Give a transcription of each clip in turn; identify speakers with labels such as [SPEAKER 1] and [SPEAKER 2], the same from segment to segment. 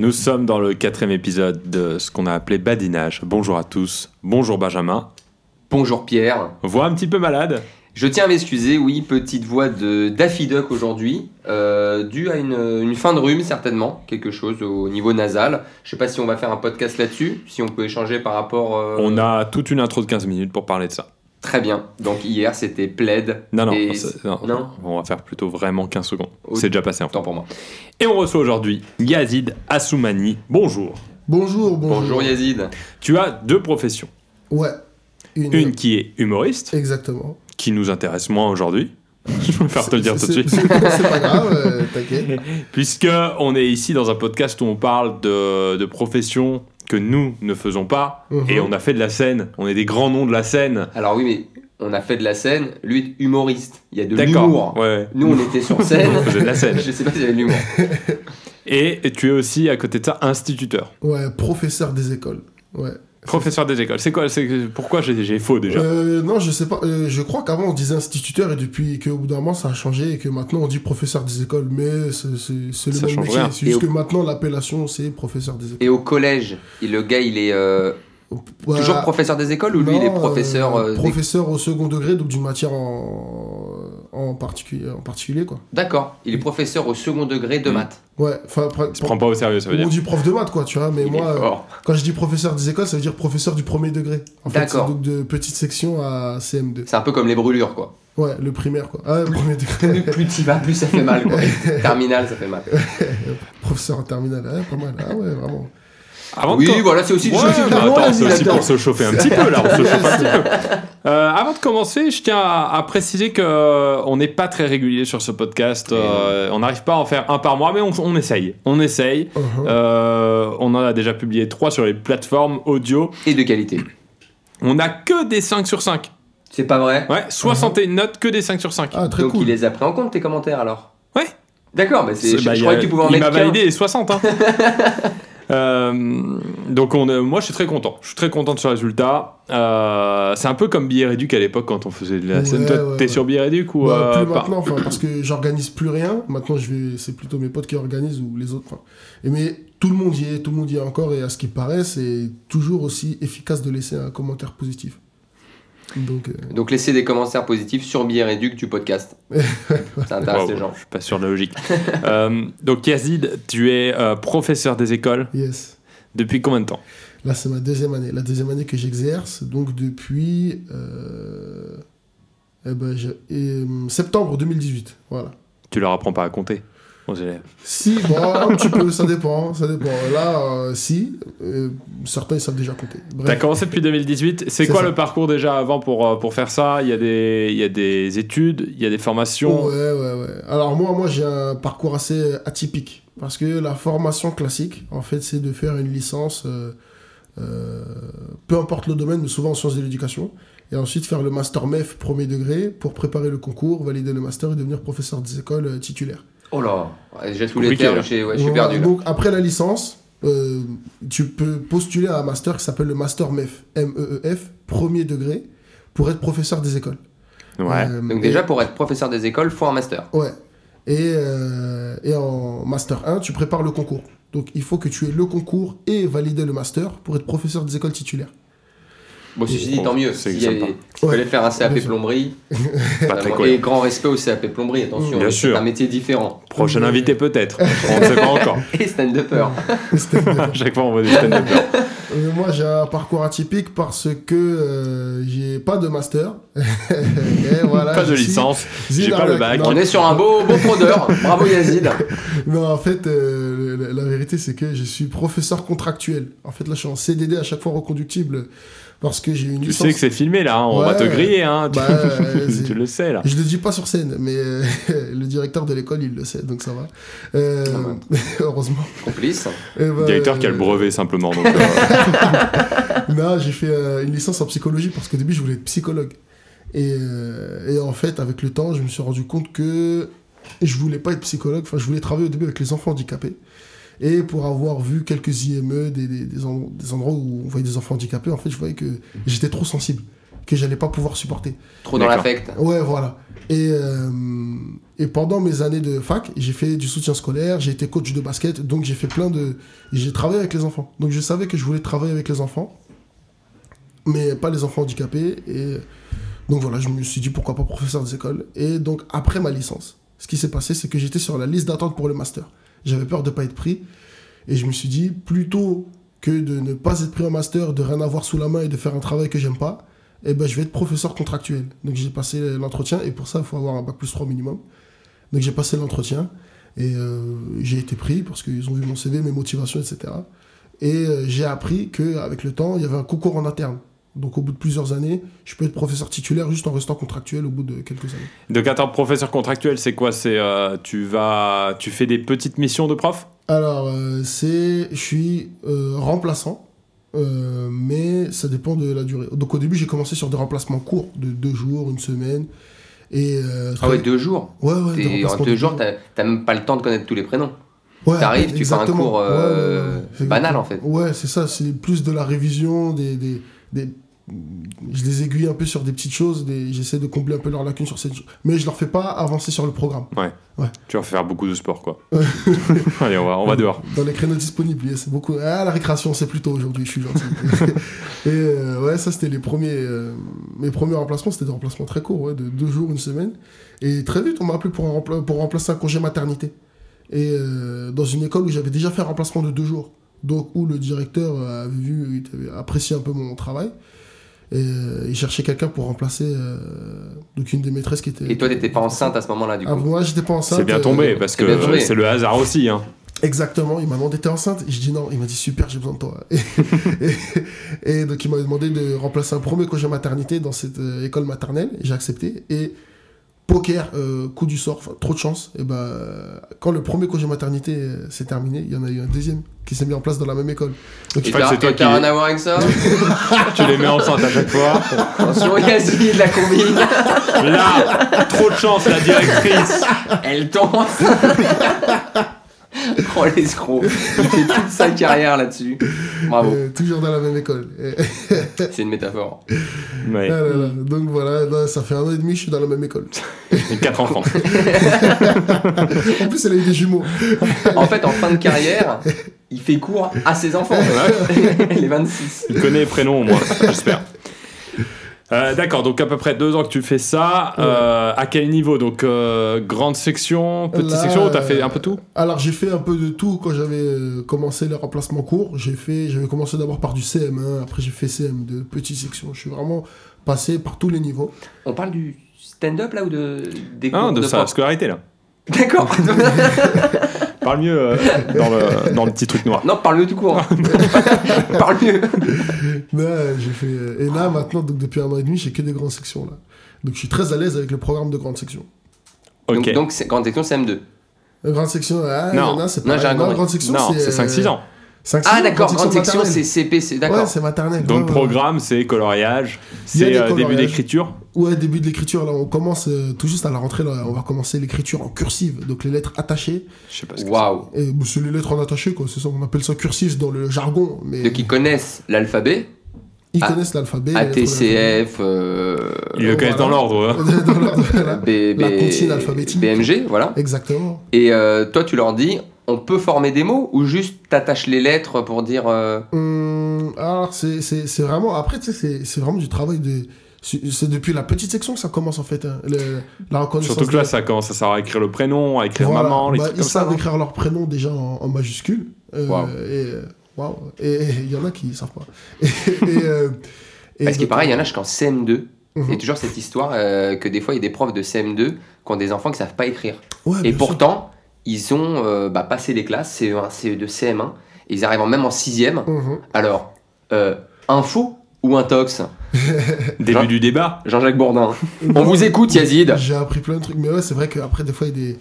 [SPEAKER 1] Nous sommes dans le quatrième épisode de ce qu'on a appelé badinage. Bonjour à tous, bonjour Benjamin.
[SPEAKER 2] Bonjour Pierre.
[SPEAKER 1] Voix un petit peu malade.
[SPEAKER 2] Je tiens à m'excuser, oui, petite voix de Daffy Duck aujourd'hui, euh, due à une, une fin de rhume certainement, quelque chose au niveau nasal. Je sais pas si on va faire un podcast là-dessus, si on peut échanger par rapport... euh,
[SPEAKER 1] On a toute une intro de 15 minutes pour parler de ça.
[SPEAKER 2] Très bien. Donc hier c'était plaid.
[SPEAKER 1] Non, non,
[SPEAKER 2] Et-
[SPEAKER 1] c'est- non,
[SPEAKER 2] non.
[SPEAKER 1] on va faire plutôt vraiment 15 secondes.
[SPEAKER 2] Oh.
[SPEAKER 1] C'est déjà passé un peu.
[SPEAKER 2] Tant pour moi.
[SPEAKER 1] Et on reçoit aujourd'hui Yazid Assoumani. Bonjour.
[SPEAKER 3] Bonjour, bonjour.
[SPEAKER 2] Bonjour Yazid.
[SPEAKER 1] Tu as deux professions.
[SPEAKER 3] Ouais. Une.
[SPEAKER 1] Une qui est humoriste,
[SPEAKER 3] Exactement.
[SPEAKER 1] qui nous intéresse moins aujourd'hui. Je préfère te le dire tout
[SPEAKER 3] C'est-
[SPEAKER 1] de suite.
[SPEAKER 3] C'est c'est pas grave, euh, t'inquiète.
[SPEAKER 1] Puisque on est ici dans un podcast où on parle de, de professions que nous ne faisons pas
[SPEAKER 3] Mhm.
[SPEAKER 1] et on a fait de la scène, on est des grands noms de la scène.
[SPEAKER 2] Alors oui, mais on a fait de la scène, lui est humoriste, il y a de
[SPEAKER 1] D'accord.
[SPEAKER 2] l'humour.
[SPEAKER 1] Ouais, ouais.
[SPEAKER 2] Nous on était sur
[SPEAKER 1] On
[SPEAKER 2] scène.
[SPEAKER 1] faisait de la scène.
[SPEAKER 2] Je sais pas s'il y avait de l'humour.
[SPEAKER 1] Et tu es aussi à côté de ça instituteur,
[SPEAKER 3] Ouais, professeur des écoles. Ouais.
[SPEAKER 1] professeur des écoles. C'est quoi c'est- Pourquoi j'ai j'ai faux déjà
[SPEAKER 3] Euh, non, je sais pas. euh, je crois qu'avant on disait instituteur et depuis qu'au bout d'un moment ça a changé et que maintenant on dit professeur des écoles, mais c'est- c'est c'est le
[SPEAKER 1] Ça
[SPEAKER 3] même
[SPEAKER 1] change
[SPEAKER 3] métier.
[SPEAKER 1] rien.
[SPEAKER 3] C'est
[SPEAKER 2] Et
[SPEAKER 3] juste
[SPEAKER 2] au-
[SPEAKER 3] que maintenant l'appellation c'est professeur des écoles.
[SPEAKER 2] Et au collège, il- le gars il est euh,
[SPEAKER 3] Ouais,
[SPEAKER 2] toujours professeur des écoles ou lui
[SPEAKER 3] Bah, non,
[SPEAKER 2] il est professeur
[SPEAKER 3] euh,
[SPEAKER 2] euh, des-
[SPEAKER 3] professeur au second degré, donc d'une matière en, en, particulier, en particulier, quoi.
[SPEAKER 2] D'accord, il est professeur au second degré de
[SPEAKER 1] Mm.
[SPEAKER 2] maths.
[SPEAKER 3] Ouais, enfin, pra-
[SPEAKER 1] Tu te prends pas au sérieux, ça veut
[SPEAKER 3] on
[SPEAKER 1] dire.
[SPEAKER 3] dit prof de maths, quoi, tu vois, mais
[SPEAKER 2] Il
[SPEAKER 3] moi.
[SPEAKER 2] est
[SPEAKER 3] euh,
[SPEAKER 2] fort.
[SPEAKER 3] Quand je dis professeur des écoles, ça veut dire professeur du premier degré. En fait, c'est
[SPEAKER 2] D'accord.
[SPEAKER 3] donc de petite section à CM2.
[SPEAKER 2] C'est un peu comme les brûlures, quoi.
[SPEAKER 3] Ouais, le primaire, quoi. Ah, le premier
[SPEAKER 2] Plus,
[SPEAKER 3] degré.
[SPEAKER 2] plus tu vas, plus ça fait mal, quoi. Terminal, ça fait mal.
[SPEAKER 3] professeur en terminale, ah, pas mal. Ah ouais, vraiment.
[SPEAKER 1] Avant de
[SPEAKER 2] oui,
[SPEAKER 1] com-
[SPEAKER 2] voilà, c'est aussi
[SPEAKER 1] Ouais,
[SPEAKER 2] du jeu vidéo.
[SPEAKER 1] bah attends,
[SPEAKER 2] Voilà,
[SPEAKER 1] c'est aussi
[SPEAKER 2] là-dedans.
[SPEAKER 1] pour se chauffer un petit peu là, on se chauffe un petit peu. Euh, avant de commencer, je tiens à, à préciser que euh, on n'est pas très régulier sur ce podcast. euh, on n'arrive pas à en faire un par mois, mais on, on essaye. On essaye.
[SPEAKER 3] Uh-huh.
[SPEAKER 1] Euh, on en a déjà publié 3 sur les plateformes audio.
[SPEAKER 2] Et de qualité.
[SPEAKER 1] On n'a que des 5 sur 5.
[SPEAKER 2] C'est pas vrai
[SPEAKER 1] Ouais, 61 notes, que des 5 sur 5.
[SPEAKER 3] Ah, très
[SPEAKER 2] Donc il
[SPEAKER 3] cool.
[SPEAKER 2] les a pris en compte, tes commentaires, alors
[SPEAKER 1] Ouais.
[SPEAKER 2] D'accord, mais c'est,
[SPEAKER 1] C'est-
[SPEAKER 2] je,
[SPEAKER 1] bah,
[SPEAKER 2] je
[SPEAKER 1] il
[SPEAKER 2] croyais
[SPEAKER 1] a-
[SPEAKER 2] que tu pouvais en
[SPEAKER 1] Il
[SPEAKER 2] mettre
[SPEAKER 1] m'a
[SPEAKER 2] qu'un.
[SPEAKER 1] validé les 60. hein. Euh, donc on, euh, moi je suis très content, je suis très content de ce résultat. Euh, c'est un peu comme Billet Réduc à l'époque quand on faisait de la
[SPEAKER 3] Ouais,
[SPEAKER 1] scène. Toi,
[SPEAKER 3] ouais,
[SPEAKER 1] t'es
[SPEAKER 3] ouais.
[SPEAKER 1] sur Billet Réduc ou
[SPEAKER 3] Bah,
[SPEAKER 1] euh,
[SPEAKER 3] plus
[SPEAKER 1] pas
[SPEAKER 3] maintenant, enfin, parce que j'organise plus rien. Maintenant, je vais, c'est plutôt mes potes qui organisent ou les autres. enfin. Et mais tout le monde y est, tout le monde y est encore. Et à ce qui paraît, c'est toujours aussi efficace de laisser un commentaire positif. Donc, euh,
[SPEAKER 2] Donc laissez des commentaires positifs sur Bière et Duc du podcast. ça intéresse
[SPEAKER 1] Wow,
[SPEAKER 2] les gens.
[SPEAKER 1] Je suis pas sûr de la logique. Euh, donc Yazid, tu es euh, professeur des écoles
[SPEAKER 3] yes.
[SPEAKER 1] depuis combien de temps
[SPEAKER 3] Là, c'est ma deuxième année. La deuxième année que j'exerce, donc depuis euh, eh ben, je- et, hum, septembre 2018. Voilà.
[SPEAKER 1] Tu leur apprends pas à compter aux élèves.
[SPEAKER 3] Si, bon, un petit peu, ça dépend. Ça dépend. Là, euh, si, euh, certains ils savent déjà compter. Bref.
[SPEAKER 1] T'as commencé depuis 2018. C'est
[SPEAKER 3] C'est
[SPEAKER 1] quoi
[SPEAKER 3] ça.
[SPEAKER 1] le parcours déjà avant pour, euh, pour faire ça Il y, a des- il y a des études, il y a des formations.
[SPEAKER 3] Ouais, ouais, ouais. Alors moi, moi j'ai un parcours assez atypique. Parce que la formation classique, en fait, c'est de faire une licence, euh, euh, peu importe le domaine, mais souvent en sciences de l'éducation. Et ensuite faire le master MEF premier degré pour préparer le concours, valider le master et devenir professeur des écoles euh, titulaire.
[SPEAKER 2] Oh là, ouais, j'ai tous les
[SPEAKER 1] Compliqué, hein.
[SPEAKER 2] termes,
[SPEAKER 1] là.
[SPEAKER 2] j'ai- ouais, je suis
[SPEAKER 3] Voilà.
[SPEAKER 2] perdu. Là.
[SPEAKER 3] Donc après la licence, euh, tu peux postuler à un master qui s'appelle le master MEF, M-E-E-F, premier degré, pour être professeur des écoles.
[SPEAKER 1] Ouais.
[SPEAKER 3] Euh,
[SPEAKER 2] Donc
[SPEAKER 3] et-
[SPEAKER 2] déjà, pour être professeur des écoles, faut un master.
[SPEAKER 3] Ouais. Et, euh, et en Master 1, tu prépares le concours. Donc il faut que tu aies le concours et valider le Master pour être professeur des écoles titulaires.
[SPEAKER 2] Bon, ceci dit, tant mieux.
[SPEAKER 1] C'est
[SPEAKER 2] S'il y avait-
[SPEAKER 1] sympa.
[SPEAKER 2] s'il fallait
[SPEAKER 3] Ouais.
[SPEAKER 2] faire un CAP
[SPEAKER 3] Bien sûr.
[SPEAKER 2] plomberie,
[SPEAKER 1] Pas très
[SPEAKER 2] vraiment,
[SPEAKER 1] cohérent.
[SPEAKER 2] et grand respect au CAP plomberie, attention,
[SPEAKER 1] Bien
[SPEAKER 2] mais
[SPEAKER 1] sûr.
[SPEAKER 2] c'est un métier différent.
[SPEAKER 1] Prochain
[SPEAKER 3] Euh,
[SPEAKER 1] invité peut-être. On ne sait pas encore.
[SPEAKER 2] Et stand-upper.
[SPEAKER 3] C'était-
[SPEAKER 1] À chaque fois on voit des stand-uppers.
[SPEAKER 3] Euh, moi j'ai un parcours atypique parce que euh, j'ai pas de Master. Et voilà,
[SPEAKER 1] Pas de
[SPEAKER 3] je suis
[SPEAKER 1] licence. j'ai
[SPEAKER 3] Zinarlac.
[SPEAKER 1] pas le bac.
[SPEAKER 3] Non,
[SPEAKER 2] On est sur un beau, beau fraudeur. Bravo Yazid.
[SPEAKER 3] Non, en fait, euh, la, la vérité, c'est que je suis professeur contractuel. En fait, là, je suis en CDD à chaque fois reconductible parce que j'ai une
[SPEAKER 1] Tu
[SPEAKER 3] licence.
[SPEAKER 1] sais que c'est filmé là, hein, on va
[SPEAKER 3] Ouais.
[SPEAKER 1] te griller. Hein. Tu-
[SPEAKER 3] Bah, euh,
[SPEAKER 1] tu,
[SPEAKER 3] c'est-
[SPEAKER 1] le sais là.
[SPEAKER 3] Je le dis pas sur scène, mais euh, le directeur de l'école, il le sait, donc ça va. Euh,
[SPEAKER 2] Ah
[SPEAKER 3] heureusement.
[SPEAKER 2] Complice.
[SPEAKER 3] Eh ben,
[SPEAKER 1] Directeur qui a le
[SPEAKER 3] euh,
[SPEAKER 1] brevet simplement. donc, euh,
[SPEAKER 3] Non, j'ai fait euh, une licence en psychologie parce qu'au début, je voulais être psychologue. Et, euh, et en fait, avec le temps, je me suis rendu compte que je voulais pas être psychologue. Enfin, je voulais travailler au début avec les enfants handicapés. Et pour avoir vu E, quelques IME, des, des, des en- des endroits où on voyait des enfants handicapés, en fait, je voyais que j'étais trop sensible. que j'allais pas pouvoir supporter.
[SPEAKER 2] Trop dans
[SPEAKER 1] D'accord.
[SPEAKER 2] l'affect.
[SPEAKER 3] Ouais, voilà. Et, euh, et pendant mes années de fac, j'ai fait du soutien scolaire, j'ai été coach de basket, donc j'ai fait plein de. J'ai travaillé avec les enfants. Donc je savais que je voulais travailler avec les enfants, mais pas les enfants handicapés. Et donc voilà, je me suis dit pourquoi pas professeur des écoles. Et donc après ma licence, ce qui s'est passé, c'est que j'étais sur la liste d'attente pour le master. J'avais peur de pas être pris. Et je me suis dit, plutôt que de ne pas être pris en master, de rien avoir sous la main et de faire un travail que j'aime pas, eh ben, je vais être professeur contractuel. Donc j'ai passé l'entretien, et pour ça, il faut avoir un bac plus 3 minimum. Donc j'ai passé l'entretien, et euh, j'ai été pris parce qu'ils ont vu mon CV, mes motivations, etc. Et euh, j'ai appris qu'avec le temps, il y avait un concours en interne. Donc au bout de plusieurs années, je peux être professeur titulaire juste en restant contractuel au bout de quelques années.
[SPEAKER 1] Donc, attends, professeur contractuel, c'est quoi C'est euh, tu vas, tu fais des petites missions de prof
[SPEAKER 3] Alors, euh, c'est, je suis euh, remplaçant, euh, mais ça dépend de la durée. Donc au début, j'ai commencé sur des remplacements courts, de deux jours, une semaine. Et, euh,
[SPEAKER 2] Ah ouais, deux jours.
[SPEAKER 3] Ouais, ouais, des
[SPEAKER 2] T'es- En
[SPEAKER 3] remplacements
[SPEAKER 2] deux
[SPEAKER 3] de
[SPEAKER 2] jours, t'as t'as même pas le temps de connaître tous les prénoms.
[SPEAKER 3] Ouais,
[SPEAKER 2] T'arrives, tu fais un
[SPEAKER 3] exactement.
[SPEAKER 2] cours euh,
[SPEAKER 3] Ouais, ouais, ouais, ouais.
[SPEAKER 2] banal en fait.
[SPEAKER 3] Ouais, c'est ça, c'est plus de la révision, des, des, des- Je les aiguille un peu sur des petites choses, des... j'essaie de combler un peu leurs lacunes sur cette... Mais je leur fais pas avancer sur le programme,
[SPEAKER 1] Tu vas faire beaucoup de sport, quoi. Allez, on va, on va dehors.
[SPEAKER 3] dans les créneaux disponibles. yes, C'est beaucoup... Ah, la récréation, c'est plutôt aujourd'hui, je suis gentil. Et euh, ouais, ça, c'était les premiers... euh, Mes premiers remplacements, c'était des remplacements très courts, ouais, de deux jours, une semaine. Et très vite, on m'a appelé pour, un rempla- pour remplacer un congé maternité. Et euh, dans une école où j'avais déjà fait un remplacement de deux jours. Donc, où le directeur euh, avait vu, il avait apprécié un peu mon travail. Et euh, il cherchait quelqu'un pour remplacer euh, donc une des maîtresses qui était.
[SPEAKER 2] Et toi, t'étais pas enceinte à ce moment-là du
[SPEAKER 3] Ah,
[SPEAKER 2] coup.
[SPEAKER 3] moi, j'étais pas enceinte.
[SPEAKER 1] C'est bien
[SPEAKER 3] euh,
[SPEAKER 1] tombé parce
[SPEAKER 2] bien
[SPEAKER 1] que
[SPEAKER 2] tombé.
[SPEAKER 1] c'est le hasard aussi. Hein.
[SPEAKER 3] Exactement, il m'a demandé t'es enceinte Je dis non, il m'a dit super, j'ai besoin de toi. Et, et- et donc il m'a demandé de remplacer un premier congé maternité dans cette euh, école maternelle, j'ai accepté. Et poker, euh, coup du sort, enfin, trop de chance, et ben quand le premier congé maternité euh, s'est terminé, il y en a eu un deuxième qui s'est mis en place dans la même école. Donc
[SPEAKER 2] Et
[SPEAKER 1] crois que
[SPEAKER 2] t'as
[SPEAKER 1] c'est toi
[SPEAKER 2] et t'as
[SPEAKER 1] qui-
[SPEAKER 2] rien à voir avec ça
[SPEAKER 1] tu les mets enceintes à chaque fois.
[SPEAKER 2] Attention, il y a Ziggy de la combine.
[SPEAKER 1] Là, trop de chance, la directrice.
[SPEAKER 2] Elle tombe. oh l'escroc. Il fait toute sa carrière là-dessus. Bravo.
[SPEAKER 3] euh, toujours dans la même école. Et-
[SPEAKER 2] C'est une métaphore.
[SPEAKER 1] Ouais,
[SPEAKER 3] Ah là là. Donc voilà, là, ça fait un an et demi que je suis dans la même école.
[SPEAKER 1] et quatre enfants.
[SPEAKER 3] En plus, elle a eu des jumeaux.
[SPEAKER 2] En fait, en fin de carrière, il fait cours à ses enfants. Les 26.
[SPEAKER 1] Il connaît les prénoms au moins, j'espère. Euh, D'accord, donc à peu près deux ans que tu fais ça. Euh, à quel niveau Donc euh, grande section, petite
[SPEAKER 3] Là,
[SPEAKER 1] section, t'as fait
[SPEAKER 3] euh,
[SPEAKER 1] un peu tout
[SPEAKER 3] Alors j'ai fait un peu de tout quand j'avais euh, commencé les remplacements courts. J'ai fait, j'avais commencé d'abord par du CM1, après j'ai fait CM2, petite section. Je suis vraiment passé par tous les niveaux.
[SPEAKER 2] On parle du stand-up là ou de des
[SPEAKER 1] Hein,
[SPEAKER 2] cours
[SPEAKER 1] de sa
[SPEAKER 2] prof
[SPEAKER 1] scolarité là.
[SPEAKER 2] D'accord.
[SPEAKER 1] Parle mieux euh, dans, le, dans le petit truc noir.
[SPEAKER 2] non, parle mieux tout court. hein. parle mieux.
[SPEAKER 3] Mais, euh, j'ai fait, euh, et là maintenant, donc depuis un an et demi, j'ai que des grandes sections là. Donc je suis très à l'aise avec le programme de grande section.
[SPEAKER 1] Ok.
[SPEAKER 2] Donc, donc c'est grande section CM2.
[SPEAKER 3] La grande section, ah, il y
[SPEAKER 1] Non.
[SPEAKER 3] en a, c'est
[SPEAKER 2] Non,
[SPEAKER 3] pas
[SPEAKER 2] j'ai rien compris.
[SPEAKER 3] grande section, euh,
[SPEAKER 1] non, c'est 5-6 ans.
[SPEAKER 2] Ah d'accord, grande section c'est CP, c'est
[SPEAKER 3] D'accord.
[SPEAKER 2] d'accord.
[SPEAKER 3] Ouais, c'est maternelle.
[SPEAKER 1] Donc
[SPEAKER 3] ouais, ouais.
[SPEAKER 1] programme, c'est coloriage,
[SPEAKER 3] Il y a
[SPEAKER 1] c'est
[SPEAKER 3] des
[SPEAKER 1] euh, début
[SPEAKER 3] coloriages.
[SPEAKER 1] d'écriture.
[SPEAKER 3] Ouais, début de l'écriture, là, on commence euh, tout juste à la rentrée, là, on va commencer l'écriture en cursive, donc les lettres attachées.
[SPEAKER 1] Je sais pas ce que
[SPEAKER 2] Waouh.
[SPEAKER 3] Et bah, c'est les lettres en attaché, quoi, c'est ça, on appelle ça cursive dans le jargon, mais
[SPEAKER 2] Ceux qui Ah. connaissent l'alphabet,
[SPEAKER 3] ils
[SPEAKER 2] A-
[SPEAKER 3] connaissent l'alphabet. les lettres
[SPEAKER 2] ATCF, euh,
[SPEAKER 1] c'est. Ils le
[SPEAKER 3] Euh,
[SPEAKER 1] connaissent dans
[SPEAKER 3] voilà.
[SPEAKER 1] l'ordre. hein.
[SPEAKER 3] de l'alphabet. Dans l'ordre, voilà.
[SPEAKER 2] B-
[SPEAKER 3] La
[SPEAKER 2] B-
[SPEAKER 3] comptine alphabétique.
[SPEAKER 2] BMG, voilà.
[SPEAKER 3] Exactement.
[SPEAKER 2] Et euh, toi, tu leur dis, on peut former des mots ou juste t'attaches les lettres pour dire. euh,
[SPEAKER 3] Hum, alors, c'est- c'est c'est vraiment, après, tu sais, c'est- c'est vraiment du travail de. C'est c'est depuis la petite section que ça commence, en fait, hein, le- la reconnaissance.
[SPEAKER 1] Surtout que là,
[SPEAKER 3] des-
[SPEAKER 1] ça commence à savoir écrire le prénom, à écrire
[SPEAKER 3] Voilà.
[SPEAKER 1] maman, les
[SPEAKER 3] Bah,
[SPEAKER 1] trucs
[SPEAKER 3] Ils
[SPEAKER 1] comme ça.
[SPEAKER 3] savent
[SPEAKER 1] non
[SPEAKER 3] écrire leur prénom déjà en, en majuscule. Euh,
[SPEAKER 2] Waouh.
[SPEAKER 3] Et euh, waouh. Et et il y en a qui ne savent pas. Et, et, euh, et
[SPEAKER 2] Parce qu'il
[SPEAKER 3] donc,
[SPEAKER 2] paraît, il y en a jusqu'en CM2.
[SPEAKER 3] Mhm.
[SPEAKER 2] Il y a toujours cette histoire euh, que des fois, il y a des profs de CM2 qui ont des enfants qui savent pas écrire.
[SPEAKER 3] ouais,
[SPEAKER 2] Et
[SPEAKER 3] Ah, bien sûr.
[SPEAKER 2] pourtant, ils ont euh, bah, passé les classes, CE1, CE2, CM1, et ils arrivent en- même en 6ème.
[SPEAKER 3] Mhm.
[SPEAKER 2] Alors, euh, info ou intox
[SPEAKER 1] Début du débat.
[SPEAKER 2] Jean-Jacques Bourdin. On vous écoute, Yazid.
[SPEAKER 3] J'ai appris plein de trucs, mais ouais, c'est vrai qu'après, des fois, il y a des.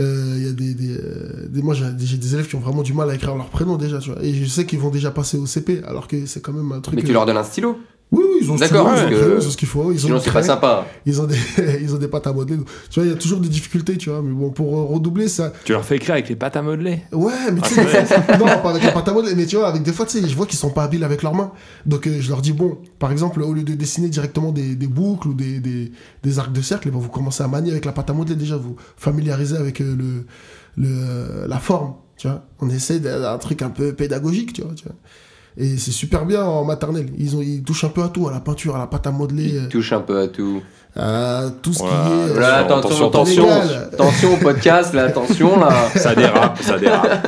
[SPEAKER 3] euh, il y a des, des, euh, des- moi j'ai j'ai des élèves qui ont vraiment du mal à écrire leur prénom déjà tu vois et je sais qu'ils vont déjà passer au CP alors que c'est quand même un truc
[SPEAKER 2] Mais tu
[SPEAKER 3] euh,
[SPEAKER 2] leur donnes un stylo.
[SPEAKER 3] oui oui ils ont ce
[SPEAKER 2] D'accord,
[SPEAKER 3] qu'ils
[SPEAKER 2] parce
[SPEAKER 3] veulent,
[SPEAKER 2] que-
[SPEAKER 3] ils ont ce qu'il faut, ils ont
[SPEAKER 2] Sinon,
[SPEAKER 3] des
[SPEAKER 2] c'est pas
[SPEAKER 3] craies,
[SPEAKER 2] sympa.
[SPEAKER 3] ils ont des, ils ont des pâtes à modeler. Tu vois, il y a toujours des difficultés, tu vois. Mais bon, pour euh, redoubler, ça,
[SPEAKER 1] Tu leur fais écrire avec les pâtes à modeler.
[SPEAKER 3] Ouais, mais tu sais, des fois- non, pas avec la pâte à modeler, mais tu vois, avec des fois, tu sais, je vois qu'ils sont pas habiles avec leurs mains. Donc, euh, je leur dis, bon, par exemple, au lieu de dessiner directement des, des boucles ou des, des, des arcs de cercle, eh ben, vous commencez à manier avec la pâte à modeler déjà, vous familiarisez avec euh, le, le, euh, la forme, tu vois. On essaie d'un d'un truc un peu pédagogique, tu vois. Tu vois. Et c'est super bien en maternelle. Ils, ont, ils touchent un peu à tout, à la peinture, à la pâte à modeler, euh,
[SPEAKER 2] Il touche un peu à tout.
[SPEAKER 3] à tout ce
[SPEAKER 1] Voilà.
[SPEAKER 3] qui est. euh,
[SPEAKER 2] Voilà,
[SPEAKER 1] attention,
[SPEAKER 2] attention, attention,
[SPEAKER 3] légal.
[SPEAKER 2] attention au podcast, là, attention, là.
[SPEAKER 1] Ça dérape, ça dérape.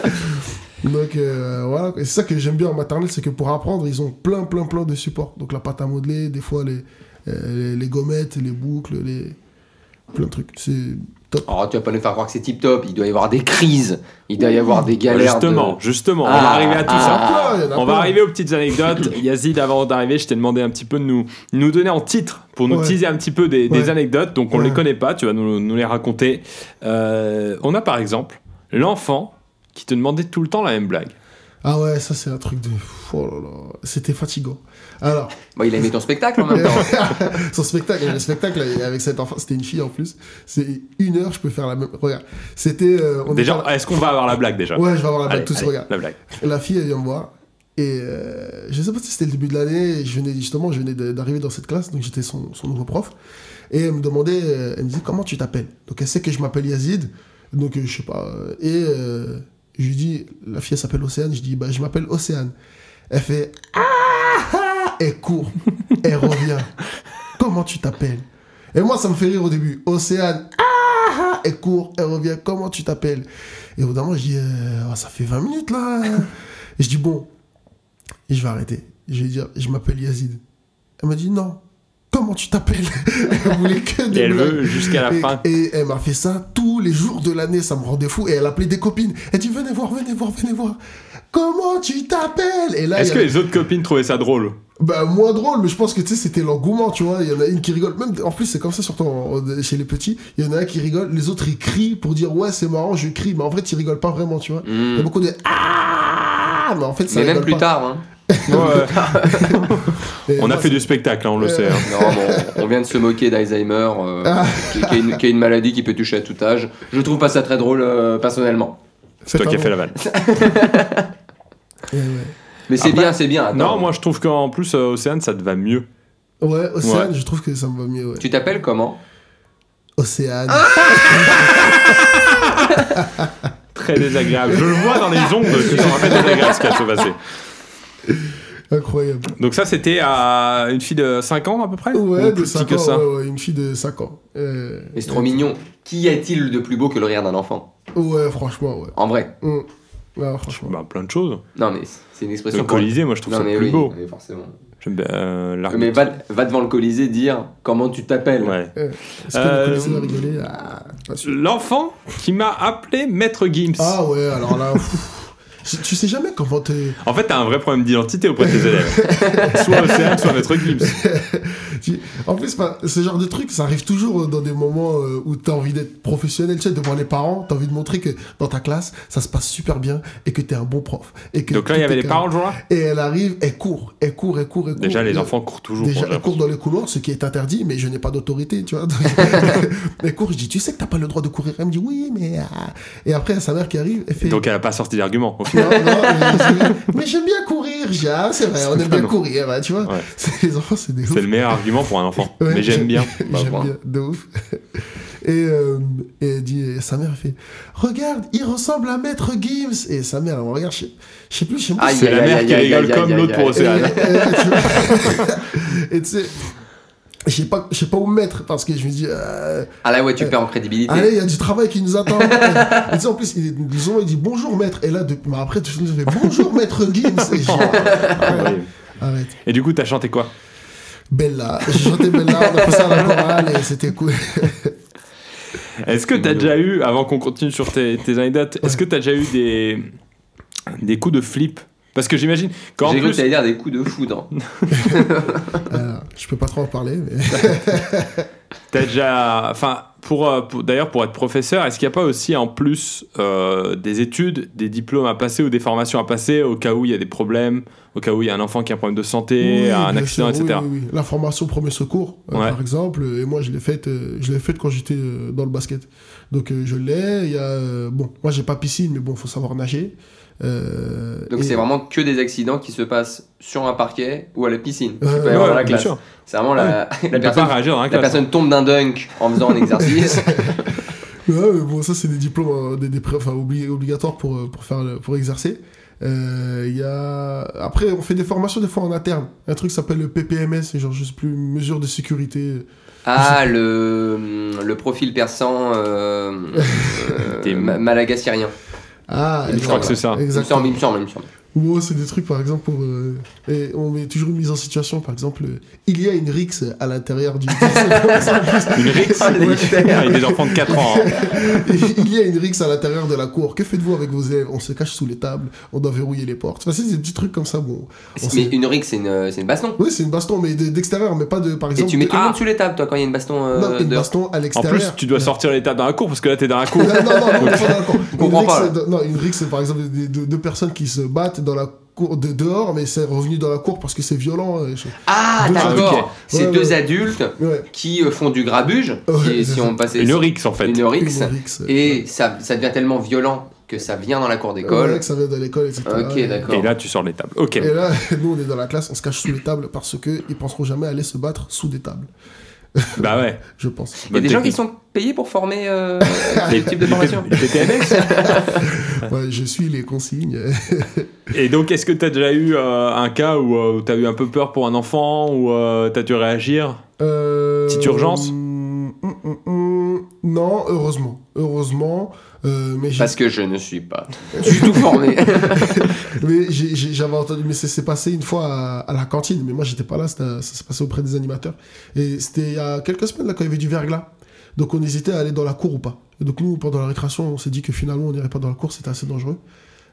[SPEAKER 3] Donc euh, voilà, et c'est ça que j'aime bien en maternelle, c'est que pour apprendre, ils ont plein, plein, plein de supports. Donc la pâte à modeler, des fois les, euh, les, les gommettes, les boucles, les... plein de trucs. C'est top.
[SPEAKER 2] Oh, tu vas pas nous faire croire que c'est tip top, il doit y avoir des crises, il doit y avoir des galères. de-
[SPEAKER 1] Justement, justement, on va
[SPEAKER 2] Ah,
[SPEAKER 1] arriver à tout
[SPEAKER 2] ah,
[SPEAKER 1] ça.
[SPEAKER 3] Ah, il y en a
[SPEAKER 1] On va
[SPEAKER 3] plein.
[SPEAKER 1] arriver aux petites anecdotes. Yazid, avant d'arriver, je t'ai demandé un petit peu de nous, nous donner en titre pour nous
[SPEAKER 3] Ouais.
[SPEAKER 1] teaser un petit peu des, des
[SPEAKER 3] Ouais.
[SPEAKER 1] anecdotes. Donc, on
[SPEAKER 3] Ouais.
[SPEAKER 1] les connaît pas, tu vas nous, nous les raconter. Euh, on a par exemple l'enfant qui te demandait tout le temps la même blague.
[SPEAKER 3] Ah ouais, ça c'est un truc de... pff, Oh là là, c'était fatigant. Alors,
[SPEAKER 2] Bah, il a aimé ton spectacle en même temps.
[SPEAKER 3] son spectacle, le spectacle avec cet enfant, c'était une fille en plus, c'est une heure, je peux faire la même... Regarde, c'était... euh, on
[SPEAKER 1] déjà,
[SPEAKER 3] était à
[SPEAKER 1] est-ce qu'on va avoir la blague déjà
[SPEAKER 3] la- Ouais, je vais avoir la blague
[SPEAKER 1] Allez,
[SPEAKER 3] tous,
[SPEAKER 1] allez,
[SPEAKER 3] regarde.
[SPEAKER 1] La blague.
[SPEAKER 3] La fille, elle vient me voir. Et euh, je sais pas si c'était le début de l'année. Je venais justement, je venais de- d'arriver dans cette classe, donc j'étais son, son nouveau prof. Et elle me demandait, euh, elle me disait comment tu t'appelles. Donc elle sait que je m'appelle Yazid. Donc euh, je sais pas. euh, Et euh, je lui dis, la fille elle s'appelle Océane. Je dis, bah je m'appelle Océane. Elle fait ah Elle court. Elle revient. Comment tu t'appelles Et moi ça me fait rire au début. Océane ah Elle court. Elle revient. Comment tu t'appelles Et au bout d'un moment je dis, euh, oh, ça fait 20 minutes là. Et je dis, bon, et je vais arrêter. Je vais dire, je m'appelle Yazid. Elle m'a dit, non, comment tu t'appelles Elle voulait que
[SPEAKER 1] Et
[SPEAKER 3] des
[SPEAKER 1] elle
[SPEAKER 3] blagues.
[SPEAKER 1] veut jusqu'à la
[SPEAKER 3] Et-
[SPEAKER 1] fin.
[SPEAKER 3] Et, elle m'a fait ça tous les jours de l'année, ça me rendait fou. Et elle appelait des copines. Elle dit venez voir, venez voir, venez voir. Comment tu t'appelles Et là, il
[SPEAKER 1] Est-ce
[SPEAKER 3] y
[SPEAKER 1] que
[SPEAKER 3] en a-
[SPEAKER 1] les autres copines trouvaient ça drôle
[SPEAKER 3] bah, moins drôle, mais je pense que tu sais, c'était l'engouement, tu vois. Il y en a une qui rigole. Même en plus, c'est comme ça surtout en- en- chez les petits. Il y en a un qui rigole, les autres ils crient pour dire ouais c'est marrant, je crie. Mais en vrai, tu rigoles pas vraiment, tu vois.
[SPEAKER 1] Hmm.
[SPEAKER 3] Il y a
[SPEAKER 2] Mm.
[SPEAKER 3] beaucoup de ah, mais en fait, ça
[SPEAKER 2] Mais même
[SPEAKER 3] rigole
[SPEAKER 2] plus
[SPEAKER 3] pas.
[SPEAKER 2] tard, hein.
[SPEAKER 3] Et
[SPEAKER 1] On a
[SPEAKER 3] moi,
[SPEAKER 1] fait
[SPEAKER 3] c'est-
[SPEAKER 1] du spectacle, hein, on le
[SPEAKER 3] Euh,
[SPEAKER 1] sait. hein.
[SPEAKER 2] Non, bon, on vient de se moquer d'Alzheimer, euh,
[SPEAKER 3] Ah.
[SPEAKER 2] qui, qui est une, qui est une maladie qui peut toucher à tout âge. Je trouve pas ça très drôle euh, personnellement.
[SPEAKER 1] C'est toi qui
[SPEAKER 3] pas
[SPEAKER 1] as
[SPEAKER 3] bon.
[SPEAKER 1] fait la vanne.
[SPEAKER 3] Ouais, ouais.
[SPEAKER 2] Mais c'est
[SPEAKER 1] Après-
[SPEAKER 2] bien, c'est bien. attends.
[SPEAKER 1] Non, moi je trouve qu'en plus, euh, Océane, ça te va mieux.
[SPEAKER 3] Ouais, Océane,
[SPEAKER 1] Ouais.
[SPEAKER 3] je trouve que ça me va mieux. Ouais.
[SPEAKER 2] Tu t'appelles comment
[SPEAKER 3] Océane.
[SPEAKER 1] Ah! Très désagréable. Je le vois dans les ongles que c'est en fait désagréable ce qui a se passé.
[SPEAKER 3] Incroyable.
[SPEAKER 1] Donc ça, c'était à une fille de 5 ans à peu près Ou
[SPEAKER 3] Ouais,
[SPEAKER 1] plus
[SPEAKER 3] de
[SPEAKER 1] petit
[SPEAKER 3] 5
[SPEAKER 1] que
[SPEAKER 3] ans,
[SPEAKER 1] ça.
[SPEAKER 3] ouais, ouais, une fille de 5 ans. Euh,
[SPEAKER 2] Mais c'est trop mignon. Qu'y a-t-il de plus beau que le rire d'un enfant
[SPEAKER 3] Ouais, franchement, ouais.
[SPEAKER 2] En vrai.
[SPEAKER 3] Mm. Ouais, franchement.
[SPEAKER 1] Bah, plein de choses.
[SPEAKER 2] Non, mais c'est une
[SPEAKER 1] Le
[SPEAKER 2] expression. qu'on-
[SPEAKER 1] Colisée, moi je trouve
[SPEAKER 2] Non,
[SPEAKER 1] ça
[SPEAKER 2] mais
[SPEAKER 1] plus
[SPEAKER 2] oui,
[SPEAKER 1] beau.
[SPEAKER 2] mais forcément.
[SPEAKER 1] J'aime bien, euh, l'arc-
[SPEAKER 2] Mais va, va devant le Colisée dire comment tu t'appelles.
[SPEAKER 1] Ouais.
[SPEAKER 3] Est-ce que
[SPEAKER 1] Euh,
[SPEAKER 3] vous connaissez rigoler Ah, pas sûr.
[SPEAKER 1] L'enfant qui m'a appelé Maître Gims.
[SPEAKER 3] Ah ouais, alors là, pff, tu- tu sais jamais comment t'es.
[SPEAKER 1] En fait, t'as un vrai problème d'identité auprès de tes élèves. soit Océane, soit Maître Gims.
[SPEAKER 3] Tu- En plus, enfin, ce genre de truc, ça arrive toujours dans des moments euh, où t'as envie d'être professionnel, tu sais, devant les parents, t'as envie de montrer que dans ta classe, ça se passe super bien et que t'es un bon prof. Et que
[SPEAKER 1] Donc là, il
[SPEAKER 3] tout
[SPEAKER 1] y avait
[SPEAKER 3] est
[SPEAKER 1] les
[SPEAKER 3] carré.
[SPEAKER 1] parents le jour-là
[SPEAKER 3] Et elle arrive, elle court, elle court, elle court, elle court.
[SPEAKER 1] Déjà, les
[SPEAKER 3] Et-
[SPEAKER 1] enfants courent toujours.
[SPEAKER 3] Déjà,
[SPEAKER 1] pour
[SPEAKER 3] elle
[SPEAKER 1] dire.
[SPEAKER 3] court dans les couloirs, ce qui est interdit, mais je n'ai pas d'autorité, tu vois. elle court, je dis, tu sais que t'as pas le droit de courir. Elle me dit, oui, mais. ah. Et après, sa mère qui arrive, elle fait.
[SPEAKER 1] Donc elle a pas sorti d'argument. au final.
[SPEAKER 3] Non, non, mais- mais j'aime bien courir, j'ai, ah, c'est vrai, on aime bien courir, hein, tu vois.
[SPEAKER 1] Ouais.
[SPEAKER 3] C'est- Les enfants, c'est des ouf.
[SPEAKER 1] C'est le meilleur argument pour un enfant.
[SPEAKER 3] Ouais.
[SPEAKER 1] Mais j'aime bien.
[SPEAKER 2] Bah,
[SPEAKER 3] J'aime
[SPEAKER 2] voilà.
[SPEAKER 3] bien, de ouf. Et, euh, et elle dit, et sa mère elle fait Regarde, il ressemble à Maître Gims. Et sa mère, elle me regarde, je sais- je sais plus, je sais plus.
[SPEAKER 2] Aïe,
[SPEAKER 3] si-
[SPEAKER 1] C'est la
[SPEAKER 2] aïe,
[SPEAKER 1] mère
[SPEAKER 2] aïe,
[SPEAKER 1] qui
[SPEAKER 2] aïe,
[SPEAKER 1] rigole
[SPEAKER 2] aïe,
[SPEAKER 1] comme
[SPEAKER 2] aïe,
[SPEAKER 1] l'autre pour
[SPEAKER 2] aïe,
[SPEAKER 3] Et-
[SPEAKER 1] Océane.
[SPEAKER 3] et- tu vois. Et tu sais, je sais pas, je sais pas où me mettre parce que je me dis, euh,
[SPEAKER 2] Ah là, ouais, tu perds en crédibilité.
[SPEAKER 3] allez, il y a du travail qui nous attend. et tu sais, en plus, il, le jour, il dit bonjour maître. Et là, depuis, mais après, tout le monde fait bonjour maître Gims. Et je dis,
[SPEAKER 1] Ah, oui.
[SPEAKER 3] arrête.
[SPEAKER 1] Et du coup, t'as chanté quoi
[SPEAKER 3] Bella, j'ai chanté Bella, on a fait ça à la chorale et c'était cool.
[SPEAKER 1] Est-ce que t'as déjà eu, avant qu'on continue sur tes, tes anecdotes, est-ce que t'as déjà eu des, des coups de flip Parce que j'imagine qu'en
[SPEAKER 2] J'ai cru que
[SPEAKER 1] plus,
[SPEAKER 2] t'allais dire des coups de foudre.
[SPEAKER 3] Euh, Alors, je peux pas trop en parler, mais.
[SPEAKER 1] T'as déjà. Enfin, pour, euh, pour- d'ailleurs, pour être professeur, est-ce qu'il n'y a pas aussi en plus euh, des études, des diplômes à passer ou des formations à passer au cas où il y a des problèmes, au cas où il y a un enfant qui a un problème de santé,
[SPEAKER 3] Oui,
[SPEAKER 1] un
[SPEAKER 3] bien
[SPEAKER 1] accident,
[SPEAKER 3] sûr, oui,
[SPEAKER 1] etc.
[SPEAKER 3] oui, oui. La formation premier secours, euh,
[SPEAKER 1] Ouais.
[SPEAKER 3] par exemple, euh, et moi je l'ai faite, euh, je l'ai faite quand j'étais euh, dans le basket. Donc euh, je l'ai, il y a, euh, bon, moi j'ai pas piscine, mais bon, faut savoir nager. Euh,
[SPEAKER 2] Donc
[SPEAKER 3] et-
[SPEAKER 2] c'est vraiment que des accidents qui se passent sur un parquet ou à la piscine. qui
[SPEAKER 3] Ouais,
[SPEAKER 2] peut y avoir dans la
[SPEAKER 1] bien
[SPEAKER 2] classe.
[SPEAKER 1] sûr.
[SPEAKER 2] C'est vraiment la, la
[SPEAKER 1] Il peut pas
[SPEAKER 2] personne.
[SPEAKER 1] réagir dans la
[SPEAKER 2] La
[SPEAKER 1] classe.
[SPEAKER 2] personne tombe d'un dunk en faisant un exercice.
[SPEAKER 3] Ouais, mais bon, ça c'est des diplômes, euh, des, des pré- enfin, obli- obligatoires pour, euh, pour, faire, le- pour exercer. Euh, Il y a... Après, on fait des formations des fois en interne. Un truc s'appelle le PPMS, c'est genre, je sais plus, mesure de sécurité.
[SPEAKER 2] Ah, le, le profil persan euh, euh,
[SPEAKER 1] T'es-
[SPEAKER 2] ma- malagassirien.
[SPEAKER 3] Ah,
[SPEAKER 2] Il me
[SPEAKER 1] Je crois que c'est ça.
[SPEAKER 2] Il me
[SPEAKER 3] Exactement.
[SPEAKER 2] semble, il me semble, il me semble.
[SPEAKER 3] Ou alors, c'est des trucs, par exemple, pour. euh, et on met toujours une mise en situation, par exemple, euh, il y a une rixe à l'intérieur du.
[SPEAKER 1] Une rixe
[SPEAKER 2] Ah, les
[SPEAKER 1] Ouais, avec des enfants de 4 ans. hein.
[SPEAKER 3] il y a une rixe à l'intérieur de la cour. Que faites-vous avec vos élèves On se cache sous les tables, on doit verrouiller les portes. Enfin, c'est des petits trucs comme ça, bon. On
[SPEAKER 2] Mais
[SPEAKER 3] sait-
[SPEAKER 2] une rixe, c'est une, c'est une baston.
[SPEAKER 3] Oui, c'est une baston, mais de- d'extérieur, mais pas de. Par
[SPEAKER 2] Et
[SPEAKER 3] exemple.
[SPEAKER 2] tu mets tout le
[SPEAKER 1] Ah.
[SPEAKER 2] monde sous les tables, toi, quand il y a une baston. euh,
[SPEAKER 3] Non, une
[SPEAKER 2] dehors.
[SPEAKER 3] baston à
[SPEAKER 1] En
[SPEAKER 3] l'extérieur.
[SPEAKER 1] plus, tu dois sortir les tables dans la cour parce que là, t'es dans la cour.
[SPEAKER 3] Non, non, non, on est pas d'accord. Une
[SPEAKER 2] comprend
[SPEAKER 3] rixe,
[SPEAKER 2] pas, là.
[SPEAKER 3] de- non, une rixe, c'est par exemple des- des- deux, deux personnes qui se battent dans la cour de dehors, mais c'est revenu dans la cour parce que c'est violent. euh, je-
[SPEAKER 2] Ah,
[SPEAKER 3] Deux-
[SPEAKER 2] d'accord.
[SPEAKER 1] Ah, ok.
[SPEAKER 2] C'est
[SPEAKER 3] Ouais,
[SPEAKER 2] deux
[SPEAKER 3] ouais.
[SPEAKER 2] adultes
[SPEAKER 3] Ouais.
[SPEAKER 2] qui euh, font du grabuge,
[SPEAKER 3] Ouais,
[SPEAKER 2] si,
[SPEAKER 3] c'est
[SPEAKER 2] si
[SPEAKER 3] ça.
[SPEAKER 2] on passait
[SPEAKER 1] Une rixe, en fait.
[SPEAKER 2] une rixe.
[SPEAKER 3] Une rixe.
[SPEAKER 2] Et ça, ça devient tellement violent que ça vient dans la cour d'école.
[SPEAKER 3] Ouais, que ça vient de l'école, etc.
[SPEAKER 2] Ok,
[SPEAKER 3] Et-
[SPEAKER 2] d'accord. Euh,
[SPEAKER 1] Et là, tu sors les tables. Ok.
[SPEAKER 3] Et là, nous, on est dans la classe, on se cache sous les tables parce que ils penseront jamais aller se battre sous des tables,
[SPEAKER 1] Bah ouais.
[SPEAKER 3] je pense.
[SPEAKER 2] Il y a des gens qui sont payés pour former euh, les types de formation.
[SPEAKER 1] Les TTMS.
[SPEAKER 3] Ouais, je suis les consignes.
[SPEAKER 1] Et donc, est-ce que t'as déjà eu euh, un cas où, euh, où t'as eu un peu peur pour un enfant, où euh, t'as dû réagir
[SPEAKER 3] Euh,
[SPEAKER 1] Petite urgence
[SPEAKER 3] hum, hum, hum, hum. Non, heureusement. Heureusement. euh, mais j'ai-
[SPEAKER 2] Parce que je ne suis pas du tout formé.
[SPEAKER 3] mais j'ai- j'ai- j'avais entendu, mais c'est- c'est passé une fois à, à la cantine, mais moi j'étais pas là, c'était- ça s'est passé auprès des animateurs. Et c'était il y a quelques semaines là quand il y avait du verglas. Donc on hésitait à aller dans la cour ou pas. Et donc nous, pendant la récréation, on s'est dit que finalement on n'irait pas dans la cour, c'était assez dangereux.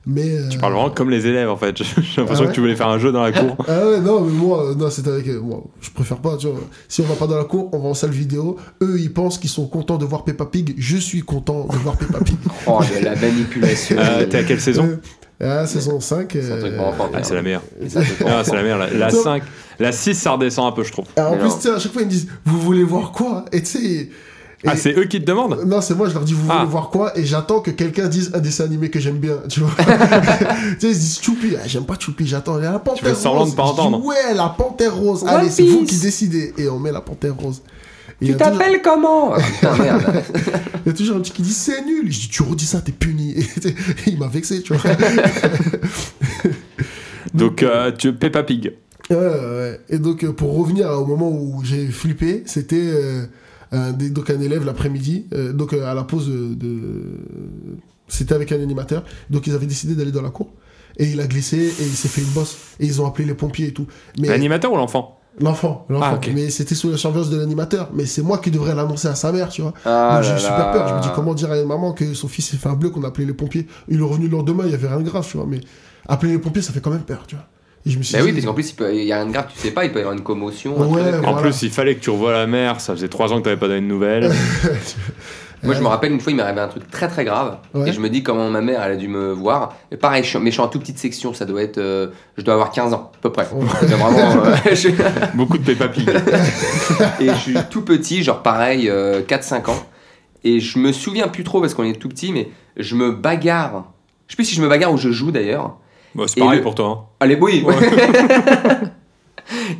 [SPEAKER 3] Mais,
[SPEAKER 1] Tu
[SPEAKER 3] euh,
[SPEAKER 1] parles vraiment comme les élèves, en fait. J'ai l'impression
[SPEAKER 3] Ah ouais
[SPEAKER 1] que tu voulais faire un jeu dans la cour.
[SPEAKER 3] Ah ouais, non, mais moi, euh, non, c'était avec. euh, moi, je préfère pas, tu vois. Si on va pas dans la cour, on va en salle vidéo. Eux, ils pensent qu'ils sont contents de voir Peppa Pig. Je suis content de voir Peppa Pig.
[SPEAKER 2] Oh, de la manipulation.
[SPEAKER 1] Euh, T'es à quelle saison
[SPEAKER 3] Euh, ah, saison 5.
[SPEAKER 2] C'est un truc
[SPEAKER 3] euh,
[SPEAKER 2] pour enfants.
[SPEAKER 1] Ah, c'est la meilleure.
[SPEAKER 2] C'est un truc pour
[SPEAKER 1] Ah,
[SPEAKER 2] enfants.
[SPEAKER 1] c'est la meilleure. La, la
[SPEAKER 3] Non.
[SPEAKER 1] 5. La 6, ça redescend un peu, je trouve.
[SPEAKER 3] ah, en
[SPEAKER 2] Mais
[SPEAKER 3] plus,
[SPEAKER 2] non.
[SPEAKER 3] tu sais, à chaque fois, ils me disent Vous voulez voir quoi Et tu sais. et-
[SPEAKER 1] Ah, c'est eux qui te demandent
[SPEAKER 3] Non, c'est moi, je leur dis Vous voulez
[SPEAKER 1] Ah.
[SPEAKER 3] voir quoi Et j'attends que quelqu'un dise un dessin animé que j'aime bien, tu vois. tu sais, ils se disent Choupi. Ah, j'aime pas Choupi, j'attends. Il y a la panthère
[SPEAKER 1] fais
[SPEAKER 3] rose.
[SPEAKER 1] semblant de pas
[SPEAKER 3] Je dis,
[SPEAKER 1] entendre.
[SPEAKER 3] ouais, la panthère rose.
[SPEAKER 2] One
[SPEAKER 3] Allez, c'est vous qui
[SPEAKER 2] Piece.
[SPEAKER 3] décidez. Et on met la panthère rose. Et il y
[SPEAKER 2] Tu
[SPEAKER 3] a toujours-
[SPEAKER 2] t'appelles comment Ah, Putain, merde.
[SPEAKER 3] Il y a toujours un petit qui dit c'est nul. Je dis tu redis ça, t'es puni. Et il m'a vexé, tu vois.
[SPEAKER 1] Donc, euh, tu Peppa Pig.
[SPEAKER 3] Ouais, ouais, ouais. Et donc euh, pour revenir au moment où j'ai flippé, c'était euh, un, des- donc un élève l'après-midi, euh, donc euh, à la pause euh, de, c'était avec un animateur, donc ils avaient décidé d'aller dans la cour. Et il a glissé et il s'est fait une bosse. Et ils ont appelé les pompiers et tout. Mais
[SPEAKER 1] L'animateur ou l'enfant
[SPEAKER 3] l'enfant, l'enfant.
[SPEAKER 1] Ah, ok.
[SPEAKER 3] Mais c'était sous la surveillance de l'animateur. Mais c'est moi qui devrais l'annoncer à sa mère, tu vois.
[SPEAKER 2] Ah
[SPEAKER 3] Donc j'ai
[SPEAKER 2] là
[SPEAKER 3] eu super
[SPEAKER 2] là.
[SPEAKER 3] peur. Je me dis comment dire à une maman que son fils s'est fait un bleu, qu'on a appelé les pompiers. Il est revenu le lendemain, il y avait rien de grave, tu vois. Mais appeler les pompiers, ça fait quand même peur, tu vois. Et je me suis
[SPEAKER 2] Bah
[SPEAKER 3] dit,
[SPEAKER 2] oui, parce qu'en plus, il, peut- il y a rien de grave, tu sais pas, il peut y avoir une commotion. un
[SPEAKER 3] Ouais,
[SPEAKER 2] truc.
[SPEAKER 1] En
[SPEAKER 3] Voilà.
[SPEAKER 1] plus, il fallait que tu revoies la mère. Ça faisait 3 ans que t'avais pas donné de nouvelles.
[SPEAKER 2] Moi, je me rappelle une fois, il m'est arrivé un truc très très grave.
[SPEAKER 3] Ouais.
[SPEAKER 2] Et je me dis comment ma mère, elle a dû me voir. Et pareil, je suis- mais je suis en toute petite section, ça doit être. euh, je dois avoir 15 ans, à peu près.
[SPEAKER 3] Ouais.
[SPEAKER 2] C'est Vraiment, euh, je-
[SPEAKER 1] Beaucoup de Peppa Pig.
[SPEAKER 2] et je suis tout petit, genre pareil, euh, 4-5 ans. Et je me souviens plus trop parce qu'on est tout petit, mais je me bagarre. Je sais plus si je me bagarre ou je joue d'ailleurs.
[SPEAKER 1] Bon, c'est
[SPEAKER 2] Et
[SPEAKER 1] pareil
[SPEAKER 2] le-
[SPEAKER 1] pour toi. hein.
[SPEAKER 2] Allez, oui.
[SPEAKER 1] Ouais.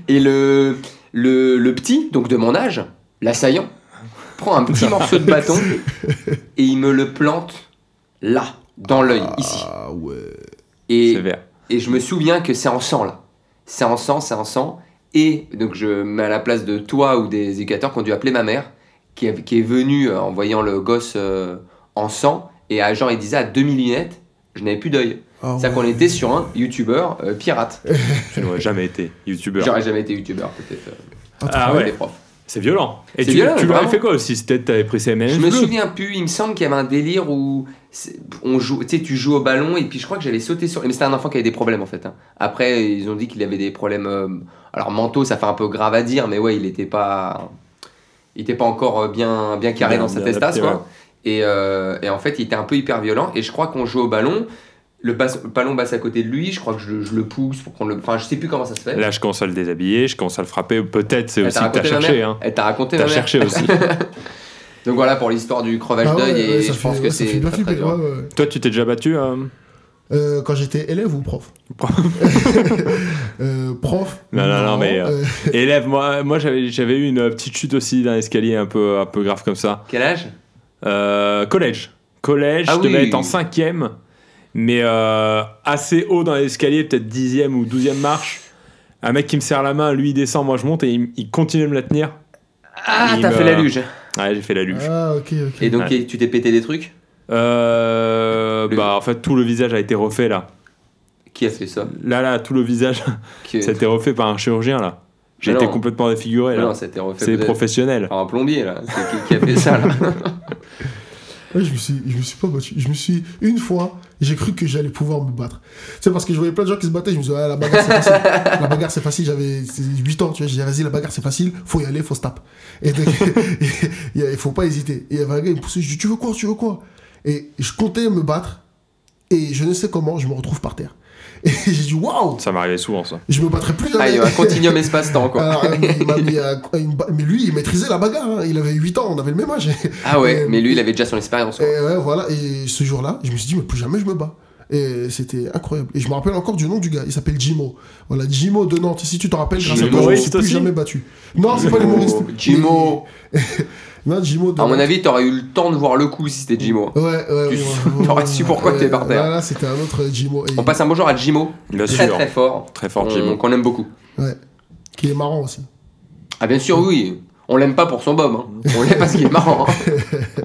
[SPEAKER 2] Et le, le, le petit, donc de mon âge, l'assaillant, prend un petit morceau de bâton et il me le plante là, dans l'œil, ici.
[SPEAKER 3] Ah ouais.
[SPEAKER 1] Hein.
[SPEAKER 2] Et,
[SPEAKER 1] Sévère.
[SPEAKER 2] et je me souviens que c'est en sang là. C'est en sang, c'est en sang. Et donc je mets à la place de toi ou des éducateurs qui ont dû appeler ma mère, qui est, qui est venue euh, en voyant le gosse euh, en sang. Et à genre, il disait à demi-lunette, je n'avais plus d'œil.
[SPEAKER 3] Ah
[SPEAKER 2] C'est-à-dire
[SPEAKER 3] ouais.
[SPEAKER 2] qu'on était sur un youtubeur euh, pirate.
[SPEAKER 1] Tu n'aurais jamais été youtubeur.
[SPEAKER 2] J'aurais jamais été youtubeur, peut-être. euh,
[SPEAKER 1] Ah
[SPEAKER 2] avec
[SPEAKER 1] ouais.
[SPEAKER 2] des profs.
[SPEAKER 1] C'est violent. Et
[SPEAKER 2] C'est
[SPEAKER 1] tu,
[SPEAKER 2] violent,
[SPEAKER 1] tu leur avais
[SPEAKER 2] vraiment.
[SPEAKER 1] fait quoi aussi C'était t'avais pris ces M&M's
[SPEAKER 2] Je me
[SPEAKER 1] bleus
[SPEAKER 2] souviens plus, il me semble qu'il y avait un délire où c'est- on joue, tu sais, tu joues au ballon et puis je crois que j'avais sauté sur. Mais c'était un enfant qui avait des problèmes en fait. hein. Après, ils ont dit qu'il avait des problèmes. euh, alors mentaux, ça fait un peu grave à dire, mais ouais, il était pas. il était pas encore euh, bien, bien carré
[SPEAKER 1] Bien-
[SPEAKER 2] dans sa
[SPEAKER 1] bien
[SPEAKER 2] testasse,
[SPEAKER 1] adapté,
[SPEAKER 2] quoi. Et, euh, et en fait, il était un peu hyper violent. Et je crois qu'on joue au ballon. Le, bas- le ballon passe à côté de lui. Je crois que je, je le pousse pour prendre le. Enfin, je sais plus comment ça se fait.
[SPEAKER 1] Là, je commence à le déshabiller, je commence à le frapper. Peut-être, c'est
[SPEAKER 2] Elle
[SPEAKER 1] aussi
[SPEAKER 2] t'a
[SPEAKER 1] que t'as
[SPEAKER 2] raconté ma
[SPEAKER 1] cherché.
[SPEAKER 2] mère.
[SPEAKER 1] Hein.
[SPEAKER 2] Elle t'a raconté.
[SPEAKER 1] T'as
[SPEAKER 2] ma mère.
[SPEAKER 1] cherché aussi.
[SPEAKER 2] Donc voilà pour l'histoire du crevage
[SPEAKER 3] Ah ouais,
[SPEAKER 2] d'œil.
[SPEAKER 3] ouais,
[SPEAKER 2] et
[SPEAKER 3] ça
[SPEAKER 2] je
[SPEAKER 3] fait-
[SPEAKER 2] pense
[SPEAKER 3] ouais,
[SPEAKER 2] que
[SPEAKER 3] ça fait
[SPEAKER 2] c'est
[SPEAKER 3] bien
[SPEAKER 2] très, très
[SPEAKER 3] flipper.
[SPEAKER 2] dur.
[SPEAKER 3] ouais, ouais.
[SPEAKER 1] Toi, tu t'es déjà battu euh,
[SPEAKER 3] Euh, quand j'étais élève ou prof
[SPEAKER 1] Prof.
[SPEAKER 3] Euh, Prof.
[SPEAKER 1] Non, non, non, mais, euh, Élève, moi, moi j'avais, j'avais eu une petite chute aussi d'un escalier un peu, un peu grave comme ça.
[SPEAKER 2] Quel âge
[SPEAKER 1] Euh, collège. Collège,
[SPEAKER 2] Ah
[SPEAKER 1] je devais
[SPEAKER 2] oui.
[SPEAKER 1] être en cinquième, mais euh, assez haut dans l'escalier, peut-être dixième ou douzième marche. Un mec qui me serre la main, lui il descend, moi je monte et il, il continue de me la tenir.
[SPEAKER 2] Ah,
[SPEAKER 1] Il
[SPEAKER 2] t'as
[SPEAKER 1] me-
[SPEAKER 2] fait la luge.
[SPEAKER 1] Ouais, j'ai fait la luge.
[SPEAKER 3] Ah, ok, ok.
[SPEAKER 2] Et donc
[SPEAKER 1] Ouais.
[SPEAKER 2] tu t'es pété des trucs
[SPEAKER 1] Euh,
[SPEAKER 2] Le-
[SPEAKER 1] bah en fait tout le visage a été refait là.
[SPEAKER 2] Qui a fait ça
[SPEAKER 1] Là là tout le visage
[SPEAKER 2] Qui-
[SPEAKER 1] ça a été refait par un chirurgien là. J'ai
[SPEAKER 2] Mais
[SPEAKER 1] été
[SPEAKER 2] non.
[SPEAKER 1] complètement défiguré
[SPEAKER 2] Non,
[SPEAKER 1] là.
[SPEAKER 2] ça a été refait.
[SPEAKER 1] C'est
[SPEAKER 2] peut-être
[SPEAKER 1] professionnel.
[SPEAKER 2] par un plombier là. C'est qui, qui a fait ça là
[SPEAKER 3] Ouais, je, me suis, je me suis pas battu. Je me suis. Une fois, j'ai cru que j'allais pouvoir me battre. C'est parce que je voyais plein de gens qui se battaient. Je me suis dit, ah, la bagarre c'est facile. la bagarre c'est facile. J'avais 8 ans, tu vois. J'ai dit, vas-y, la bagarre c'est facile. Faut y aller, faut se taper. Et donc, il y a- il faut pas hésiter. Et il y avait un gars, il me poussait. Je dis, tu veux quoi, tu veux quoi Et je comptais me battre. Et je ne sais comment, je me retrouve par terre. Et j'ai dit, waouh,
[SPEAKER 1] Ça m'arrivait souvent ça.
[SPEAKER 3] je me battrai plus
[SPEAKER 2] Ah, il y
[SPEAKER 3] jamais.
[SPEAKER 2] a un continuum espace-temps quoi.
[SPEAKER 3] Alors, euh, il m'a mis à- à une ba- mais lui, il maîtrisait la bagarre. hein. Il avait 8 ans, on avait le même âge.
[SPEAKER 2] Ah ouais,
[SPEAKER 3] Euh,
[SPEAKER 2] mais lui il avait déjà son expérience.
[SPEAKER 3] Et
[SPEAKER 2] quoi.
[SPEAKER 3] ouais, voilà. Et ce jour-là, je me suis dit, mais plus jamais je me bats. Et c'était incroyable. Et je me rappelle encore du nom du gars. Il s'appelle Jimo. Voilà, Jimo de Nantes. Si tu te rappelles, grâce à toi, je me suis
[SPEAKER 1] Humoriste
[SPEAKER 3] plus
[SPEAKER 1] aussi
[SPEAKER 3] jamais battu. Non, c'est pas
[SPEAKER 2] Jimo,
[SPEAKER 3] l'humoriste.
[SPEAKER 2] Oh, Jimo.
[SPEAKER 3] Mais- Non, Jimo de
[SPEAKER 2] À mon
[SPEAKER 3] Nantes.
[SPEAKER 2] avis, t'aurais eu le temps de voir le coup si c'était Jimo.
[SPEAKER 3] Ouais, ouais, ouais.
[SPEAKER 2] Tu-
[SPEAKER 3] ouais,
[SPEAKER 2] t'aurais
[SPEAKER 3] ouais,
[SPEAKER 2] su pourquoi
[SPEAKER 3] ouais,
[SPEAKER 2] t'es par terre.
[SPEAKER 3] Là, là, c'était un autre Jimo. Et-
[SPEAKER 2] On passe un bonjour à Jimo,
[SPEAKER 1] Bien
[SPEAKER 2] très
[SPEAKER 1] sûr.
[SPEAKER 2] très fort,
[SPEAKER 1] Très
[SPEAKER 2] on-
[SPEAKER 1] fort Jimon.
[SPEAKER 2] qu'on aime beaucoup.
[SPEAKER 3] Ouais. Qui est marrant aussi.
[SPEAKER 2] Ah bien sûr, oui, on l'aime pas pour son bob, hein. on l'aime parce qu'il est marrant. hein.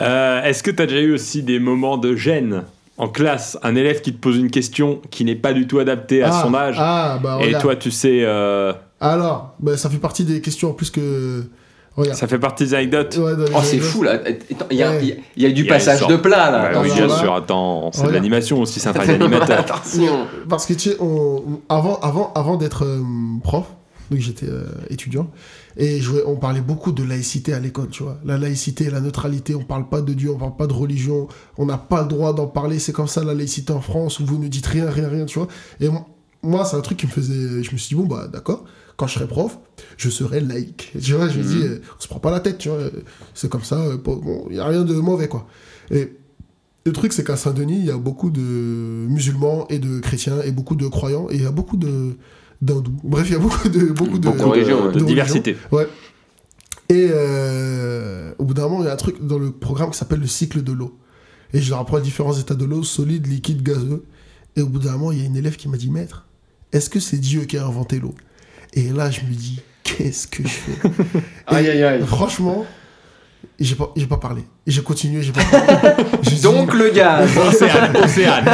[SPEAKER 1] Euh, Est-ce que tu as déjà eu aussi des moments de gêne en classe Un élève qui te pose une question qui n'est pas du tout adaptée à
[SPEAKER 3] Ah,
[SPEAKER 1] son âge.
[SPEAKER 3] Ah, bah,
[SPEAKER 1] et
[SPEAKER 3] regarde.
[SPEAKER 1] toi, tu sais, euh,
[SPEAKER 3] Alors, bah, ça fait partie des questions en plus que. Regarde.
[SPEAKER 1] ça fait partie des anecdotes.
[SPEAKER 3] Ouais, dans les
[SPEAKER 2] Oh c'est
[SPEAKER 3] anecdotes.
[SPEAKER 2] fou là, Attends, il y, a-
[SPEAKER 3] Ouais.
[SPEAKER 2] il y a- il y a eu du
[SPEAKER 1] Il y a une
[SPEAKER 2] passage
[SPEAKER 1] sorte-
[SPEAKER 2] de
[SPEAKER 1] Bah
[SPEAKER 2] plat là.
[SPEAKER 1] oui,
[SPEAKER 3] Attends,
[SPEAKER 1] bien
[SPEAKER 3] voilà.
[SPEAKER 1] sûr, attends, c'est de
[SPEAKER 3] Regarde.
[SPEAKER 1] l'animation aussi, c'est un travail d'animateur.
[SPEAKER 2] Attention.
[SPEAKER 3] Parce que tu sais, on- avant, avant, avant d'être euh, prof, donc j'étais euh, étudiant, et je- on parlait beaucoup de laïcité à l'école, tu vois. La laïcité, la neutralité, on parle pas de Dieu, on parle pas de religion, on n'a pas le droit d'en parler, c'est comme ça la laïcité en France, où vous ne dites rien, rien, rien, tu vois. Et mo- moi, c'est un truc qui me faisait. Je me suis dit, bon, bah d'accord, quand je serai prof, je serai laïque. Tu vois, je me dis, euh, on se prend pas la tête, tu vois, euh, c'est comme ça, euh, pas- bon, il y a rien de mauvais, quoi. Et le truc, c'est qu'à Saint-Denis, il y a beaucoup de musulmans et de chrétiens et beaucoup de croyants et il y a beaucoup de d'hindous. Bref, il y a beaucoup de beaucoup de
[SPEAKER 2] Beaucoup de-
[SPEAKER 1] Euh, de
[SPEAKER 3] religion.
[SPEAKER 1] diversité.
[SPEAKER 3] ouais. Et euh, au bout d'un moment, il y a un truc dans le programme qui s'appelle le cycle de l'eau. Et je leur apprends les différents états de l'eau solide, liquide, gazeux. Et au bout d'un moment, il y a une élève qui m'a dit maître, est-ce que c'est Dieu qui a inventé l'eau Et là, je me dis qu'est-ce que je fais
[SPEAKER 2] Aïe aïe aïe.
[SPEAKER 3] Franchement, j'ai pas j'ai pas parlé. J'ai continué, j'ai pas parlé. J'ai dit-
[SPEAKER 2] Donc le gaz.
[SPEAKER 1] Océane, Océane.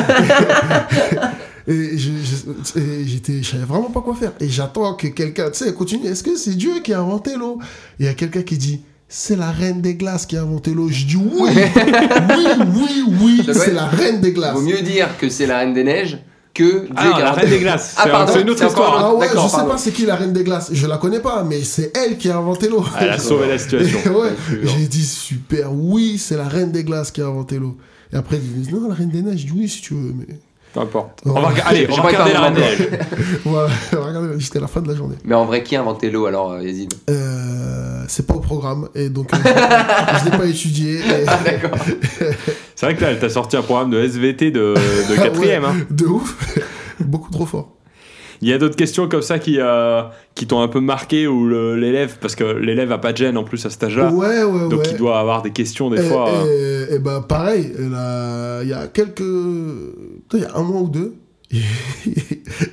[SPEAKER 3] Et je- je- et j'étais, je savais vraiment pas quoi faire. Et j'attends que quelqu'un, tu sais, elle continue. Est-ce que c'est Dieu qui a inventé l'eau Et il y a quelqu'un qui dit, c'est la reine des glaces qui a inventé l'eau. Je dis oui, oui, oui, oui,
[SPEAKER 2] Ça doit
[SPEAKER 3] c'est
[SPEAKER 2] être-
[SPEAKER 3] la reine des glaces.
[SPEAKER 2] Vaut mieux dire que c'est la reine des neiges que Dieu
[SPEAKER 1] Ah, non,
[SPEAKER 2] qui a-
[SPEAKER 1] la reine des glaces.
[SPEAKER 2] Ah,
[SPEAKER 1] c'est un-
[SPEAKER 2] pardon,
[SPEAKER 1] c'est une autre
[SPEAKER 2] c'est encore
[SPEAKER 1] histoire.
[SPEAKER 3] Ah ouais, je
[SPEAKER 2] D'accord,
[SPEAKER 3] sais
[SPEAKER 2] pardon.
[SPEAKER 3] pas c'est qui la reine des glaces. Je la connais pas, mais c'est elle qui a inventé l'eau.
[SPEAKER 1] Elle a sauvé la situation.
[SPEAKER 3] Et ouais,
[SPEAKER 2] Ah, Bien sûr.
[SPEAKER 3] j'ai dit super, oui, c'est la reine des glaces qui a inventé l'eau. Et après, ils disent non, la reine des neiges. Je dis oui, si tu veux, mais
[SPEAKER 1] Peu importe.
[SPEAKER 3] Ouais.
[SPEAKER 1] On va rega- allez, on va
[SPEAKER 2] J'ai pas été
[SPEAKER 1] regarder
[SPEAKER 2] un
[SPEAKER 1] la reine des
[SPEAKER 2] moment.
[SPEAKER 1] neiges.
[SPEAKER 3] voilà, regardez, j'étais à la fin de la journée.
[SPEAKER 2] Mais en vrai, qui a inventé l'eau alors, euh, Yazid
[SPEAKER 3] Euh, c'est pas au programme et donc euh, je l'ai pas étudié. et-
[SPEAKER 2] Ah d'accord.
[SPEAKER 1] C'est vrai que là, elle t'a sorti un programme de SVT de,
[SPEAKER 3] Ah
[SPEAKER 1] de quatrième. hein.
[SPEAKER 3] De ouf, beaucoup trop fort.
[SPEAKER 1] Il y a d'autres questions comme ça qui, euh, qui t'ont un peu marqué ou le- l'élève, parce que l'élève a pas de gêne en plus à cet âge-là.
[SPEAKER 3] ouais, ouais,
[SPEAKER 1] Donc
[SPEAKER 3] ouais.
[SPEAKER 1] il doit avoir des questions des
[SPEAKER 3] et,
[SPEAKER 1] fois. euh,
[SPEAKER 3] et- et ben pareil, là, il y a quelques, putain, il y a un mois ou deux.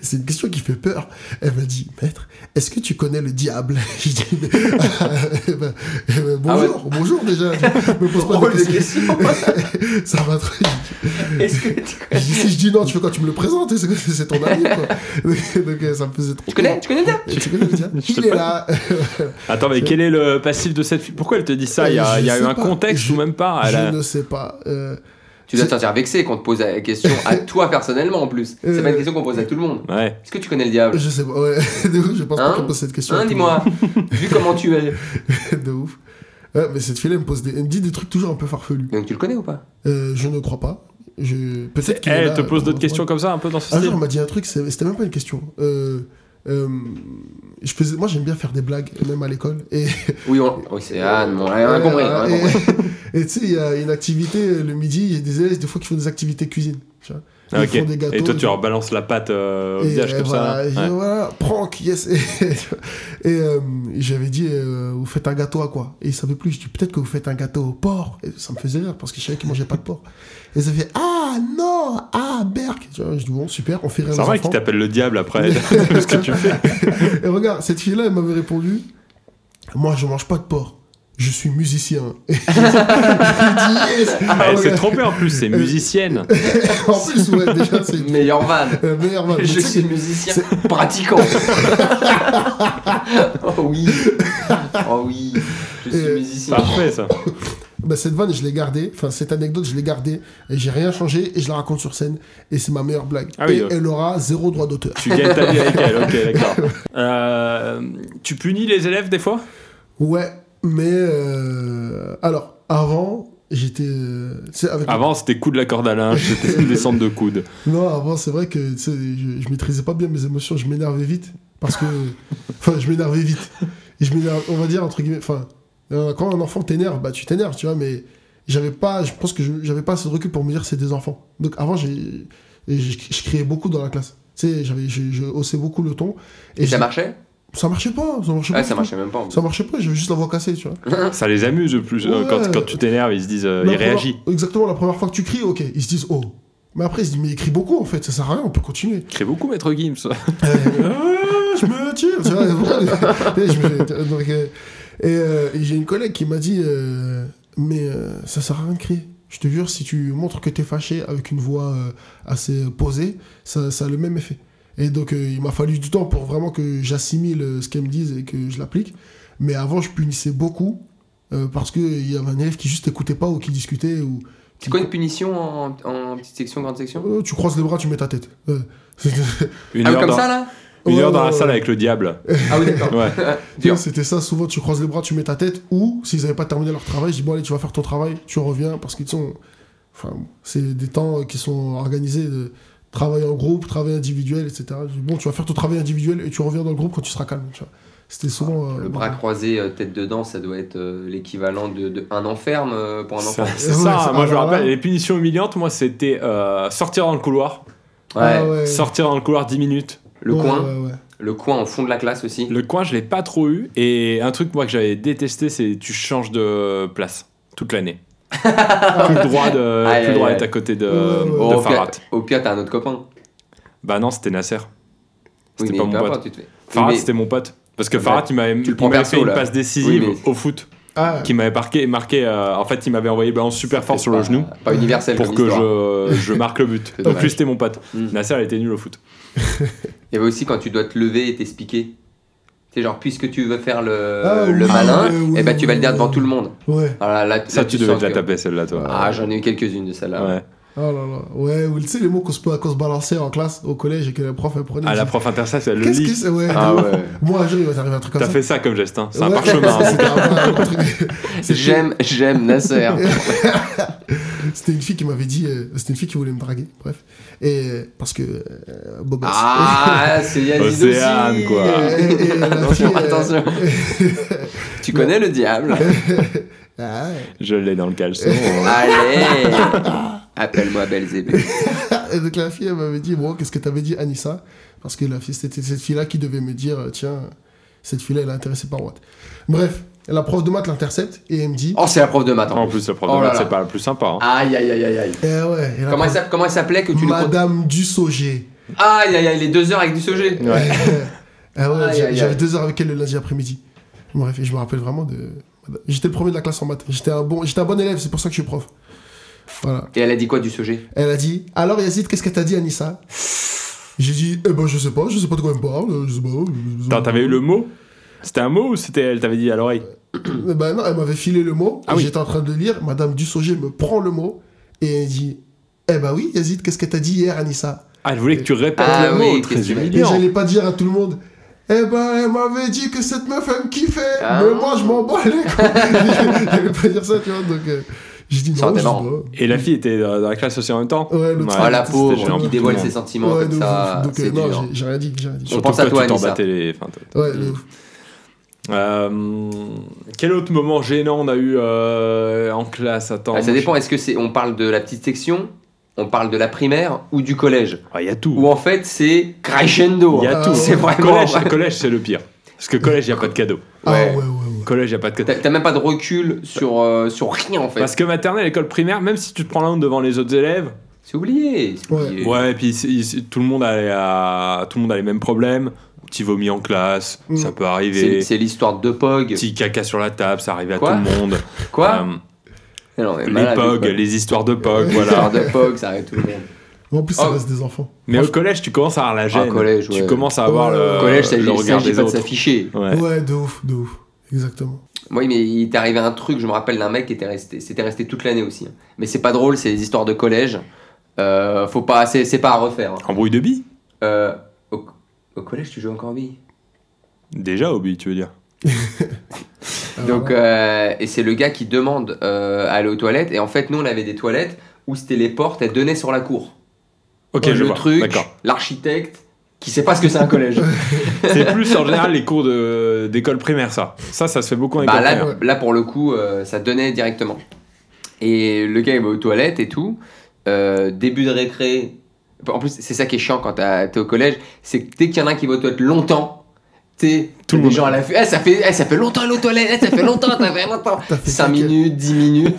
[SPEAKER 3] C'est une question qui fait peur. Elle m'a dit, maître, est-ce que tu connais le diable Je dis, mais- Eh ben, eh ben,
[SPEAKER 2] Ah ouais.
[SPEAKER 3] bonjour, bonjour déjà. Me pose pas
[SPEAKER 2] Drôle
[SPEAKER 3] de
[SPEAKER 2] de
[SPEAKER 3] questions.
[SPEAKER 2] question.
[SPEAKER 3] Ça va très
[SPEAKER 2] Est-ce que tu
[SPEAKER 3] Je dis, si je dis non, tu fais quand tu me le présentes, c'est c'est ton ami quoi. Donc euh, ça me faisait trop.
[SPEAKER 2] Tu connais Tu connais bien
[SPEAKER 3] peur. Tu connais le diable
[SPEAKER 1] Je sais
[SPEAKER 3] Il est
[SPEAKER 1] pas.
[SPEAKER 3] là.
[SPEAKER 1] Attends, mais quel est le passif de cette fille Pourquoi elle te dit ça Il y a,
[SPEAKER 3] Euh, Je
[SPEAKER 1] il y a
[SPEAKER 3] sais
[SPEAKER 1] eu un
[SPEAKER 3] pas.
[SPEAKER 1] contexte
[SPEAKER 3] Je-
[SPEAKER 1] ou même pas Ah, elle
[SPEAKER 3] je
[SPEAKER 1] a-
[SPEAKER 3] ne sais pas. Euh,
[SPEAKER 2] Tu dois te sentir vexé quand on te pose la question à toi personnellement en plus. C'est pas une question qu'on pose à tout le monde.
[SPEAKER 1] Ouais.
[SPEAKER 2] Est-ce que tu connais le diable
[SPEAKER 3] Je sais pas, ouais. De ouf, je pense
[SPEAKER 2] Hein
[SPEAKER 3] pas qu'on pose cette question.
[SPEAKER 2] Hein, dis-moi, vu comment tu es.
[SPEAKER 3] De ouf. Ouais, mais cette fille-là, elle me, pose des... elle me dit des trucs toujours un peu farfelus.
[SPEAKER 2] Donc tu le connais ou pas
[SPEAKER 3] Euh, je ne crois pas. Je...
[SPEAKER 1] Elle
[SPEAKER 3] Peut-être qu'elle est là,
[SPEAKER 1] te pose
[SPEAKER 3] euh,
[SPEAKER 1] d'autres
[SPEAKER 3] ouais. Ah
[SPEAKER 1] questions comme ça, un peu dans ce
[SPEAKER 3] Un jour,
[SPEAKER 1] style
[SPEAKER 3] on m'a dit un truc, c'est- c'était même pas une question. Euh, euh, je faisais, moi, j'aime bien faire des blagues, même à l'école. Et
[SPEAKER 2] Oui, on... oui c'est Anne, bon, on a compris. on a
[SPEAKER 3] et-
[SPEAKER 2] compris.
[SPEAKER 3] et tu sais, il y a une activité euh, le midi, il y a des élèves, des fois, qui font des activités cuisine. tu vois. Ils
[SPEAKER 1] Ah, ok.
[SPEAKER 3] font des gâteaux.
[SPEAKER 1] Et toi, tu leur balances la pâte euh, au
[SPEAKER 3] Et,
[SPEAKER 1] visage
[SPEAKER 3] euh,
[SPEAKER 1] comme
[SPEAKER 3] voilà, et
[SPEAKER 1] ça. Ouais.
[SPEAKER 3] voilà, prank, yes. Et, euh, j'avais dit, euh, vous faites un gâteau à quoi Et ils savaient plus. Je dis, peut-être que vous faites un gâteau au porc. Et ça me faisait rire parce que je savais qu'ils mangeaient pas de porc. Et ils avaient fait, ah non, ah berk. Tu vois, je dis, bon, super, on fait rire
[SPEAKER 1] C'est
[SPEAKER 3] les
[SPEAKER 1] vrai qu'ils
[SPEAKER 3] enfants.
[SPEAKER 1] t'appellent le diable après ce que tu fais.
[SPEAKER 3] Et regarde, cette fille-là, elle m'avait répondu Moi, je mange pas de porc. Je suis musicien. Et j'ai dit yes
[SPEAKER 1] Ah, Elle s'est
[SPEAKER 3] Ouais.
[SPEAKER 1] trompée en plus, Eh, c'est musicienne.
[SPEAKER 3] En plus, ouais, déjà, c'est
[SPEAKER 2] Meilleur van.
[SPEAKER 3] la meilleure vanne.
[SPEAKER 2] Je
[SPEAKER 3] Tu sais
[SPEAKER 2] suis musicien pratiquant. oh oui. Oh oui. Je suis
[SPEAKER 3] Euh,
[SPEAKER 2] musicien.
[SPEAKER 1] Parfait ça.
[SPEAKER 3] que- bah, cette vanne, je l'ai gardée. Enfin, cette anecdote, je l'ai gardée. Et j'ai rien changé. Et je la raconte sur scène. Et c'est ma meilleure blague.
[SPEAKER 1] Ah oui,
[SPEAKER 3] et
[SPEAKER 1] ok.
[SPEAKER 3] elle aura zéro droit d'auteur.
[SPEAKER 1] Tu gagnes ta vie avec elle, ok, d'accord. Euh, tu punis les élèves des fois
[SPEAKER 3] Ouais, mais. euh, Alors, avant, j'étais. euh, tu sais, avec
[SPEAKER 1] Avant, c'était coup de la corde à linge, c'était une descente de coude.
[SPEAKER 3] Non, avant, c'est vrai que tu sais, je, je maîtrisais pas bien mes émotions, je m'énervais vite. Parce que. Enfin, je m'énervais vite. Et je m'énerve, on va dire, entre guillemets. Enfin, euh, quand un enfant t'énerve, bah tu t'énerves, tu vois, mais j'avais pas. Je pense que je- j'avais pas assez de recul pour me dire c'est des enfants. Donc avant, j'ai. et Je, je criais beaucoup dans la classe. Tu sais, j'avais- je, je haussais beaucoup le ton.
[SPEAKER 2] Et ça
[SPEAKER 3] je-
[SPEAKER 2] marchait
[SPEAKER 3] ça marchait pas. Ça marchait
[SPEAKER 2] Ah,
[SPEAKER 3] pas.
[SPEAKER 2] ça marchait même pas. en plus.
[SPEAKER 3] Ça marchait pas, j'avais juste la voix cassée, tu vois.
[SPEAKER 1] Ça les amuse le plus. euh, Quand,
[SPEAKER 3] Ouais. Bah,
[SPEAKER 1] quand tu t'énerves, ils se disent, euh,
[SPEAKER 3] La
[SPEAKER 1] ils
[SPEAKER 3] première-
[SPEAKER 1] réagissent.
[SPEAKER 3] Exactement, la première fois que tu cries, ok, ils se disent oh. Mais après, ils se disent mais il crie beaucoup en fait, ça sert à rien, on peut continuer.
[SPEAKER 1] Crée beaucoup, Maître Gims.
[SPEAKER 3] Euh, je me tire, tu vois, et je me- donc, euh, et, euh, et j'ai une collègue qui m'a dit, euh, mais euh, ça sert à rien de crier. Je te jure, si tu montres que t'es fâché avec une voix euh, assez posée, ça, ça a le même effet. Et donc, euh, il m'a fallu du temps pour vraiment que j'assimile euh, ce qu'elles me disent et que je l'applique. Mais avant, je punissais beaucoup euh, parce qu'il y avait un élève qui juste écoutait pas ou qui discutait ou
[SPEAKER 2] C'est quoi une punition en, en petite section, grande section
[SPEAKER 3] Oh, tu croises les bras, tu mets ta tête. Euh, Ouais.
[SPEAKER 1] Une
[SPEAKER 2] Ah, oui,
[SPEAKER 1] heure,
[SPEAKER 2] comme
[SPEAKER 1] dans,
[SPEAKER 2] ça là
[SPEAKER 1] une heure
[SPEAKER 3] Ouais,
[SPEAKER 1] dans
[SPEAKER 3] ouais,
[SPEAKER 1] la
[SPEAKER 3] ouais.
[SPEAKER 1] salle avec le diable.
[SPEAKER 2] Ah oui, d'accord.
[SPEAKER 1] Ouais.
[SPEAKER 2] Dur.
[SPEAKER 3] C'était ça, souvent tu croises les bras, tu mets ta tête, ou s'ils n'avaient pas terminé leur travail, je dis bon allez tu vas faire ton travail, tu reviens, parce qu'ils sont... Enfin, c'est des temps qui sont organisés de travail en groupe, travail individuel, etc. Je dis, bon tu vas faire ton travail individuel et tu reviens dans le groupe quand tu seras calme. tu vois. C'était
[SPEAKER 1] Ah,
[SPEAKER 3] souvent... euh,
[SPEAKER 2] Le bras croisé, euh, tête dedans, ça doit être euh, l'équivalent de, de un enferme euh, pour un enfant.
[SPEAKER 1] Ça-
[SPEAKER 2] Ouais,
[SPEAKER 1] C'est
[SPEAKER 3] Ouais,
[SPEAKER 1] ça,
[SPEAKER 3] c'est-
[SPEAKER 1] moi je me
[SPEAKER 3] alors là-
[SPEAKER 1] rappelle, les punitions humiliantes, moi c'était euh, sortir dans le couloir,
[SPEAKER 3] Ah ouais.
[SPEAKER 1] sortir dans le couloir 10 minutes.
[SPEAKER 2] le
[SPEAKER 3] Ouais,
[SPEAKER 2] coin,
[SPEAKER 3] ouais, ouais.
[SPEAKER 2] le coin en fond de la classe aussi.
[SPEAKER 1] Le coin, je l'ai pas trop eu, et un truc moi que j'avais détesté, c'est tu changes de place toute l'année. plus le droit de,
[SPEAKER 2] Aïe,
[SPEAKER 1] plus le droit
[SPEAKER 2] aïe,
[SPEAKER 1] d'être à côté de,
[SPEAKER 3] Ouais,
[SPEAKER 1] de
[SPEAKER 3] ouais.
[SPEAKER 2] Oh, au, pire,
[SPEAKER 1] Farhat.
[SPEAKER 2] au pire, t'as un autre copain.
[SPEAKER 1] Bah non, c'était Nasser.
[SPEAKER 2] Oui,
[SPEAKER 1] C'était
[SPEAKER 2] mais
[SPEAKER 1] pas mon
[SPEAKER 2] peu
[SPEAKER 1] pote.
[SPEAKER 2] importe, tu te fais- Oui,
[SPEAKER 1] Farhat,
[SPEAKER 2] mais-
[SPEAKER 1] c'était mon pote. Parce que
[SPEAKER 2] Ouais.
[SPEAKER 1] Farhat, il m'avait
[SPEAKER 2] Tu le
[SPEAKER 1] il
[SPEAKER 2] prends
[SPEAKER 1] m'avait
[SPEAKER 2] perso,
[SPEAKER 1] fait une
[SPEAKER 2] là.
[SPEAKER 1] passe décisive
[SPEAKER 2] Oui,
[SPEAKER 1] au foot
[SPEAKER 3] Ah,
[SPEAKER 1] qui m'avait marqué, marqué euh, en fait, il m'avait envoyé balance super fort
[SPEAKER 2] c'est
[SPEAKER 1] sur le
[SPEAKER 2] pas-
[SPEAKER 1] genou
[SPEAKER 2] Pas universel
[SPEAKER 1] pour
[SPEAKER 2] comme
[SPEAKER 1] que
[SPEAKER 2] histoire.
[SPEAKER 1] je, je marque le but.
[SPEAKER 2] C'est
[SPEAKER 1] En
[SPEAKER 2] dommage.
[SPEAKER 1] plus, c'était mon pote.
[SPEAKER 2] Mm.
[SPEAKER 1] Nasser, elle était nulle au foot.
[SPEAKER 2] Il y avait aussi quand tu dois te lever et t'expliquer. C'est genre, puisque tu veux faire le,
[SPEAKER 3] Ah,
[SPEAKER 2] le
[SPEAKER 3] oui,
[SPEAKER 2] malin,
[SPEAKER 3] oui, oui,
[SPEAKER 2] eh ben, tu vas le dire
[SPEAKER 3] oui,
[SPEAKER 2] devant
[SPEAKER 3] oui.
[SPEAKER 2] tout le monde.
[SPEAKER 3] ouais.
[SPEAKER 2] Voilà, là,
[SPEAKER 1] Ça,
[SPEAKER 2] là,
[SPEAKER 1] tu devais
[SPEAKER 2] sens
[SPEAKER 1] te la
[SPEAKER 2] que-
[SPEAKER 1] taper, celle-là, toi.
[SPEAKER 2] Ah, j'en ai eu quelques-unes de celles-là.
[SPEAKER 1] Ouais.
[SPEAKER 3] Oh là là. Ouais, ou tu sais les mots qu'on se, qu'on se balançait en classe, au collège, et que la prof elle prenait...
[SPEAKER 1] Ah,
[SPEAKER 3] elle
[SPEAKER 1] la
[SPEAKER 3] dit,
[SPEAKER 1] prof intercept, elle le
[SPEAKER 3] Qu'est-ce que
[SPEAKER 1] lit.
[SPEAKER 3] c'est ouais,
[SPEAKER 2] Ah
[SPEAKER 3] de ouf.
[SPEAKER 2] ouais.
[SPEAKER 3] Moi un jour il va t'arriver un truc comme
[SPEAKER 1] T'as
[SPEAKER 3] ça.
[SPEAKER 1] fait ça comme geste, hein. C'est un
[SPEAKER 3] Ouais,
[SPEAKER 1] parchemin. hein.
[SPEAKER 3] c'était un- un truc- c'était-
[SPEAKER 2] J'aime, j'aime Nasser.
[SPEAKER 3] C'était une fille qui m'avait dit, euh, c'était une fille qui voulait me draguer, bref. Et euh, parce que euh, beau gosse.
[SPEAKER 2] Ah, c'est Yazid
[SPEAKER 1] Océane,
[SPEAKER 2] aussi.
[SPEAKER 1] quoi.
[SPEAKER 3] Et- et- et la
[SPEAKER 2] attention,
[SPEAKER 3] fille, euh,
[SPEAKER 2] attention. tu connais le diable.
[SPEAKER 3] Ah ouais.
[SPEAKER 1] Je l'ai dans le caleçon.
[SPEAKER 2] Allez, appelle-moi Belzébé.
[SPEAKER 3] Ah, Et donc la fille elle m'avait dit, bon, qu'est-ce que t'avais dit Anissa Parce que la fille, c'était cette fille-là qui devait me dire, euh, tiens, cette fille-là elle est intéressée par Watt. Bref, la prof de maths l'intercepte et elle me dit,
[SPEAKER 2] Oh, c'est la prof de maths.
[SPEAKER 1] En
[SPEAKER 2] hein.
[SPEAKER 1] plus, le
[SPEAKER 2] Oh
[SPEAKER 1] problème,
[SPEAKER 2] là là. Ah,
[SPEAKER 1] c'est pas le plus sympa. hein.
[SPEAKER 2] Aïe, aïe, aïe, aïe, aïe.
[SPEAKER 3] eh ouais. et la
[SPEAKER 2] Comment elle
[SPEAKER 3] prof-
[SPEAKER 2] s'appelle- comment elle s'appelait que tu le comptes
[SPEAKER 3] Madame Dussauger.
[SPEAKER 2] Aïe, aïe, aïe, les deux heures avec du sujet.
[SPEAKER 1] Ouais.
[SPEAKER 3] Ah ouais,
[SPEAKER 2] Aïe,
[SPEAKER 3] j'a-
[SPEAKER 2] aïe,
[SPEAKER 3] j'avais
[SPEAKER 2] aïe.
[SPEAKER 3] deux heures avec elle le lundi après-midi. Bref, et je me rappelle vraiment de. J'étais le premier de la classe en maths. J'étais un bon, j'étais un bon élève, c'est pour ça que je suis prof. Voilà.
[SPEAKER 2] Et elle a dit quoi du sujet
[SPEAKER 3] Elle a dit Alors Yazid, qu'est-ce qu'elle t'a dit, Anissa J'ai dit Eh ben, je sais pas, je sais pas de quoi elle me parle, euh, je sais pas. je sais pas.
[SPEAKER 1] Attends, t'avais eu le mot C'était un mot ou c'était elle t'avait dit à l'oreille
[SPEAKER 3] Eh Ben non, elle m'avait filé le mot,
[SPEAKER 1] Ah
[SPEAKER 3] et
[SPEAKER 1] oui.
[SPEAKER 3] j'étais en train de le lire. Madame Dussauger me prend le mot, Et elle dit Eh bah oui, Yazid, qu'est-ce que t'as dit hier, Anissa
[SPEAKER 1] Ah, elle voulait que tu répètes
[SPEAKER 2] Ah
[SPEAKER 1] le
[SPEAKER 2] oui,
[SPEAKER 1] mot, très
[SPEAKER 2] qu'est-ce que tu
[SPEAKER 3] Et
[SPEAKER 1] humiliant.
[SPEAKER 3] j'allais pas dire à tout le monde. Eh ben, elle m'avait dit que cette meuf, elle me kiffait.
[SPEAKER 2] Ah.
[SPEAKER 3] Mais moi, je m'en bats les couilles. J'allais pas dire ça, tu vois. Donc, euh, j'ai dit
[SPEAKER 2] Ça
[SPEAKER 3] non,
[SPEAKER 2] aurait été
[SPEAKER 3] je dis
[SPEAKER 2] marrant.
[SPEAKER 3] pas.
[SPEAKER 1] Et la fille était dans dans la classe aussi en même temps
[SPEAKER 3] Ouais, l'autre
[SPEAKER 2] Ah, la
[SPEAKER 3] c'était
[SPEAKER 2] pauvre,
[SPEAKER 1] gênant
[SPEAKER 2] qui
[SPEAKER 1] pour
[SPEAKER 2] dévoile
[SPEAKER 1] tout le
[SPEAKER 2] ses
[SPEAKER 1] monde.
[SPEAKER 2] sentiments
[SPEAKER 3] Ouais,
[SPEAKER 2] comme
[SPEAKER 3] de
[SPEAKER 2] ça,
[SPEAKER 3] ouf. Donc, euh,
[SPEAKER 2] c'est
[SPEAKER 3] non,
[SPEAKER 2] dur.
[SPEAKER 3] j'ai- j'ai rien dit, j'ai rien dit.
[SPEAKER 2] On
[SPEAKER 1] Surtout
[SPEAKER 2] pense
[SPEAKER 1] que
[SPEAKER 2] à toi,
[SPEAKER 1] tu t'en
[SPEAKER 2] Anissa.
[SPEAKER 1] battais les... enfin, t-
[SPEAKER 3] Ouais, de ouf.
[SPEAKER 1] Euh, quel autre moment gênant on a eu euh, en classe Attends.
[SPEAKER 2] Ah, ça
[SPEAKER 1] moi,
[SPEAKER 2] dépend, est-ce que c'est on parle de la petite section, on parle de la primaire ou du collège
[SPEAKER 1] je- Ah, Il y a tout.
[SPEAKER 2] Ou en fait c'est crescendo. hein.
[SPEAKER 1] Il y a
[SPEAKER 3] Ah,
[SPEAKER 1] tout.
[SPEAKER 3] ouais.
[SPEAKER 2] C'est vraiment
[SPEAKER 1] Collège, collège, c'est le pire. Parce que collège, il n'y a pas de cadeau.
[SPEAKER 3] Ah,
[SPEAKER 2] Ouais.
[SPEAKER 3] ouais, ouais, ouais.
[SPEAKER 1] Collège, il n'y a pas de cadeau.
[SPEAKER 2] T'as t'as même pas de recul sur, euh, sur rien en fait.
[SPEAKER 1] Parce que maternelle, école primaire, même si tu te prends la honte devant les autres élèves,
[SPEAKER 2] C'est oublié. c'est
[SPEAKER 3] Ouais.
[SPEAKER 2] oublié.
[SPEAKER 1] ouais, et puis si- si- tout le monde a, les- a- tout le monde a les mêmes problèmes. Petit vomi en classe,
[SPEAKER 3] Mm.
[SPEAKER 1] ça peut
[SPEAKER 2] C'est
[SPEAKER 1] arriver.
[SPEAKER 2] c'est l'histoire de Pog.
[SPEAKER 1] Petit caca sur la table, ça arrive à
[SPEAKER 2] Quoi
[SPEAKER 1] tout le monde.
[SPEAKER 2] Quoi
[SPEAKER 1] Euh,
[SPEAKER 2] Mais non, mais
[SPEAKER 1] les
[SPEAKER 2] malade,
[SPEAKER 1] POG,
[SPEAKER 2] quoi.
[SPEAKER 1] les histoires de POG, voilà.
[SPEAKER 2] L'histoire de Pog, ça arrête tout le monde.
[SPEAKER 3] En plus, ça
[SPEAKER 2] Oh.
[SPEAKER 3] reste des enfants.
[SPEAKER 1] Mais au collège, tu commences à avoir la gêne.
[SPEAKER 2] Ah, collège,
[SPEAKER 1] Tu
[SPEAKER 2] ouais.
[SPEAKER 1] commences à avoir le,
[SPEAKER 2] Au collège, ça
[SPEAKER 1] le
[SPEAKER 2] il
[SPEAKER 1] regard
[SPEAKER 2] s'agit
[SPEAKER 1] des
[SPEAKER 2] pas de
[SPEAKER 1] autres.
[SPEAKER 2] s'afficher.
[SPEAKER 1] Ouais.
[SPEAKER 3] Ouais. de ouf, de ouf. Exactement.
[SPEAKER 2] Oui, mais il t'est arrivé un truc, je me rappelle d'un mec qui était resté, c'était resté toute l'année aussi. hein. Mais c'est pas drôle, c'est les histoires de collège. Euh, faut pas, c'est c'est pas à refaire. hein.
[SPEAKER 1] Embrouille de billes
[SPEAKER 2] Euh, au, au collège, tu joues encore en billes.
[SPEAKER 1] Déjà, Obi, tu veux dire
[SPEAKER 3] Ah,
[SPEAKER 2] Donc,
[SPEAKER 3] ouais.
[SPEAKER 2] euh, et c'est le gars qui demande euh, à aller aux toilettes. Et en fait, nous, on avait des toilettes où c'était les portes, elles donnaient sur la cour.
[SPEAKER 1] Ok,
[SPEAKER 2] le
[SPEAKER 1] je vois.
[SPEAKER 2] truc,
[SPEAKER 1] D'accord.
[SPEAKER 2] l'architecte, qui sait pas ce que c'est un collège.
[SPEAKER 1] C'est plus en général les cours de- d'école primaire, ça. Ça, ça se fait beaucoup en école
[SPEAKER 2] Bah là,
[SPEAKER 1] primaire.
[SPEAKER 3] ouais.
[SPEAKER 2] là, pour le coup, euh, ça donnait directement. Et le gars, il va aux toilettes et tout. Euh, début de récré. En plus, c'est ça qui est chiant quand t'as- t'es au collège. C'est que dès qu'il y en a un qui va aux toilettes longtemps, t'es
[SPEAKER 1] Tout
[SPEAKER 2] tout
[SPEAKER 1] le
[SPEAKER 2] les
[SPEAKER 1] monde.
[SPEAKER 2] gens à l'affût. Eh, ça fait, eh, ça fait longtemps elle est aux toilettes. Eh, ça fait longtemps, ça fait longtemps.
[SPEAKER 3] T'as fait
[SPEAKER 2] 5
[SPEAKER 3] caca.
[SPEAKER 2] minutes, 10 minutes.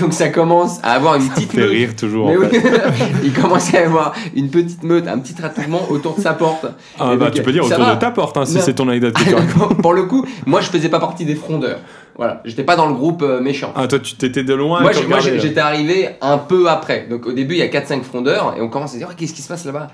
[SPEAKER 2] Donc ça commence à avoir une petite
[SPEAKER 1] Fait
[SPEAKER 2] meute.
[SPEAKER 1] rire toujours.
[SPEAKER 2] Mais
[SPEAKER 1] en
[SPEAKER 2] oui,
[SPEAKER 1] fait.
[SPEAKER 2] il commence à y avoir une petite meute, un petit rattoulement autour de sa porte.
[SPEAKER 1] Ah,
[SPEAKER 2] Et
[SPEAKER 1] bah,
[SPEAKER 2] donc,
[SPEAKER 1] tu peux dire
[SPEAKER 2] ça
[SPEAKER 1] autour
[SPEAKER 2] va.
[SPEAKER 1] de ta porte, hein, si
[SPEAKER 2] Non.
[SPEAKER 1] c'est ton anecdote que tu racontes.
[SPEAKER 2] Pour- pour le coup, moi je faisais pas partie des frondeurs. Voilà, j'étais pas dans le groupe euh, méchant.
[SPEAKER 1] Ah, toi, tu t'étais de loin.
[SPEAKER 2] moi
[SPEAKER 1] tu
[SPEAKER 2] je- moi,
[SPEAKER 1] regardais, là.
[SPEAKER 2] j'étais arrivé un peu après. Donc au début, il y a 4-5 frondeurs et on commence à se dire Ah, qu'est-ce qui se passe là-bas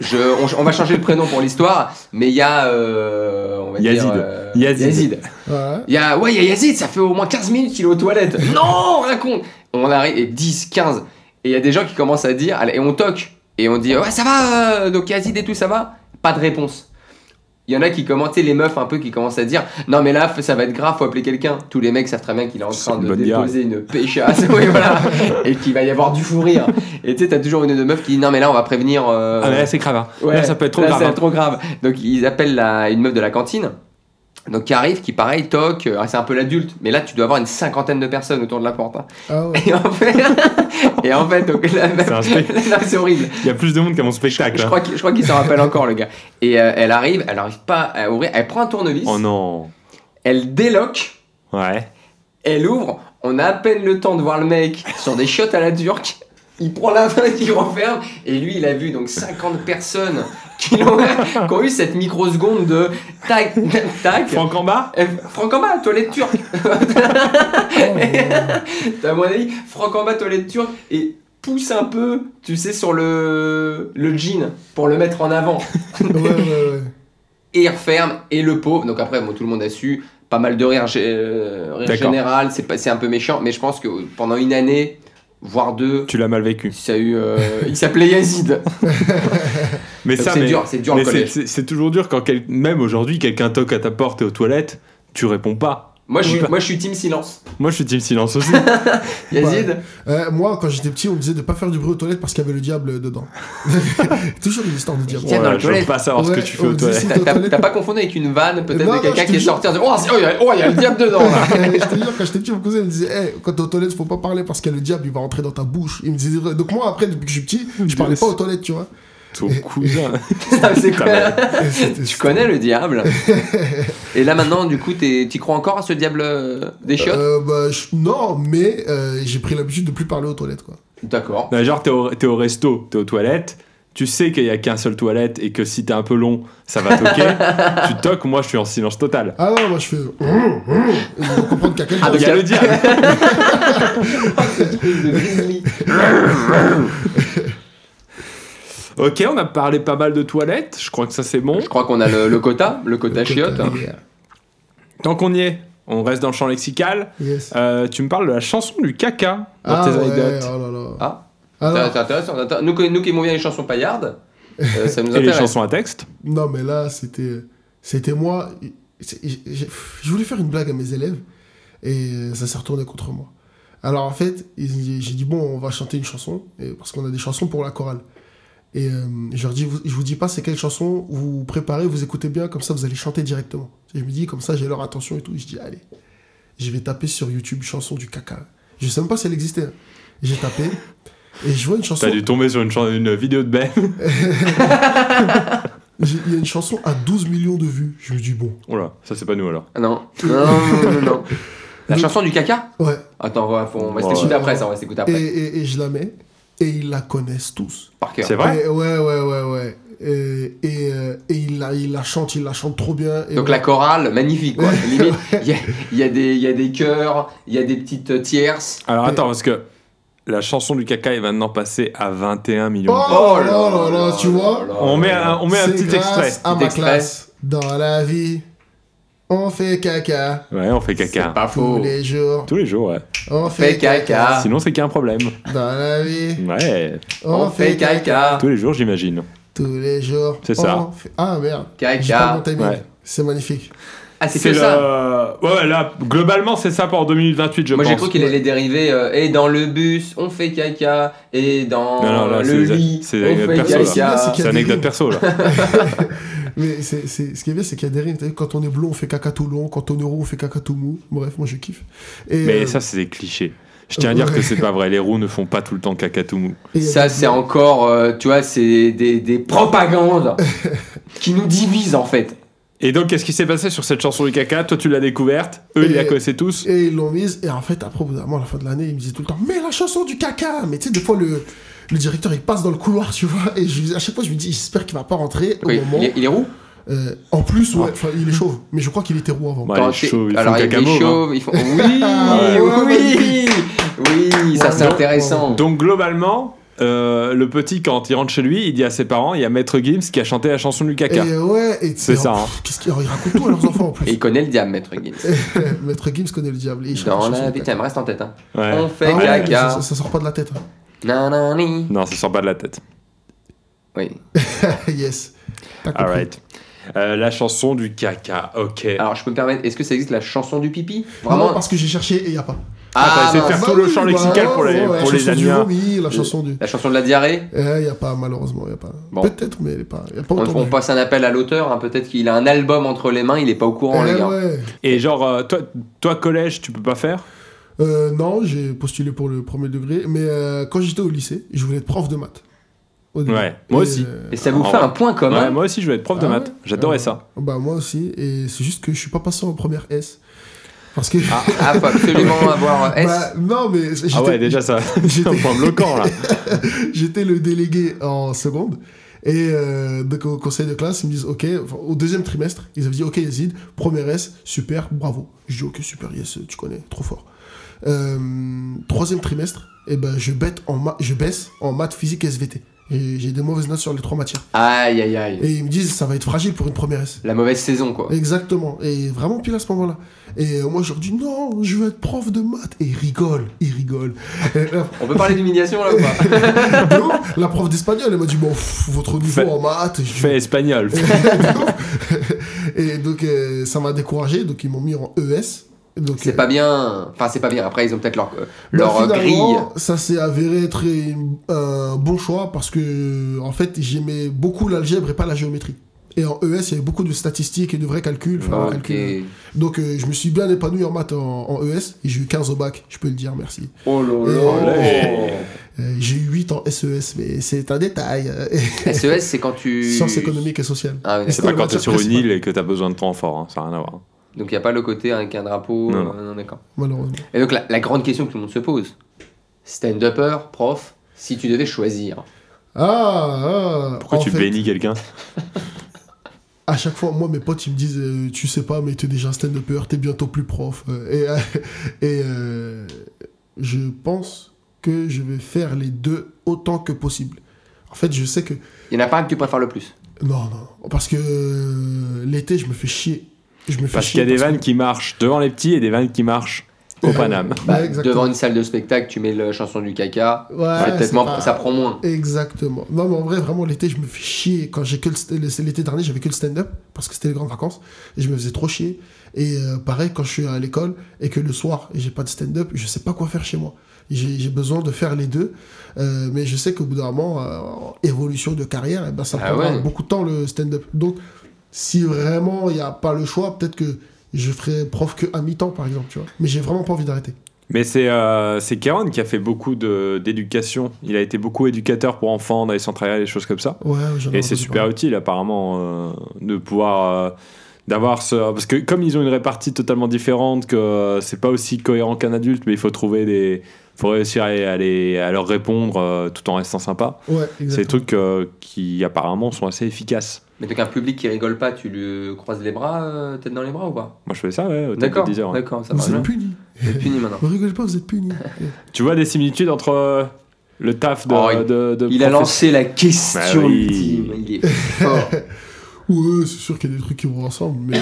[SPEAKER 2] je, on, on va changer le prénom pour l'histoire, mais il y a. euh, on va dire,
[SPEAKER 1] Yazid.
[SPEAKER 2] euh,
[SPEAKER 1] Yazid.
[SPEAKER 2] Yazid.
[SPEAKER 3] Ah Ouais.
[SPEAKER 2] Il y a, ouais, il y a Yazid, ça fait au moins 15 minutes qu'il est aux toilettes. Non, raconte On arrive, et 10, 15, et il y a des gens qui commencent à dire, allez, et on toque, et on dit, ouais, ça va, euh, donc Yazid et tout, ça va Pas de réponse. Il y en a qui commentent, tu sais, les meufs un peu qui commencent à dire, non, mais là, ça va être grave, faut appeler quelqu'un. Tous les mecs savent très bien qu'il est en
[SPEAKER 1] C'est
[SPEAKER 2] train
[SPEAKER 1] une
[SPEAKER 2] de
[SPEAKER 1] bonne
[SPEAKER 2] déposer une péchasse, oui, voilà, et qu'il va y avoir du fou rire. Et tu sais, t'as toujours une de meufs qui dit, non, mais là, on va prévenir. euh,
[SPEAKER 1] Ah, mais là, c'est grave. hein.
[SPEAKER 2] Ouais,
[SPEAKER 1] Là, ça peut être trop
[SPEAKER 2] là,
[SPEAKER 1] grave.
[SPEAKER 2] c'est
[SPEAKER 1] hein.
[SPEAKER 2] trop grave. Donc ils appellent la- une meuf de la cantine. Donc qui arrive, qui pareil toque, euh, c'est un peu l'adulte, mais là tu dois avoir une cinquantaine de personnes autour de la porte. hein.
[SPEAKER 3] Ah ouais.
[SPEAKER 2] Et en fait, et en fait donc la meuf-
[SPEAKER 1] C'est un spectacle.
[SPEAKER 2] Non, c'est horrible.
[SPEAKER 1] Il y a plus de monde qu'à mon spectacle.
[SPEAKER 2] Je
[SPEAKER 1] hein.
[SPEAKER 2] crois qu'il je crois qu'il s'en rappelle encore le gars. Et euh, elle arrive, elle arrive pas à ouvrir, elle prend un tournevis,
[SPEAKER 1] Oh non.
[SPEAKER 2] elle déloque,
[SPEAKER 1] Ouais.
[SPEAKER 2] elle ouvre, on a à peine le temps de voir le mec sur des shots à la turque. Il prend la main qui renferme et lui il a vu donc 50 personnes qui l'ont- qui ont eu cette microseconde de tac tac tac.
[SPEAKER 1] Franck en bas
[SPEAKER 2] Eh, Franck en bas, toilette turque.
[SPEAKER 3] Oh, ouais.
[SPEAKER 2] T'as mon avis, Franck en bas, toilette turque et pousse un peu, tu sais, sur le le jean pour le mettre en avant
[SPEAKER 3] Ouais, ouais, ouais.
[SPEAKER 2] et il referme et le pauvre. Donc après, bon, tout le monde a su. Pas mal de rire, gé- euh, rire
[SPEAKER 1] D'accord.
[SPEAKER 2] général, c'est pas- c'est un peu méchant, mais je pense que pendant une année, voire deux,
[SPEAKER 1] Tu l'as mal vécu.
[SPEAKER 2] Ça a eu, euh, il s'appelait Yazid.
[SPEAKER 1] Mais
[SPEAKER 2] Donc
[SPEAKER 1] ça,
[SPEAKER 2] Euh, C'est
[SPEAKER 1] mais-
[SPEAKER 2] dur, c'est dur
[SPEAKER 1] mais
[SPEAKER 2] le
[SPEAKER 1] c'est-
[SPEAKER 2] collège.
[SPEAKER 1] c'est c'est toujours dur quand quel- même aujourd'hui quelqu'un toque à ta porte et aux toilettes, tu réponds pas.
[SPEAKER 2] Moi je, suis,
[SPEAKER 1] Ouais.
[SPEAKER 2] moi je suis team silence.
[SPEAKER 1] Moi, je suis team silence aussi.
[SPEAKER 2] Yazid,
[SPEAKER 3] Euh, moi, quand j'étais petit, on me disait de pas faire du bruit aux toilettes parce qu'il y avait le diable dedans. Toujours une histoire de diable.
[SPEAKER 2] Tiens, dans le
[SPEAKER 1] je veux
[SPEAKER 2] toilette.
[SPEAKER 1] pas savoir ce
[SPEAKER 3] Ouais,
[SPEAKER 1] que tu fais aux
[SPEAKER 3] on dit si
[SPEAKER 1] toilettes.
[SPEAKER 3] t'es
[SPEAKER 2] t'as-
[SPEAKER 3] aux
[SPEAKER 2] t'as
[SPEAKER 3] toilettes-
[SPEAKER 2] t'as pas confondu avec une vanne peut-être
[SPEAKER 3] Non,
[SPEAKER 2] de
[SPEAKER 3] non,
[SPEAKER 2] quelqu'un
[SPEAKER 3] je te
[SPEAKER 2] qui est
[SPEAKER 3] jure.
[SPEAKER 2] sorti en disant Oh, c'est- oh, il y a- oh, il y a le diable dedans là.
[SPEAKER 3] Eh, je te jure, quand j'étais petit, mon cousin il me disait Eh, Quand t'es aux toilettes, faut pas parler parce qu'il y a le diable, il va rentrer dans ta bouche. Il me disait Donc, moi, après, depuis que je suis petit, je parlais pas aux toilettes, tu vois.
[SPEAKER 1] Ton cousin.
[SPEAKER 2] Putain, c'est quoi
[SPEAKER 1] Putain,
[SPEAKER 3] Et c'était-
[SPEAKER 2] Tu connais le diable. Et là maintenant, du coup, t'es- t'y crois encore à ce diable euh, des chiottes
[SPEAKER 3] Euh, bah, je- Non, mais euh, j'ai pris l'habitude de plus parler aux toilettes, quoi.
[SPEAKER 2] D'accord.
[SPEAKER 1] Non, genre, t'es au, t'es au resto, t'es aux toilettes, tu sais qu'il y a qu'un seul toilette et que si t'es un peu long, ça va toquer. tu toques, moi je suis en silence total.
[SPEAKER 3] Ah ouais, moi, je fais. Hum, hum Et Je veux comprendre qu'à quelqu'un.
[SPEAKER 2] Ah,
[SPEAKER 1] Il y
[SPEAKER 2] donc,
[SPEAKER 1] a le diable.
[SPEAKER 2] Le grizzly.
[SPEAKER 1] ok, on a parlé pas mal de toilettes, je crois que ça c'est bon.
[SPEAKER 2] hein. Je crois qu'on a le, le quota, le quota chiotte.
[SPEAKER 1] Tant qu'on y est, On reste dans le champ lexical.
[SPEAKER 3] Yes.
[SPEAKER 1] Euh, tu me parles de la chanson du caca dans
[SPEAKER 3] Ah
[SPEAKER 1] tes
[SPEAKER 3] ouais,
[SPEAKER 1] anecdotes.
[SPEAKER 3] oh là là.
[SPEAKER 2] Ah,
[SPEAKER 3] Alors,
[SPEAKER 2] c'est intéressant. Attends, Nous, qui- nous qui aimons bien les chansons paillardes, euh, ça nous
[SPEAKER 1] Et les
[SPEAKER 2] intéresse.
[SPEAKER 1] chansons à texte.
[SPEAKER 3] non, mais là, c'était, c'était moi. C'est- j'ai- j'ai- Je voulais faire une blague à mes élèves et ça s'est retourné contre moi. Alors, en fait, ils- j'ai dit, bon, on va chanter une chanson et- parce qu'on a des chansons pour la chorale. Et euh, je leur dis, vous- je vous dis pas c'est quelle chanson, vous préparez, vous écoutez bien, comme ça vous allez chanter directement. Et je me dis, comme ça j'ai leur attention et tout. Je dis, allez, je vais taper sur YouTube chanson du caca. Je sais même pas si elle existait. hein. J'ai tapé et je vois une chanson.
[SPEAKER 1] T'as dû tomber sur une, chan- une vidéo de Ben.
[SPEAKER 3] J'ai- Il y a une chanson à 12 millions de vues. Je me dis, bon.
[SPEAKER 1] Oula, ça c'est pas nous alors.
[SPEAKER 2] Ah Non, non, non, non, non, non. La
[SPEAKER 3] Donc-
[SPEAKER 2] chanson du caca
[SPEAKER 3] Ouais.
[SPEAKER 2] Attends, on va, faut- on va
[SPEAKER 1] Ouais.
[SPEAKER 2] s'écouter après, ça, on va s'écouter
[SPEAKER 3] Et,
[SPEAKER 2] après.
[SPEAKER 3] et- et je la mets. Et ils la connaissent tous.
[SPEAKER 2] Par cœur.
[SPEAKER 1] C'est vrai
[SPEAKER 3] Et ouais, ouais, ouais, ouais. Et, et, euh, et ils, la, ils la chantent, ils la chantent trop bien. Et
[SPEAKER 2] Donc la
[SPEAKER 3] voilà.
[SPEAKER 2] chorale, magnifique quoi. Limite, il y a, il y a des- il y a des chœurs, il y a des petites euh, tierces.
[SPEAKER 1] Alors
[SPEAKER 3] Mais-
[SPEAKER 1] attends, parce que la chanson du caca est maintenant passée à 21 millions.
[SPEAKER 3] Oh,
[SPEAKER 1] de vues.
[SPEAKER 3] là là là, tu vois
[SPEAKER 1] on met un, on met un
[SPEAKER 3] Oh C'est
[SPEAKER 1] petit
[SPEAKER 3] grâce
[SPEAKER 1] extrait.
[SPEAKER 3] à
[SPEAKER 2] Petit
[SPEAKER 3] ma
[SPEAKER 2] extrait.
[SPEAKER 3] classe. Dans la vie, on fait caca.
[SPEAKER 1] Ouais, on fait
[SPEAKER 2] C'est
[SPEAKER 1] caca.
[SPEAKER 2] pas
[SPEAKER 3] Tous
[SPEAKER 2] faux.
[SPEAKER 3] les jours,
[SPEAKER 1] Tous les jours, ouais.
[SPEAKER 3] on fait
[SPEAKER 2] fait caca.
[SPEAKER 3] caca.
[SPEAKER 1] Sinon, c'est qu'il y a un problème.
[SPEAKER 3] Dans la vie,
[SPEAKER 1] Ouais,
[SPEAKER 3] on fait caca.
[SPEAKER 1] tous les jours, j'imagine.
[SPEAKER 3] Tous les jours.
[SPEAKER 1] C'est ça.
[SPEAKER 3] on fait- Ah merde.
[SPEAKER 2] Caca.
[SPEAKER 3] J'ai pas mon timing.
[SPEAKER 1] Ouais.
[SPEAKER 3] C'est magnifique.
[SPEAKER 2] Ah, c'est que ça.
[SPEAKER 1] le- Ouais, ouais, là, globalement, c'est ça pour 2028, je
[SPEAKER 2] Moi, j'ai
[SPEAKER 1] pense.
[SPEAKER 2] cru qu'il allait dériver. euh, et dans le bus, on fait caca. Et dans
[SPEAKER 1] Non, non, là,
[SPEAKER 2] le
[SPEAKER 1] c'est-
[SPEAKER 2] lit,
[SPEAKER 1] c'est
[SPEAKER 2] on
[SPEAKER 1] des
[SPEAKER 2] fait
[SPEAKER 1] persos, là.
[SPEAKER 3] Là, c'est
[SPEAKER 2] caca.
[SPEAKER 3] qu'il
[SPEAKER 1] C'est
[SPEAKER 3] y a des
[SPEAKER 1] anecdote
[SPEAKER 3] rimes.
[SPEAKER 1] perso, là.
[SPEAKER 3] Mais c'est, c'est, ce qui est bien, c'est qu'il y a des rimes. T'as vu, quand on est blond, on fait caca tout long. Quand on est roux, on fait caca tout mou. Bref, moi je kiffe. Et,
[SPEAKER 1] Mais
[SPEAKER 3] euh,
[SPEAKER 1] ça, c'est des clichés. Je tiens à dire
[SPEAKER 3] Ouais.
[SPEAKER 1] que c'est pas vrai. Les roues ne font pas tout le temps caca tout mou.
[SPEAKER 3] et-
[SPEAKER 2] Ça, c'est encore, euh, tu vois, c'est des, des propagandes qui nous divisent en fait.
[SPEAKER 1] Et donc, qu'est-ce qui s'est passé sur cette chanson du caca Toi, tu l'as découverte. Eux, ils
[SPEAKER 3] Et-
[SPEAKER 1] la connaissaient tous.
[SPEAKER 3] Et ils l'ont mise. Et en fait, après, au bout d'un moment, à la fin de l'année, ils me disaient tout le temps Mais la chanson du caca Mais tu sais, des fois, le, le directeur il passe dans le couloir, tu vois. Et je, à chaque fois, je me dis J'espère qu'il va pas rentrer au
[SPEAKER 2] Oui,
[SPEAKER 3] moment.
[SPEAKER 2] il, est, il est roux
[SPEAKER 3] Euh, en plus, ouais, enfin, il est chauve. Mais je crois qu'il était roux avant.
[SPEAKER 1] Ouais,
[SPEAKER 2] Quand
[SPEAKER 1] Bah, les
[SPEAKER 2] t'es-
[SPEAKER 1] chauves, ils
[SPEAKER 2] Alors,
[SPEAKER 1] font
[SPEAKER 2] il
[SPEAKER 1] caca
[SPEAKER 2] est
[SPEAKER 1] mauve, hein.
[SPEAKER 2] chauve, ils font. Oui,
[SPEAKER 3] Ouais.
[SPEAKER 2] oui, oui, ça c'est
[SPEAKER 3] Ouais.
[SPEAKER 2] intéressant.
[SPEAKER 1] Donc, globalement, euh, le petit, quand il rentre chez lui, il dit à ses parents il y a Maître Gims qui a chanté la chanson du caca.
[SPEAKER 3] Et ouais, et
[SPEAKER 1] C'est
[SPEAKER 3] et-
[SPEAKER 1] ça, hein.
[SPEAKER 3] pff, Qu'est-ce qu'ils ils racontent tout à leurs enfants en
[SPEAKER 2] Et
[SPEAKER 3] plus.
[SPEAKER 2] il connaît le diamètre, Guinness.
[SPEAKER 3] Maître Gims connaît le diable. et il chante
[SPEAKER 2] Dans
[SPEAKER 3] chanson
[SPEAKER 2] la
[SPEAKER 3] du
[SPEAKER 2] vie,
[SPEAKER 3] caca.
[SPEAKER 2] tiens, me reste en tête. Hein.
[SPEAKER 1] Ouais.
[SPEAKER 2] On fait
[SPEAKER 3] Ah ouais,
[SPEAKER 2] caca.
[SPEAKER 3] ça, ça sort pas de la tête. hein.
[SPEAKER 2] Nan, nan, ni.
[SPEAKER 1] Non, ça sort pas de la tête.
[SPEAKER 2] Oui.
[SPEAKER 3] yes. T'as compris.
[SPEAKER 1] Alright. Euh, la chanson du caca, ok.
[SPEAKER 3] Ah.
[SPEAKER 2] Alors, je peux me permettre, est-ce que ça existe la chanson du pipi
[SPEAKER 3] Vraiment parce que j'ai cherché et il n'y a pas. bah
[SPEAKER 1] Ah, t'as essayé de
[SPEAKER 2] mince.
[SPEAKER 1] faire tout le champ lexical pour les- pour les
[SPEAKER 3] La
[SPEAKER 1] Daniens.
[SPEAKER 3] chanson du vomi, la chanson du...
[SPEAKER 2] La chanson de la diarrhée
[SPEAKER 3] Il n'y Eh, a pas, malheureusement, il n'y a pas.
[SPEAKER 2] Bon.
[SPEAKER 3] Peut-être, mais il n'est pas. Il n'y a pas
[SPEAKER 2] on,
[SPEAKER 3] autant
[SPEAKER 2] on passe un appel à l'auteur, hein, peut-être qu'il a un album entre les mains, il est pas au courant,
[SPEAKER 3] Eh
[SPEAKER 2] les gars.
[SPEAKER 3] ouais.
[SPEAKER 1] Et genre, euh, toi, toi, collège, tu peux pas faire
[SPEAKER 3] Euh, non, j'ai postulé pour le premier degré, mais euh, quand j'étais au lycée, je voulais être prof de maths. Au début.
[SPEAKER 1] Ouais, moi
[SPEAKER 3] Et,
[SPEAKER 1] aussi.
[SPEAKER 3] euh,
[SPEAKER 2] Et ça vous
[SPEAKER 1] Ah,
[SPEAKER 2] fait
[SPEAKER 1] ouais.
[SPEAKER 2] un point
[SPEAKER 1] Ouais,
[SPEAKER 2] commun.
[SPEAKER 1] Moi aussi, je voulais être prof de
[SPEAKER 3] Ah
[SPEAKER 1] maths.
[SPEAKER 3] ouais
[SPEAKER 1] J'adorais
[SPEAKER 3] Euh,
[SPEAKER 1] ça.
[SPEAKER 3] Bah moi aussi, et c'est juste que je suis pas passé en première S. Parce que...
[SPEAKER 2] Ah, ah, faut absolument avoir eh, S.
[SPEAKER 3] Bah, non, mais j'étais
[SPEAKER 1] Ah ouais, déjà, ça, c'est un
[SPEAKER 3] j'étais-
[SPEAKER 1] point bloquant, là.
[SPEAKER 3] J'étais le délégué en seconde. Et euh, donc au conseil de classe, ils me disent OK, enfin, au deuxième trimestre, ils avaient dit OK, Yazid, première S, super, bravo. Je dis OK, super, yes, tu connais, trop fort. Euh, troisième trimestre, et ben, je, bête en ma- je baisse en maths, physique et SVT. Et J'ai des mauvaises notes sur les trois matières.
[SPEAKER 2] Aïe, aïe, aïe.
[SPEAKER 3] Et ils me disent ça va être fragile pour une première S.
[SPEAKER 2] La mauvaise saison, quoi.
[SPEAKER 3] Exactement, et vraiment pile à ce moment-là. Et euh, moi je leur dis non, je veux être prof de maths. Et ils rigolent, ils rigolent. Et euh, la
[SPEAKER 2] On peut parler d'humiliation, là, ou pas
[SPEAKER 3] De ouf, Bah. oh, la prof d'espagnol, elle m'a dit Bon, pff, votre niveau
[SPEAKER 1] Fais-
[SPEAKER 3] en maths. je-
[SPEAKER 1] Je fais espagnol.
[SPEAKER 3] Et donc, euh, ça m'a découragé. Donc, ils m'ont mis en ES. Donc,
[SPEAKER 2] C'est
[SPEAKER 3] euh,
[SPEAKER 2] pas bien. Enfin, c'est pas bien. Après, ils ont peut-être leur,
[SPEAKER 3] bah,
[SPEAKER 2] leur euh, grille.
[SPEAKER 3] finalement, Ça s'est avéré être un bon choix parce que, en fait, j'aimais beaucoup l'algèbre et pas la géométrie. Et en ES, il y avait beaucoup de statistiques et de vrais calculs. enfin,
[SPEAKER 2] Ok.
[SPEAKER 3] calculs. Donc, euh, je me suis bien épanoui en maths en, en ES. Et j'ai eu 15 au bac, je peux le dire, merci.
[SPEAKER 2] Oh
[SPEAKER 3] Oh
[SPEAKER 1] là.
[SPEAKER 2] là
[SPEAKER 3] Euh, j'ai eu 8 en SES, mais c'est un détail. euh,
[SPEAKER 2] là. SES, E c'est quand tu.
[SPEAKER 3] Sciences économiques et sociales.
[SPEAKER 2] Ah, oui,
[SPEAKER 1] C'est
[SPEAKER 2] d'accord.
[SPEAKER 1] pas quand t'es sur une
[SPEAKER 3] principale.
[SPEAKER 1] île et que t'as besoin de renfort, hein, ça n'a rien à voir.
[SPEAKER 2] Donc, il n'y a pas le côté avec un drapeau.
[SPEAKER 1] Non,
[SPEAKER 2] euh,
[SPEAKER 1] non.
[SPEAKER 2] Non, d'accord.
[SPEAKER 3] Malheureusement.
[SPEAKER 2] Et donc, la, la grande question que tout le monde se pose stand-upper, prof, si tu devais choisir.
[SPEAKER 3] Ah, ah
[SPEAKER 1] Pourquoi
[SPEAKER 3] en
[SPEAKER 1] tu
[SPEAKER 3] fait,
[SPEAKER 1] bénis quelqu'un
[SPEAKER 3] à chaque fois, moi, mes potes, ils me disent euh, Tu sais pas, mais t'es déjà un stand-upper, t'es bientôt plus prof. Euh, Et, euh, et euh, je pense que je vais faire les deux autant que possible. En fait, je sais que.
[SPEAKER 2] Il n'y en a pas un que tu préfères le plus.
[SPEAKER 3] Non, non, parce que euh, l'été, je me fais chier Je me fais
[SPEAKER 1] Parce
[SPEAKER 3] chier
[SPEAKER 1] qu'il y a des
[SPEAKER 3] parce
[SPEAKER 1] vannes qui marchent devant les petits et des vannes qui marchent au Paname.
[SPEAKER 3] que- Ouais, Bah, exactement.
[SPEAKER 2] Bah, Devant une salle de spectacle, tu mets la chanson du caca.
[SPEAKER 3] Ouais,
[SPEAKER 2] Ouais, peut-être
[SPEAKER 3] c'est
[SPEAKER 2] moins-
[SPEAKER 3] pas-
[SPEAKER 2] Ça prend moins.
[SPEAKER 3] Exactement. Non, mais en vrai, vraiment, l'été, je me fais chier. Quand j'ai que le st- c'est l'été dernier, j'avais que le stand-up parce que c'était les grandes vacances et je me faisais trop chier. Et euh, pareil, quand je suis à l'école et que le soir, j'ai pas de stand-up, je sais pas quoi faire chez moi. J'ai j'ai besoin de faire les deux, Euh, mais je sais qu'au bout d'un moment, euh, en évolution de carrière, eh ben, ça
[SPEAKER 2] Ah
[SPEAKER 3] prendra
[SPEAKER 2] ouais.
[SPEAKER 3] beaucoup de temps le stand-up. Donc, si vraiment il n'y a pas le choix, peut-être que je ferai prof que à mi-temps, par exemple, tu vois. Mais j'ai vraiment pas envie d'arrêter.
[SPEAKER 1] Mais c'est euh, c'est Kéron qui a fait beaucoup de- d'éducation. Il a été beaucoup éducateur pour enfants dans les centres aérés, des choses comme ça.
[SPEAKER 3] Ouais, j'en ai
[SPEAKER 1] Et c'est
[SPEAKER 3] entendu
[SPEAKER 1] super
[SPEAKER 3] parler.
[SPEAKER 1] utile apparemment euh, de pouvoir euh, d'avoir ce parce que comme ils ont une répartie totalement différente que euh, c'est pas aussi cohérent qu'un adulte, mais il faut trouver des faut réussir à, à les- à leur répondre euh, tout en restant sympa.
[SPEAKER 3] Ouais,
[SPEAKER 1] C'est des
[SPEAKER 3] exactement.
[SPEAKER 1] trucs euh, qui apparemment sont assez efficaces.
[SPEAKER 2] Mais donc un public qui rigole pas, tu lui croises les bras, euh, tête dans les bras ou pas
[SPEAKER 1] Moi je fais ça ouais, au table
[SPEAKER 2] D'accord,
[SPEAKER 1] de 10 heures, ouais.
[SPEAKER 2] d'accord, ça va.
[SPEAKER 3] Vous
[SPEAKER 2] bien.
[SPEAKER 3] êtes puni.
[SPEAKER 2] T'es puni maintenant.
[SPEAKER 3] Vous rigolez pas, vous êtes puni.
[SPEAKER 1] Tu vois des similitudes entre euh, le taf de,
[SPEAKER 2] Oh, il-
[SPEAKER 1] de- de
[SPEAKER 2] Il a
[SPEAKER 1] professeur-
[SPEAKER 2] lancé la question
[SPEAKER 1] Bah oui.
[SPEAKER 2] ultime. Il est fort.
[SPEAKER 3] Ouais, c'est sûr qu'il y a des trucs qui vont ensemble, mais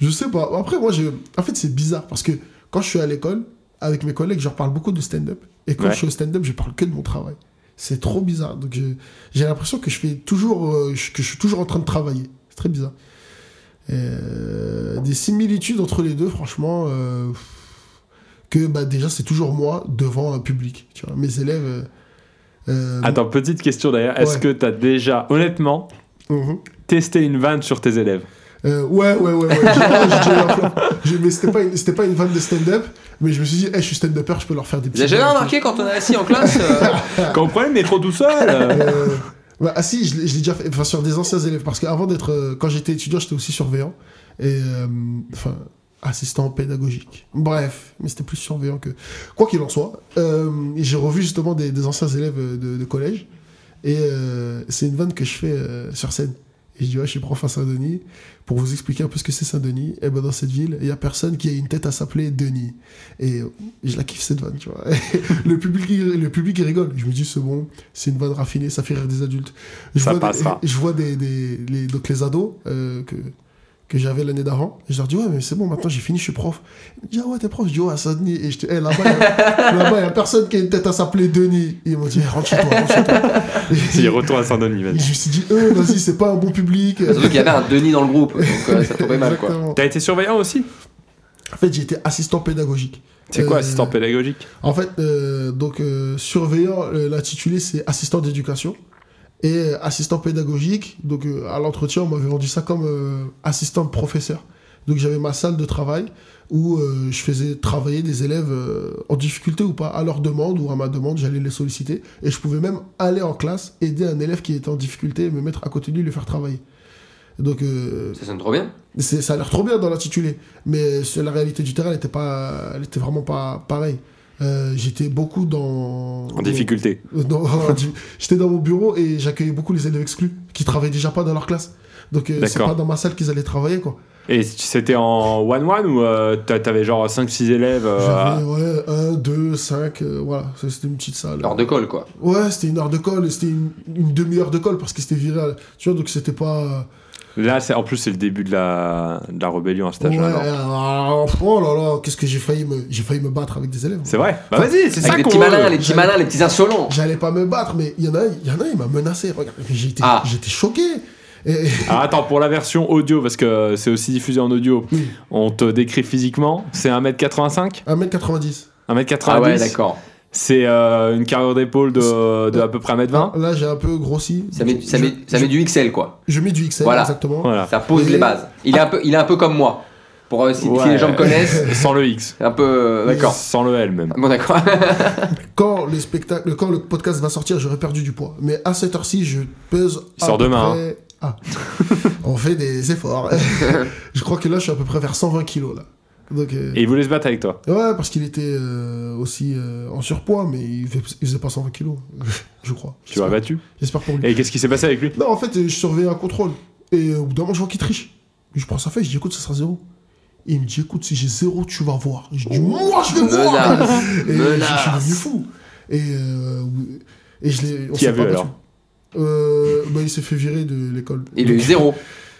[SPEAKER 3] je sais pas. Après, moi, j'ai. En fait, c'est bizarre parce que quand je suis à l'école, avec mes collègues, je leur parle beaucoup de stand-up. Et quand
[SPEAKER 1] Ouais.
[SPEAKER 3] je suis au stand-up, je parle que de mon travail. C'est trop bizarre. Donc, je- j'ai l'impression que je fais toujours. euh, je- que je suis toujours en train de travailler. C'est très bizarre. Euh, des similitudes entre les deux, franchement. euh, Que bah, déjà, c'est toujours moi devant un public. Tu vois, mes élèves. euh, euh,
[SPEAKER 1] Attends, petite question d'ailleurs, est-ce
[SPEAKER 3] Ouais.
[SPEAKER 1] que t'as déjà honnêtement
[SPEAKER 3] mhm.
[SPEAKER 1] testé une vanne sur tes élèves
[SPEAKER 3] Euh, ouais, ouais, ouais, ouais. J'ai- ouais, j'ai déjà eu un plan. J'ai- mais c'était pas, une- c'était pas une vanne de stand-up, mais je me suis dit, hey, je suis stand-upper, je peux leur faire des
[SPEAKER 2] Vous avez
[SPEAKER 3] petits.
[SPEAKER 2] jamais remarqué quand on est assis en classe euh,
[SPEAKER 1] Quand le problème est trop tout seul euh,
[SPEAKER 3] Euh, bah, ah si, je l'ai je l'ai déjà fait, enfin, sur des anciens élèves, parce qu'avant d'être, euh, quand j'étais étudiant, j'étais aussi surveillant, et euh, enfin, assistant pédagogique. Bref, mais c'était plus surveillant que. Quoi qu'il en soit, euh, j'ai revu justement des, des anciens élèves euh, de, de collège, et euh, c'est une vanne que je fais euh, sur scène. Et je dis, ouais, je suis prof à Saint-Denis. Pour vous expliquer un peu ce que c'est Saint-Denis, et ben dans cette ville, il y a personne qui a une tête à s'appeler Denis. Et euh, je la kiffe cette vanne, tu vois. le, public, il- le public il rigole. Je me dis, c'est bon, c'est une vanne raffinée, ça fait rire des adultes. Je
[SPEAKER 1] Ça
[SPEAKER 3] vois, des-
[SPEAKER 1] passera.
[SPEAKER 3] je vois des, des- les, donc les ados euh, que, que j'avais l'année d'avant. Je leur dis, ouais, mais c'est bon, maintenant j'ai fini, je suis prof. Ils me disent, ah ouais, t'es prof Je dis, ouais, à Saint-Denis. Et je dis, Eh, là-bas, il y a- là-bas, il y a personne qui a une tête à s'appeler Denis. Et ils m'ont dit, Eh, rentre chez toi, rentre chez toi.
[SPEAKER 1] Si, retour à Saint-Denis,
[SPEAKER 3] Et
[SPEAKER 1] vas-y.
[SPEAKER 3] je me suis dit, euh, vas-y, c'est pas un bon public.
[SPEAKER 2] Surtout qu'il y avait un Denis dans le groupe, donc euh, ça tombait mal quoi.
[SPEAKER 3] Exactement.
[SPEAKER 1] T'as été surveillant aussi
[SPEAKER 3] En fait, j'étais assistant pédagogique.
[SPEAKER 1] C'est quoi
[SPEAKER 3] Euh,
[SPEAKER 1] assistant pédagogique
[SPEAKER 3] En fait, euh, donc euh, surveillant, euh, l'intitulé c'est assistant d'éducation et euh, assistant pédagogique. Donc euh, à l'entretien, on m'avait vendu ça comme euh, assistant de professeur. Donc j'avais ma salle de travail où euh, je faisais travailler des élèves euh, en difficulté ou pas, à leur demande ou à ma demande, j'allais les solliciter et je pouvais même aller en classe aider un élève qui était en difficulté et me mettre à côté de lui, le faire travailler. Donc euh,
[SPEAKER 2] Ça sonne trop bien.
[SPEAKER 3] c'est- ça a l'air trop bien dans l'intitulé, mais c'est- la réalité du terrain, elle était, pas, elle était vraiment pas pareille. Euh, j'étais beaucoup dans.
[SPEAKER 1] En difficulté.
[SPEAKER 3] Euh, dans- en di- J'étais dans mon bureau et j'accueillais beaucoup les élèves exclus qui travaillaient déjà pas dans leur classe. Donc euh, c'est
[SPEAKER 1] D'accord.
[SPEAKER 3] pas dans ma salle qu'ils allaient travailler quoi.
[SPEAKER 1] Et c'était en one-one ou euh, t'a- t'avais genre 5-6 élèves euh,
[SPEAKER 3] J'avais ouais, un, deux, cinq, euh, voilà, Ça, c'était une petite salle.
[SPEAKER 2] L'heure de colle quoi.
[SPEAKER 3] Ouais, c'était une heure de colle et c'était une, une demi-heure de colle parce qu'ils s'étaient virés. à la- Tu vois, donc c'était pas.
[SPEAKER 1] Là, c'est- en plus, c'est le début de la, de la rébellion à cet
[SPEAKER 3] Ouais,
[SPEAKER 1] âge-là. non
[SPEAKER 3] alors, oh là là, qu'est-ce que j'ai failli me, j'ai failli me battre avec des élèves.
[SPEAKER 1] C'est vrai Bah vas-y, c'est
[SPEAKER 2] Avec
[SPEAKER 1] ça
[SPEAKER 2] les
[SPEAKER 1] qu'on
[SPEAKER 2] petits malins,
[SPEAKER 1] veut
[SPEAKER 2] les petits malins, les petits insolents.
[SPEAKER 3] J'allais pas me battre, mais il y en a, il y en a, il m'a menacé. Regarde, mais j'ai été-
[SPEAKER 2] Ah.
[SPEAKER 3] j'étais choqué. Et-
[SPEAKER 1] Ah, attends, pour la version audio, parce que c'est aussi diffusé en audio,
[SPEAKER 3] Oui.
[SPEAKER 1] on te décrit physiquement, c'est 1m85
[SPEAKER 3] 1m90.
[SPEAKER 1] 1m90
[SPEAKER 2] Ah ouais, d'accord.
[SPEAKER 1] C'est euh, une carrure d'épaule de, de à peu près 1m20
[SPEAKER 3] Là, j'ai un peu grossi.
[SPEAKER 2] Ça met, ça
[SPEAKER 3] je,
[SPEAKER 2] met- ça met du XL quoi.
[SPEAKER 3] je mets du XL,
[SPEAKER 2] Voilà.
[SPEAKER 3] exactement.
[SPEAKER 1] Voilà.
[SPEAKER 2] Ça pose
[SPEAKER 3] Et-
[SPEAKER 2] les bases. Il est un peu, il est un peu comme moi. Pour euh, si, si
[SPEAKER 1] Ouais.
[SPEAKER 2] les gens me connaissent,
[SPEAKER 1] Sans le X.
[SPEAKER 2] un peu. euh, d'accord.
[SPEAKER 1] Sans le L même.
[SPEAKER 2] Bon d'accord.
[SPEAKER 3] Quand, les spectacles, quand le podcast va sortir, j'aurai perdu du poids. Mais à cette heure-ci, je pèse.
[SPEAKER 1] Il sort
[SPEAKER 3] à peu
[SPEAKER 1] demain, hein.
[SPEAKER 3] près- Ah. On fait des efforts. je crois que là, je suis à peu près vers 120 kilos. Là. Donc, euh,
[SPEAKER 1] Et il voulait se battre avec toi.
[SPEAKER 3] Ouais, parce qu'il était euh, aussi euh, en surpoids, mais il, fait- il faisait pas 120 kilos, je crois.
[SPEAKER 1] Tu l'as battu.
[SPEAKER 3] J'espère pour lui.
[SPEAKER 1] Et qu'est-ce qui s'est passé avec lui
[SPEAKER 3] Non, en fait, euh, je surveille un contrôle. Et euh, au bout d'un moment, je vois qu'il triche. Je prends sa feuille, je dis écoute, ça sera zéro. Et il me dit écoute, si j'ai zéro, tu vas voir. Et je dis moi, je vais voir
[SPEAKER 2] Oh, Menace.
[SPEAKER 3] Et je, je suis
[SPEAKER 2] Menace.
[SPEAKER 3] devenu fou. Et, euh, et je l'ai. on
[SPEAKER 1] Qui
[SPEAKER 3] s'est
[SPEAKER 1] a vu
[SPEAKER 3] pas battu.
[SPEAKER 1] alors
[SPEAKER 3] euh, bah, Il s'est fait virer de l'école.
[SPEAKER 2] Il a eu zéro.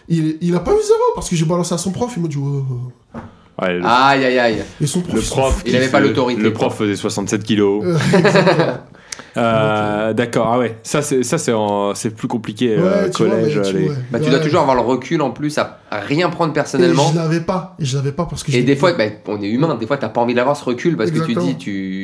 [SPEAKER 3] Il, il a pas eu zéro parce que j'ai balancé à son prof. Il m'a dit, ouais, ouais.
[SPEAKER 1] Ouais, le,
[SPEAKER 2] Aïe, aïe, aïe.
[SPEAKER 3] et son prof,
[SPEAKER 1] le
[SPEAKER 3] il s'en
[SPEAKER 1] prof.
[SPEAKER 3] fout.
[SPEAKER 2] Ah. Il
[SPEAKER 1] qui
[SPEAKER 2] avait pas
[SPEAKER 1] se-
[SPEAKER 2] l'autorité.
[SPEAKER 1] Le prof faisait 67 kilos.
[SPEAKER 3] Euh, exactement.
[SPEAKER 1] Euh, D'accord, ah ouais. Ça, c'est ça, c'est en- c'est plus compliqué euh,
[SPEAKER 3] Ouais, tu vois,
[SPEAKER 1] collège.
[SPEAKER 3] mais tu-
[SPEAKER 1] les-
[SPEAKER 3] ouais.
[SPEAKER 2] Bah, tu
[SPEAKER 3] Ouais.
[SPEAKER 2] dois toujours avoir le recul en plus à, à rien prendre
[SPEAKER 3] Et
[SPEAKER 2] personnellement.
[SPEAKER 3] je l'avais pas. Et je l'avais pas parce que
[SPEAKER 2] Et
[SPEAKER 3] je-
[SPEAKER 2] des fois, bah, on est humain, des fois t'as pas envie d'avoir ce recul parce
[SPEAKER 3] Exactement.
[SPEAKER 2] que tu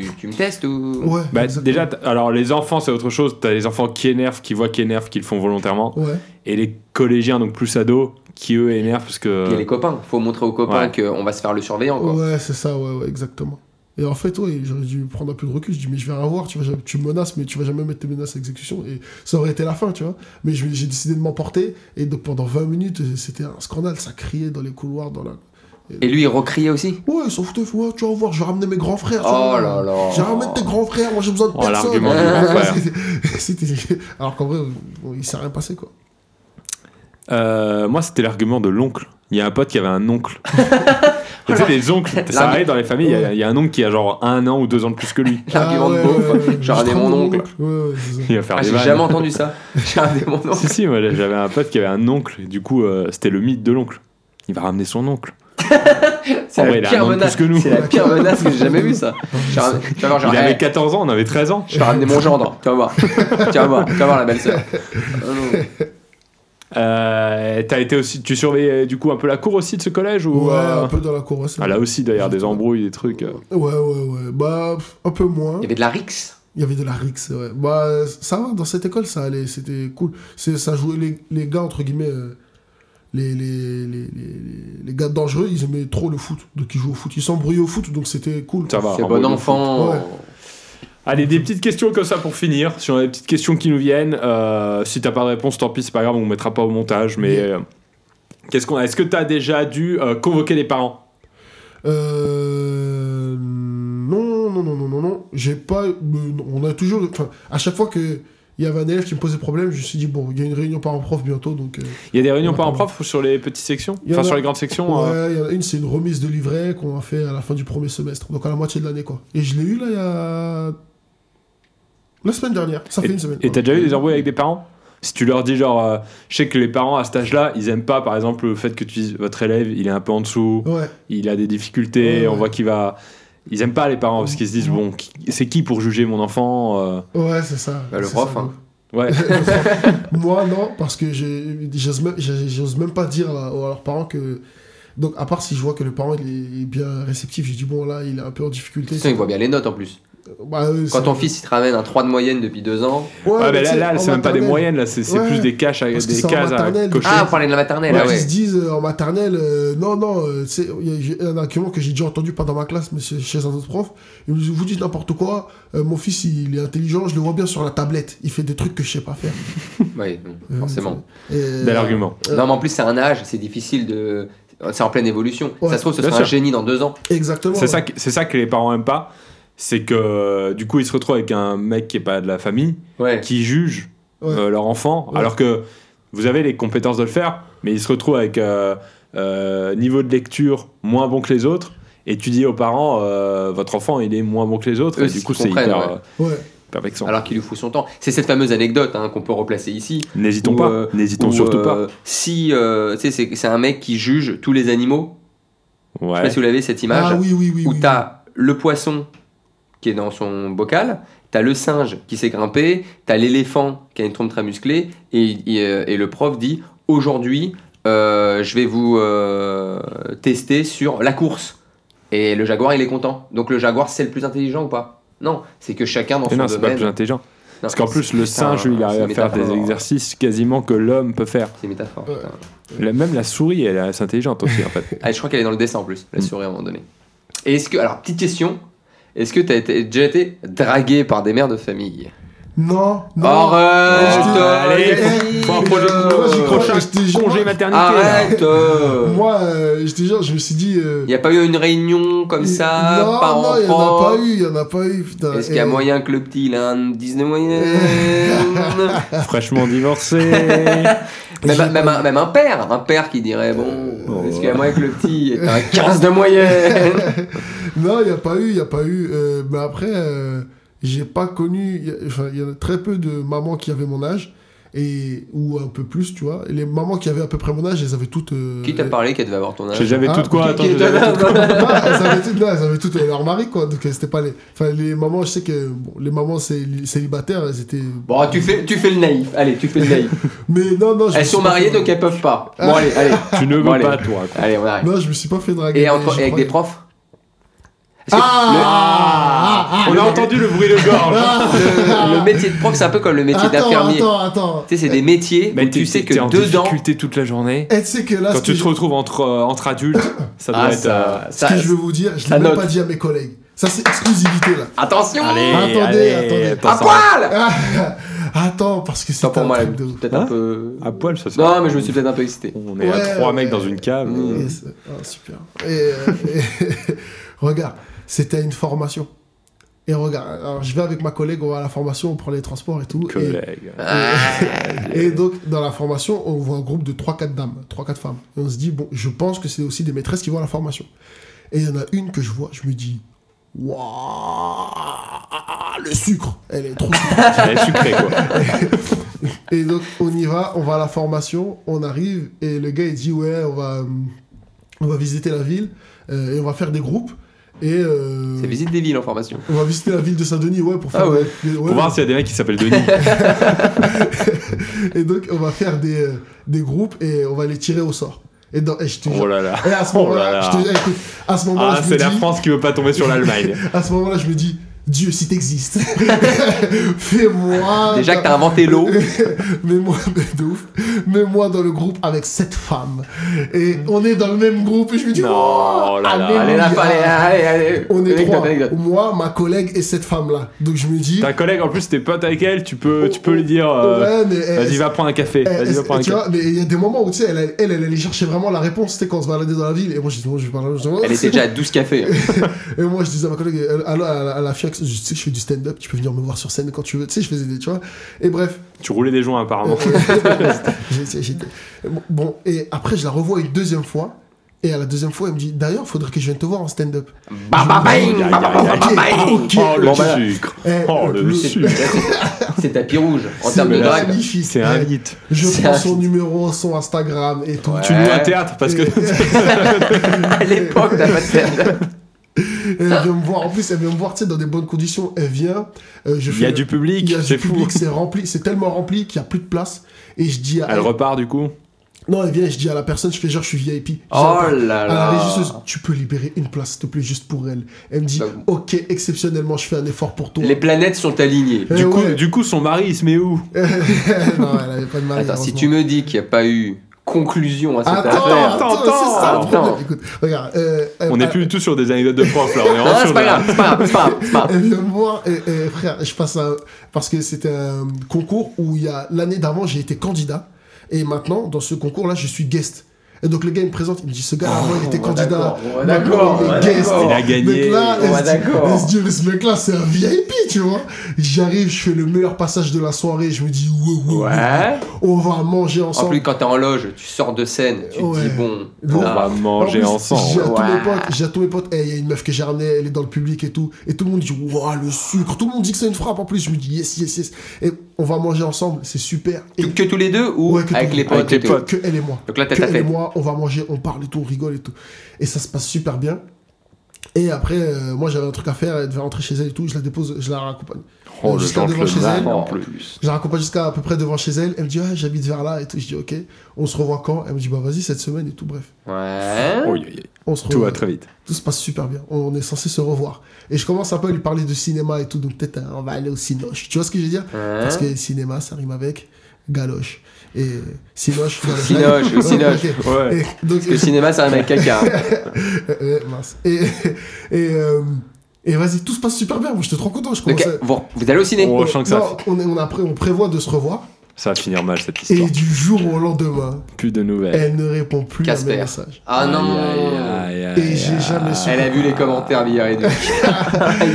[SPEAKER 2] dis tu, tu me testes ou.
[SPEAKER 3] Ouais.
[SPEAKER 1] Bah,
[SPEAKER 3] exactement.
[SPEAKER 1] déjà, t- alors les enfants, c'est autre chose. T'as les enfants qui énervent, qui voient qui énervent, qui le font volontairement.
[SPEAKER 3] Ouais.
[SPEAKER 1] Et les collégiens, donc plus ados, qui eux énervent parce que.
[SPEAKER 2] Il y a les copains, faut montrer aux copains
[SPEAKER 1] Ouais.
[SPEAKER 2] qu'on va se faire le surveillant quoi.
[SPEAKER 3] Ouais, c'est ça, ouais, ouais, exactement. Et en fait, ouais, j'aurais dû prendre un peu de recul. Je dis, mais je vais rien voir, tu, vas, jamais- tu me menaces, mais tu vas jamais mettre tes menaces à exécution. Et ça aurait été la fin, tu vois. Mais je- j'ai décidé de m'emporter. Et donc pendant 20 minutes, c'était un scandale. Ça criait dans les couloirs, dans la.
[SPEAKER 2] Et lui il recriait aussi.
[SPEAKER 3] Ouais, ils s'en foutaient. Ouais, tu vas voir, je vais ramener mes grands frères. tu
[SPEAKER 2] Oh
[SPEAKER 3] vois.
[SPEAKER 2] là là.
[SPEAKER 3] Ah, J'ai ramené tes grands frères, moi j'ai besoin de
[SPEAKER 1] Oh,
[SPEAKER 3] personne.
[SPEAKER 1] l'argument
[SPEAKER 2] du grand frère.
[SPEAKER 3] C'était- c'était- Alors qu'en vrai, bon, il s'est rien passé, quoi.
[SPEAKER 1] Euh, moi, c'était l'argument de l'oncle. Il y a un pote qui avait un oncle. Et tu sais, les oncles, ça
[SPEAKER 2] L'argument-
[SPEAKER 1] arrive dans les familles. Il y a- il y, a un oncle qui a genre un an ou deux ans de plus que lui.
[SPEAKER 2] L'argument de
[SPEAKER 3] Ah, ouais,
[SPEAKER 2] beauf.
[SPEAKER 3] ouais, ouais,
[SPEAKER 2] J'ai ramené
[SPEAKER 3] juste
[SPEAKER 2] mon
[SPEAKER 3] ramener
[SPEAKER 2] oncle.
[SPEAKER 3] Ouais, ouais, c'est ça.
[SPEAKER 1] Il va faire
[SPEAKER 2] Ah,
[SPEAKER 1] des
[SPEAKER 2] j'ai
[SPEAKER 1] vannes.
[SPEAKER 2] jamais entendu ça. J'ai ramené mon oncle.
[SPEAKER 1] Si, si, moi j'avais un pote qui avait un oncle. Et du coup, euh, c'était le mythe de l'oncle. Il va ramener son oncle.
[SPEAKER 2] C'est
[SPEAKER 1] Oh, ouais,
[SPEAKER 2] la
[SPEAKER 1] il a un
[SPEAKER 2] pire
[SPEAKER 1] oncle
[SPEAKER 2] menace.
[SPEAKER 1] plus que nous.
[SPEAKER 2] C'est la pire menace que j'ai jamais vue ça. J'ai ramené- Tu vas voir, j'ai
[SPEAKER 1] Il
[SPEAKER 2] ramené-
[SPEAKER 1] avait 14 ans, on avait 13 ans.
[SPEAKER 2] Je vais ramener mon gendre, tu vas voir. tu vas voir, tu vas voir la belle sœur.
[SPEAKER 1] Euh, T'as été aussi, tu surveillais euh, du coup un peu la cour aussi de ce collège ou
[SPEAKER 3] Ouais,
[SPEAKER 1] euh,
[SPEAKER 3] un peu dans la cour. ouais, c'est
[SPEAKER 1] ah, là aussi d'ailleurs des embrouilles, des trucs. euh.
[SPEAKER 3] Ouais, ouais, ouais. Bah, pff, un peu moins.
[SPEAKER 1] Eh
[SPEAKER 2] Il y
[SPEAKER 1] ben.
[SPEAKER 2] avait de la Rix.
[SPEAKER 3] Il y avait de la rixe, ouais. Bah, ça va, dans cette école, ça allait, c'était cool. C'est, ça jouait les, les gars, entre guillemets, euh, les, les, les, les, les gars dangereux, ils aimaient trop le foot. Donc, ils jouaient au foot. Ils s'embrouillaient au foot, donc c'était cool.
[SPEAKER 1] Ça va.
[SPEAKER 2] Ah, C'est
[SPEAKER 1] en
[SPEAKER 2] bon
[SPEAKER 1] gros,
[SPEAKER 2] enfant.
[SPEAKER 3] Ouais.
[SPEAKER 1] Allez, des petites questions comme ça pour finir. Si on a des petites questions qui nous viennent, euh, si t'as pas de réponse, tant pis, c'est pas grave, on ne mettra pas au montage. Mais euh, qu'est-ce qu'on, est-ce que t'as déjà dû euh, convoquer les parents
[SPEAKER 3] Euh, non, non, non, non, non, non. J'ai pas. mais non, On a toujours. Enfin, à chaque fois que. Il y avait un élève qui me posait problème, je me suis dit, bon, il y a une réunion parents-prof bientôt, donc. euh,
[SPEAKER 1] Il y a des réunions
[SPEAKER 3] Ouais,
[SPEAKER 1] parents
[SPEAKER 3] pardon.
[SPEAKER 1] profs sur les petites sections,
[SPEAKER 3] Il y en
[SPEAKER 1] enfin
[SPEAKER 3] a-
[SPEAKER 1] sur les grandes sections. euh,
[SPEAKER 3] Ouais, il y en a une, c'est une remise de livret qu'on a fait à la fin du premier semestre, donc à la moitié de l'année, quoi. Et je l'ai eu là, il y a. La semaine dernière, ça fait une semaine.
[SPEAKER 1] Et t'as déjà eu des embrouilles avec des parents Si tu leur dis genre, euh, je sais que les parents à cet âge-là, ils aiment pas par exemple le fait que tu dises votre élève, il est un peu en dessous.
[SPEAKER 3] Ouais,
[SPEAKER 1] il a des difficultés,
[SPEAKER 3] Ouais,
[SPEAKER 1] on
[SPEAKER 3] ouais.
[SPEAKER 1] voit qu'il va. Ils aiment pas les parents parce qu'ils se disent bon, qui- c'est qui pour juger mon enfant euh,
[SPEAKER 3] ouais, c'est ça.
[SPEAKER 2] Bah, le
[SPEAKER 3] c'est
[SPEAKER 2] prof,
[SPEAKER 3] ça,
[SPEAKER 2] hein.
[SPEAKER 1] Ouais.
[SPEAKER 3] donc. Moi, non, parce que j'ai- j'ose même, j'ai- j'ose même pas dire à, à leurs parents que. Donc, à part si je vois que le parent il est, il est bien réceptif, j'ai dit, bon, là, il est un peu en
[SPEAKER 2] De toute
[SPEAKER 3] difficulté.
[SPEAKER 2] façon, il voit bien les notes en plus.
[SPEAKER 3] Bah, euh,
[SPEAKER 2] Quand
[SPEAKER 3] c'est-
[SPEAKER 2] ton fils il te ramène un 3 de moyenne depuis 2 ans.
[SPEAKER 3] Ouais,
[SPEAKER 1] Ouais, Ah, mais
[SPEAKER 3] tu
[SPEAKER 1] là,
[SPEAKER 3] sais,
[SPEAKER 1] là,
[SPEAKER 3] en
[SPEAKER 1] c'est même pas des
[SPEAKER 3] maternelle,
[SPEAKER 1] moyennes, là, c'est c'est
[SPEAKER 3] Ouais.
[SPEAKER 1] plus des caches, à,
[SPEAKER 3] Parce que
[SPEAKER 1] des
[SPEAKER 3] c'est en
[SPEAKER 1] cases à
[SPEAKER 3] maternelle,
[SPEAKER 1] cocher.
[SPEAKER 2] Ah, on parlait de la maternelle,
[SPEAKER 3] Ouais,
[SPEAKER 2] ah ouais.
[SPEAKER 3] Qui se disent euh, en maternelle, euh, non, non, euh, tu sais, il y a- j'ai un argument que j'ai déjà entendu, pas dans ma classe, mais chez, chez un autre prof. Ils me disent, vous dites n'importe quoi, euh, mon fils il est intelligent, je le vois bien sur la tablette, il fait des trucs que je sais pas faire.
[SPEAKER 2] Oui, oui,
[SPEAKER 3] Euh,
[SPEAKER 2] forcément. Ah.
[SPEAKER 3] Et-
[SPEAKER 1] Bel argument.
[SPEAKER 3] Euh,
[SPEAKER 2] Non, mais en plus, c'est un âge, c'est difficile de. C'est en pleine évolution.
[SPEAKER 3] Ouais.
[SPEAKER 2] Ça se trouve, ce
[SPEAKER 1] Bien
[SPEAKER 2] sera un
[SPEAKER 1] sûr.
[SPEAKER 2] génie dans 2 ans.
[SPEAKER 3] Exactement.
[SPEAKER 1] C'est ça, que- c'est ça que les parents aiment pas, c'est que euh, du coup ils se retrouvent avec un mec qui est pas de la famille,
[SPEAKER 2] Ouais.
[SPEAKER 1] qui juge
[SPEAKER 3] Ouais.
[SPEAKER 1] euh, leur enfant,
[SPEAKER 3] Ouais.
[SPEAKER 1] alors que vous avez les compétences de le faire, mais ils se retrouvent avec euh, euh, niveau de lecture moins bon que les autres. Et tu dis aux parents, euh, votre enfant, il est moins bon que les autres.
[SPEAKER 2] Eux,
[SPEAKER 1] et
[SPEAKER 2] c'est
[SPEAKER 1] du
[SPEAKER 2] ce
[SPEAKER 1] coup,
[SPEAKER 2] qu'ils
[SPEAKER 1] c'est
[SPEAKER 2] comprennent,
[SPEAKER 1] hyper,
[SPEAKER 2] ouais.
[SPEAKER 1] euh,
[SPEAKER 3] Ouais.
[SPEAKER 1] hyper vexant.
[SPEAKER 2] Alors qu'il lui fout son temps. C'est cette fameuse anecdote hein, qu'on peut replacer ici.
[SPEAKER 1] N'hésitons
[SPEAKER 2] Ou,
[SPEAKER 1] pas,
[SPEAKER 2] euh,
[SPEAKER 1] n'hésitons
[SPEAKER 2] où,
[SPEAKER 1] surtout
[SPEAKER 2] euh, Si, euh, tu sais, c'est- c'est un mec qui juge tous les animaux.
[SPEAKER 1] pas.
[SPEAKER 2] Je sais pas
[SPEAKER 1] Ouais.
[SPEAKER 2] si vous l'avez cette image.
[SPEAKER 3] Ah oui, oui, oui.
[SPEAKER 2] où
[SPEAKER 3] oui.
[SPEAKER 2] t'as le poisson qui est dans son bocal, t'as le singe qui s'est grimpé, t'as l'éléphant qui a une trompe très musclée, et, et, euh, et le prof dit aujourd'hui, euh, je vais vous euh, tester sur la course. Et le jaguar, il est content. Donc le jaguar, c'est le plus intelligent ou pas Non, c'est que chacun dans
[SPEAKER 1] Mais
[SPEAKER 2] son
[SPEAKER 1] non, c'est pas
[SPEAKER 2] domaine.
[SPEAKER 1] plus intelligent.
[SPEAKER 2] Non,
[SPEAKER 1] Parce qu'en plus,
[SPEAKER 2] c'est-
[SPEAKER 1] le
[SPEAKER 2] putain,
[SPEAKER 1] singe, lui, il arrive
[SPEAKER 2] c'est
[SPEAKER 1] à faire des
[SPEAKER 2] métaphore.
[SPEAKER 1] exercices quasiment que l'homme peut faire.
[SPEAKER 2] C'est métaphore.
[SPEAKER 3] Ouais.
[SPEAKER 2] putain.
[SPEAKER 1] La- Même la souris, elle est assez intelligente aussi, en fait.
[SPEAKER 2] Ah, je crois qu'elle est dans le dessin en plus,
[SPEAKER 1] Mm.
[SPEAKER 2] la souris à un moment donné. Et est-ce que, alors petite question, est-ce que t'as été- déjà été dragué par des mères de famille
[SPEAKER 3] Non, non.
[SPEAKER 2] euh, Arrête euh,
[SPEAKER 3] Oh,
[SPEAKER 1] allez,
[SPEAKER 2] Alexis,
[SPEAKER 1] faut- faut un projet-
[SPEAKER 2] euh,
[SPEAKER 3] Moi, j'y crois
[SPEAKER 1] Prochain
[SPEAKER 3] je te jure,
[SPEAKER 1] congé maternité.
[SPEAKER 2] Ah Arrête euh.
[SPEAKER 3] Moi, euh, je te jure, je me suis dit. euh,
[SPEAKER 2] Il n'y a pas eu une réunion comme ça
[SPEAKER 3] Non,
[SPEAKER 2] par
[SPEAKER 3] non, il y en a pas eu, il y en a pas eu, putain.
[SPEAKER 2] Est-ce qu'il y a
[SPEAKER 3] Et-
[SPEAKER 2] moyen que le petit il a un 19 moyen
[SPEAKER 1] Fraîchement divorcé.
[SPEAKER 2] même, un- même un, même un père, un père qui dirait bon,
[SPEAKER 3] Oh.
[SPEAKER 1] Euh,
[SPEAKER 2] est-ce qu'il y a moyen que le petit ait un 15 de moyenne
[SPEAKER 3] Non, il n'y a pas eu, il n'y a pas eu. euh, mais après, euh, j'ai pas connu. y a- Enfin, il y en a très peu de mamans qui avaient mon âge. et ou un peu plus, tu vois. Et les mamans qui avaient à peu près mon âge, elles avaient toutes. euh,
[SPEAKER 2] Qui t'a
[SPEAKER 3] elles-
[SPEAKER 2] parlé qu'elle devait avoir ton âge
[SPEAKER 1] J'ai jamais
[SPEAKER 3] Ah,
[SPEAKER 1] tout de quoi.
[SPEAKER 3] ok,
[SPEAKER 1] Attends,
[SPEAKER 2] ok,
[SPEAKER 1] j'ai jamais
[SPEAKER 2] non,
[SPEAKER 1] tout de quoi.
[SPEAKER 3] Non, elles avaient toutes, non, elles avaient toutes leur mari, quoi. Donc, euh, c'était pas les. Enfin, les mamans, je sais que bon, les mamans cé- célibataires, elles étaient.
[SPEAKER 2] Bon, tu fais, tu fais le naïf. Allez, tu fais le naïf.
[SPEAKER 3] Mais non, non. je me
[SPEAKER 2] Elles
[SPEAKER 3] suis
[SPEAKER 2] sont
[SPEAKER 3] pas
[SPEAKER 2] mariées,
[SPEAKER 3] fait-
[SPEAKER 2] donc elles peuvent pas. Bon, allez, allez.
[SPEAKER 1] Tu ne veux
[SPEAKER 2] Bon, allez.
[SPEAKER 1] pas, toi. quoi.
[SPEAKER 2] Allez, on arrête.
[SPEAKER 3] Non, je me suis pas fait draguer.
[SPEAKER 2] Et, entre-
[SPEAKER 3] mais je
[SPEAKER 2] et avec
[SPEAKER 3] crois-
[SPEAKER 2] des profs Parce que
[SPEAKER 3] Ah, ah,
[SPEAKER 1] On a entendu le bruit de gorge.
[SPEAKER 3] ah,
[SPEAKER 2] le, le- le métier de prof, c'est un peu comme le métier
[SPEAKER 3] Attends,
[SPEAKER 2] d'infirmier.
[SPEAKER 3] attends, attends.
[SPEAKER 2] Tu sais, c'est des métiers où tu sais que
[SPEAKER 1] t'es en
[SPEAKER 2] dedans.
[SPEAKER 1] difficulté toute la journée.
[SPEAKER 3] Et Eh, tu sais que là,
[SPEAKER 1] Quand
[SPEAKER 3] ce que
[SPEAKER 1] tu
[SPEAKER 3] je-
[SPEAKER 1] te retrouves entre, euh, entre adultes, ça doit
[SPEAKER 2] Ah,
[SPEAKER 1] être. euh,
[SPEAKER 2] ça,
[SPEAKER 3] ce
[SPEAKER 2] ça-
[SPEAKER 3] que je veux vous dire, je
[SPEAKER 2] ça
[SPEAKER 3] l'ai même
[SPEAKER 2] note.
[SPEAKER 3] pas dit à mes collègues. Ça, c'est exclusivité, là.
[SPEAKER 2] Attention
[SPEAKER 1] Allez,
[SPEAKER 3] Attendez,
[SPEAKER 1] allez,
[SPEAKER 3] attendez.
[SPEAKER 1] passe
[SPEAKER 2] À
[SPEAKER 1] en-
[SPEAKER 2] poil
[SPEAKER 3] Ah, attends, parce que c'est
[SPEAKER 2] Ça pour
[SPEAKER 3] un
[SPEAKER 2] moi,
[SPEAKER 3] truc de ouf. Ah,
[SPEAKER 2] peut-être
[SPEAKER 1] Hein
[SPEAKER 2] un peu.
[SPEAKER 1] À poil, ça se
[SPEAKER 2] Non, mais je me suis peut-être un peu excité.
[SPEAKER 1] On est à
[SPEAKER 3] Ouais,
[SPEAKER 1] trois
[SPEAKER 3] ouais.
[SPEAKER 1] mecs dans une cave.
[SPEAKER 2] Mmh.
[SPEAKER 1] euh,
[SPEAKER 3] Yes. Ah, super. Et, euh, et- regarde, c'était une formation. Et regarde, alors je vais avec ma collègue, on va à la formation, on prend les transports et tout. Et,
[SPEAKER 1] Collègue.
[SPEAKER 3] et donc, dans la formation, on voit un groupe de 3-4 dames, 3-4 femmes. Et on se dit, bon, je pense que c'est aussi des maîtresses qui vont à la formation. Et il y en a une que je vois, je me dis, waouh, le sucre, elle est trop sucrée.
[SPEAKER 1] Elle est sucrée, quoi.
[SPEAKER 3] Et donc, on y va, on va à la formation, on arrive, et le gars, il dit, ouais, on va, euh, on va visiter la ville, euh, et on va faire des groupes, et euh,
[SPEAKER 2] C'est visite des villes en formation.
[SPEAKER 3] on va visiter la ville de Saint-Denis, ouais, pour faire...
[SPEAKER 2] Ah ouais.
[SPEAKER 3] des- ouais,
[SPEAKER 1] Pour voir s'il y a des mecs qui s'appellent Denis.
[SPEAKER 3] Et donc, on va faire des, euh, des groupes, et on va les tirer au sort. Et, dans, et je te jure,
[SPEAKER 1] Oh là là.
[SPEAKER 3] Et à ce
[SPEAKER 1] Oh là
[SPEAKER 3] moment-là,
[SPEAKER 1] là.
[SPEAKER 3] je te- eh, écoute, à ce moment-là,
[SPEAKER 1] Ah,
[SPEAKER 3] je me
[SPEAKER 1] c'est la
[SPEAKER 3] dis,
[SPEAKER 1] France qui veut pas tomber sur l'Allemagne.
[SPEAKER 3] à ce moment-là, je me dis, Dieu, si t'existes, fais-moi.
[SPEAKER 2] Déjà que t'as inventé l'eau.
[SPEAKER 3] Mets-moi, mais de ouf, mets-moi dans le groupe avec cette femme. Et on est dans le même groupe et je me dis,
[SPEAKER 1] Non,
[SPEAKER 3] oh,
[SPEAKER 1] oh là là,
[SPEAKER 3] alléluia.
[SPEAKER 2] Allez, là, allez, allez, allez.
[SPEAKER 3] Ah, On est
[SPEAKER 2] Anecdote,
[SPEAKER 3] trois,
[SPEAKER 2] anecdote.
[SPEAKER 3] moi, ma collègue et cette femme-là. Donc je me dis,
[SPEAKER 1] Ta collègue, en plus, t'es pote avec elle, tu peux, tu peux
[SPEAKER 3] oh,
[SPEAKER 1] lui dire. euh,
[SPEAKER 3] ouais, mais eh,
[SPEAKER 1] Vas-y, va prendre un café.
[SPEAKER 3] eh,
[SPEAKER 1] Vas-y,
[SPEAKER 3] est-ce-
[SPEAKER 1] va prendre un
[SPEAKER 3] tu
[SPEAKER 1] café.
[SPEAKER 3] vois, mais il y a des moments où tu sais, elle, elle, elle, elle allait chercher vraiment la réponse, tu sais, quand on se baladait dans la ville. Et moi, je dis, bon, je vais parler. je dis, oh,
[SPEAKER 2] Elle était déjà à 12 cafés.
[SPEAKER 3] Et moi, je disais à ma collègue, elle- allô, à la, à la FIAC, je tu sais que je fais du stand-up, tu peux venir me voir sur scène quand tu veux. Tu sais, je faisais des, tu vois. Et bref.
[SPEAKER 1] Tu roulais des joints, apparemment.
[SPEAKER 3] Euh, J'ai- j'ai- bon, Bon, et après, je la revois une deuxième fois. Et à la deuxième fois, elle me dit, d'ailleurs, faudrait que je vienne te voir en stand-up.
[SPEAKER 2] Bah, bah, bang, bah, bah, bah, bah, bang.
[SPEAKER 3] Ok, ok.
[SPEAKER 1] Oh, le
[SPEAKER 2] Bon, bah,
[SPEAKER 1] sucre.
[SPEAKER 3] Eh,
[SPEAKER 1] Oh, le
[SPEAKER 3] le-
[SPEAKER 1] sucre.
[SPEAKER 2] C'est tapis rouge en
[SPEAKER 3] C'est
[SPEAKER 2] termes de
[SPEAKER 1] mais là,
[SPEAKER 2] drague.
[SPEAKER 3] magnifique.
[SPEAKER 1] C'est un hit.
[SPEAKER 3] Je
[SPEAKER 2] c'est
[SPEAKER 3] prends
[SPEAKER 2] un-
[SPEAKER 3] son numéro, son Instagram et tout.
[SPEAKER 2] Ouais.
[SPEAKER 1] Tu loues un théâtre parce que.
[SPEAKER 2] À l'époque, t'as pas de scène.
[SPEAKER 3] Et elle vient me voir. En plus, elle vient me voir, tu sais, dans des bonnes conditions. Elle vient. euh, je
[SPEAKER 1] Il y a
[SPEAKER 3] fais-
[SPEAKER 1] du
[SPEAKER 3] il
[SPEAKER 1] public,
[SPEAKER 3] y a
[SPEAKER 1] c'est
[SPEAKER 3] du
[SPEAKER 1] fou.
[SPEAKER 3] public, c'est rempli, c'est tellement rempli qu'il n'y a plus de place. Et je dis à
[SPEAKER 1] Elle repart du coup.
[SPEAKER 3] Non, elle vient, je dis à la personne, je fais genre, je suis VIP. Je dis à la
[SPEAKER 2] Oh
[SPEAKER 3] personne,
[SPEAKER 2] là
[SPEAKER 3] à la régisseuse,
[SPEAKER 2] là.
[SPEAKER 3] tu peux libérer une place, s'il te plaît, juste pour elle. Elle me dit,
[SPEAKER 2] J'avoue.
[SPEAKER 3] ok, exceptionnellement, je fais un effort pour toi.
[SPEAKER 2] Les planètes sont alignées.
[SPEAKER 3] Eh
[SPEAKER 1] Du coup,
[SPEAKER 3] ouais.
[SPEAKER 1] du coup, son mari, il se met où
[SPEAKER 3] non, elle avait pas de mari.
[SPEAKER 2] Attends, si tu me dis qu'il n'y a pas eu conclusion à cette
[SPEAKER 3] Ah, Attends,
[SPEAKER 2] affaire.
[SPEAKER 3] attends,
[SPEAKER 1] Attends,
[SPEAKER 3] c'est ça le
[SPEAKER 2] attends.
[SPEAKER 3] problème. Écoute, regarde, euh, elle,
[SPEAKER 1] On n'est
[SPEAKER 3] elle-
[SPEAKER 1] plus du tout sur des anecdotes de prof là. On est
[SPEAKER 2] Non,
[SPEAKER 1] vraiment
[SPEAKER 2] c'est
[SPEAKER 1] sur
[SPEAKER 2] pas
[SPEAKER 1] de-
[SPEAKER 2] grave, c'est pas grave, c'est pas grave, c'est pas grave.
[SPEAKER 3] Elle vient me voir, et, et frère, je passe un. Parce que c'était un concours où il y a. L'année d'avant, j'ai été candidat. Et maintenant, dans ce concours-là, je suis guest. Et donc, le gars, il me présente, il me dit, ce gars,
[SPEAKER 2] Oh,
[SPEAKER 3] avant, il Ah, était candidat.
[SPEAKER 2] D'accord,
[SPEAKER 3] Maintenant,
[SPEAKER 2] ouais,
[SPEAKER 3] il est guest.
[SPEAKER 2] d'accord.
[SPEAKER 1] Il a gagné.
[SPEAKER 3] Mec
[SPEAKER 2] Ouais,
[SPEAKER 3] là, elle se dit-
[SPEAKER 2] d'accord.
[SPEAKER 3] elle se dit, mais ce mec là, c'est un VIP, tu vois. J'arrive, je fais le meilleur passage de la soirée, je me dis, ouais, ouais, ouais,
[SPEAKER 2] Ouais.
[SPEAKER 3] on va manger
[SPEAKER 2] En
[SPEAKER 3] ensemble.
[SPEAKER 2] plus, quand t'es en loge, tu sors de scène, tu te
[SPEAKER 3] Ouais.
[SPEAKER 2] dis bon.
[SPEAKER 1] On
[SPEAKER 3] Non.
[SPEAKER 1] va
[SPEAKER 2] là,
[SPEAKER 1] manger
[SPEAKER 3] En plus, J'ai
[SPEAKER 1] ensemble.
[SPEAKER 3] à tous
[SPEAKER 2] Ouais.
[SPEAKER 3] mes potes, j'ai à tous mes potes, Eh, il y a une meuf que j'ai ramenée, elle est dans le public et tout. Et tout le monde dit, waouh, le sucre. Tout le monde dit que c'est une frappe en plus. Je me dis, yes, yes, yes. Et on va manger ensemble, c'est super. Et
[SPEAKER 2] tu- Que tous les deux ou
[SPEAKER 3] Ouais, que
[SPEAKER 2] avec
[SPEAKER 3] tous-
[SPEAKER 2] les potes
[SPEAKER 1] avec les
[SPEAKER 2] et tout.
[SPEAKER 1] potes.
[SPEAKER 3] que elle et moi.
[SPEAKER 2] Donc là, t'as
[SPEAKER 3] que
[SPEAKER 2] ta
[SPEAKER 3] elle et
[SPEAKER 2] tête.
[SPEAKER 3] moi, on va manger, on parle et tout, on rigole et tout. Et ça se passe super bien. Et après, euh, moi j'avais un truc à faire, elle devait rentrer chez elle et tout, je la dépose, je la raccompagne.
[SPEAKER 1] Oh, le
[SPEAKER 3] Jusqu'à devant chez
[SPEAKER 1] gentleman
[SPEAKER 3] elle.
[SPEAKER 1] en plus.
[SPEAKER 3] Je la raccompagne jusqu'à à peu près devant chez elle. Elle me dit, ah, j'habite vers là et tout. Je dis, ok, on se revoit quand Elle me dit, bah vas-y, cette semaine et tout, bref.
[SPEAKER 2] Ouais.
[SPEAKER 1] Oui, oui, oui.
[SPEAKER 3] On se
[SPEAKER 1] Tout va
[SPEAKER 3] revoit.
[SPEAKER 1] très vite.
[SPEAKER 3] Tout se passe super bien. On est censé se revoir. Et je commence un peu à lui parler de cinéma et tout. Donc peut-être, hein, on va aller au cinoche. Tu vois ce que je veux
[SPEAKER 2] Hein?
[SPEAKER 3] dire Parce que cinéma, ça rime avec galoche. Et cinoche, galoche.
[SPEAKER 2] Cinoche, le
[SPEAKER 3] Ouais,
[SPEAKER 2] cinoche.
[SPEAKER 3] ok.
[SPEAKER 1] Ouais.
[SPEAKER 3] Et donc,
[SPEAKER 2] Parce que le cinéma, c'est un mec caca.
[SPEAKER 3] euh, euh, mince. Et, et, euh, et vas-y, tout se passe super bien. Moi, j'étais trop content. Je
[SPEAKER 2] Donc,
[SPEAKER 3] commence à-
[SPEAKER 2] vous, vous allez au ciné
[SPEAKER 1] On ressent que ça,
[SPEAKER 3] Non, on, est- on, a pré- on prévoit de se revoir.
[SPEAKER 1] ça va finir mal cette
[SPEAKER 3] Et
[SPEAKER 1] histoire.
[SPEAKER 3] du jour au lendemain,
[SPEAKER 1] Plus de nouvelles.
[SPEAKER 3] elle ne répond plus à mes
[SPEAKER 2] Casper.
[SPEAKER 3] messages.
[SPEAKER 2] Ah non
[SPEAKER 1] Aïe, aïe, aïe,
[SPEAKER 3] Et j'ai
[SPEAKER 1] aïe.
[SPEAKER 3] jamais su.
[SPEAKER 2] Elle a vu les commentaires d'hier et du. Aïe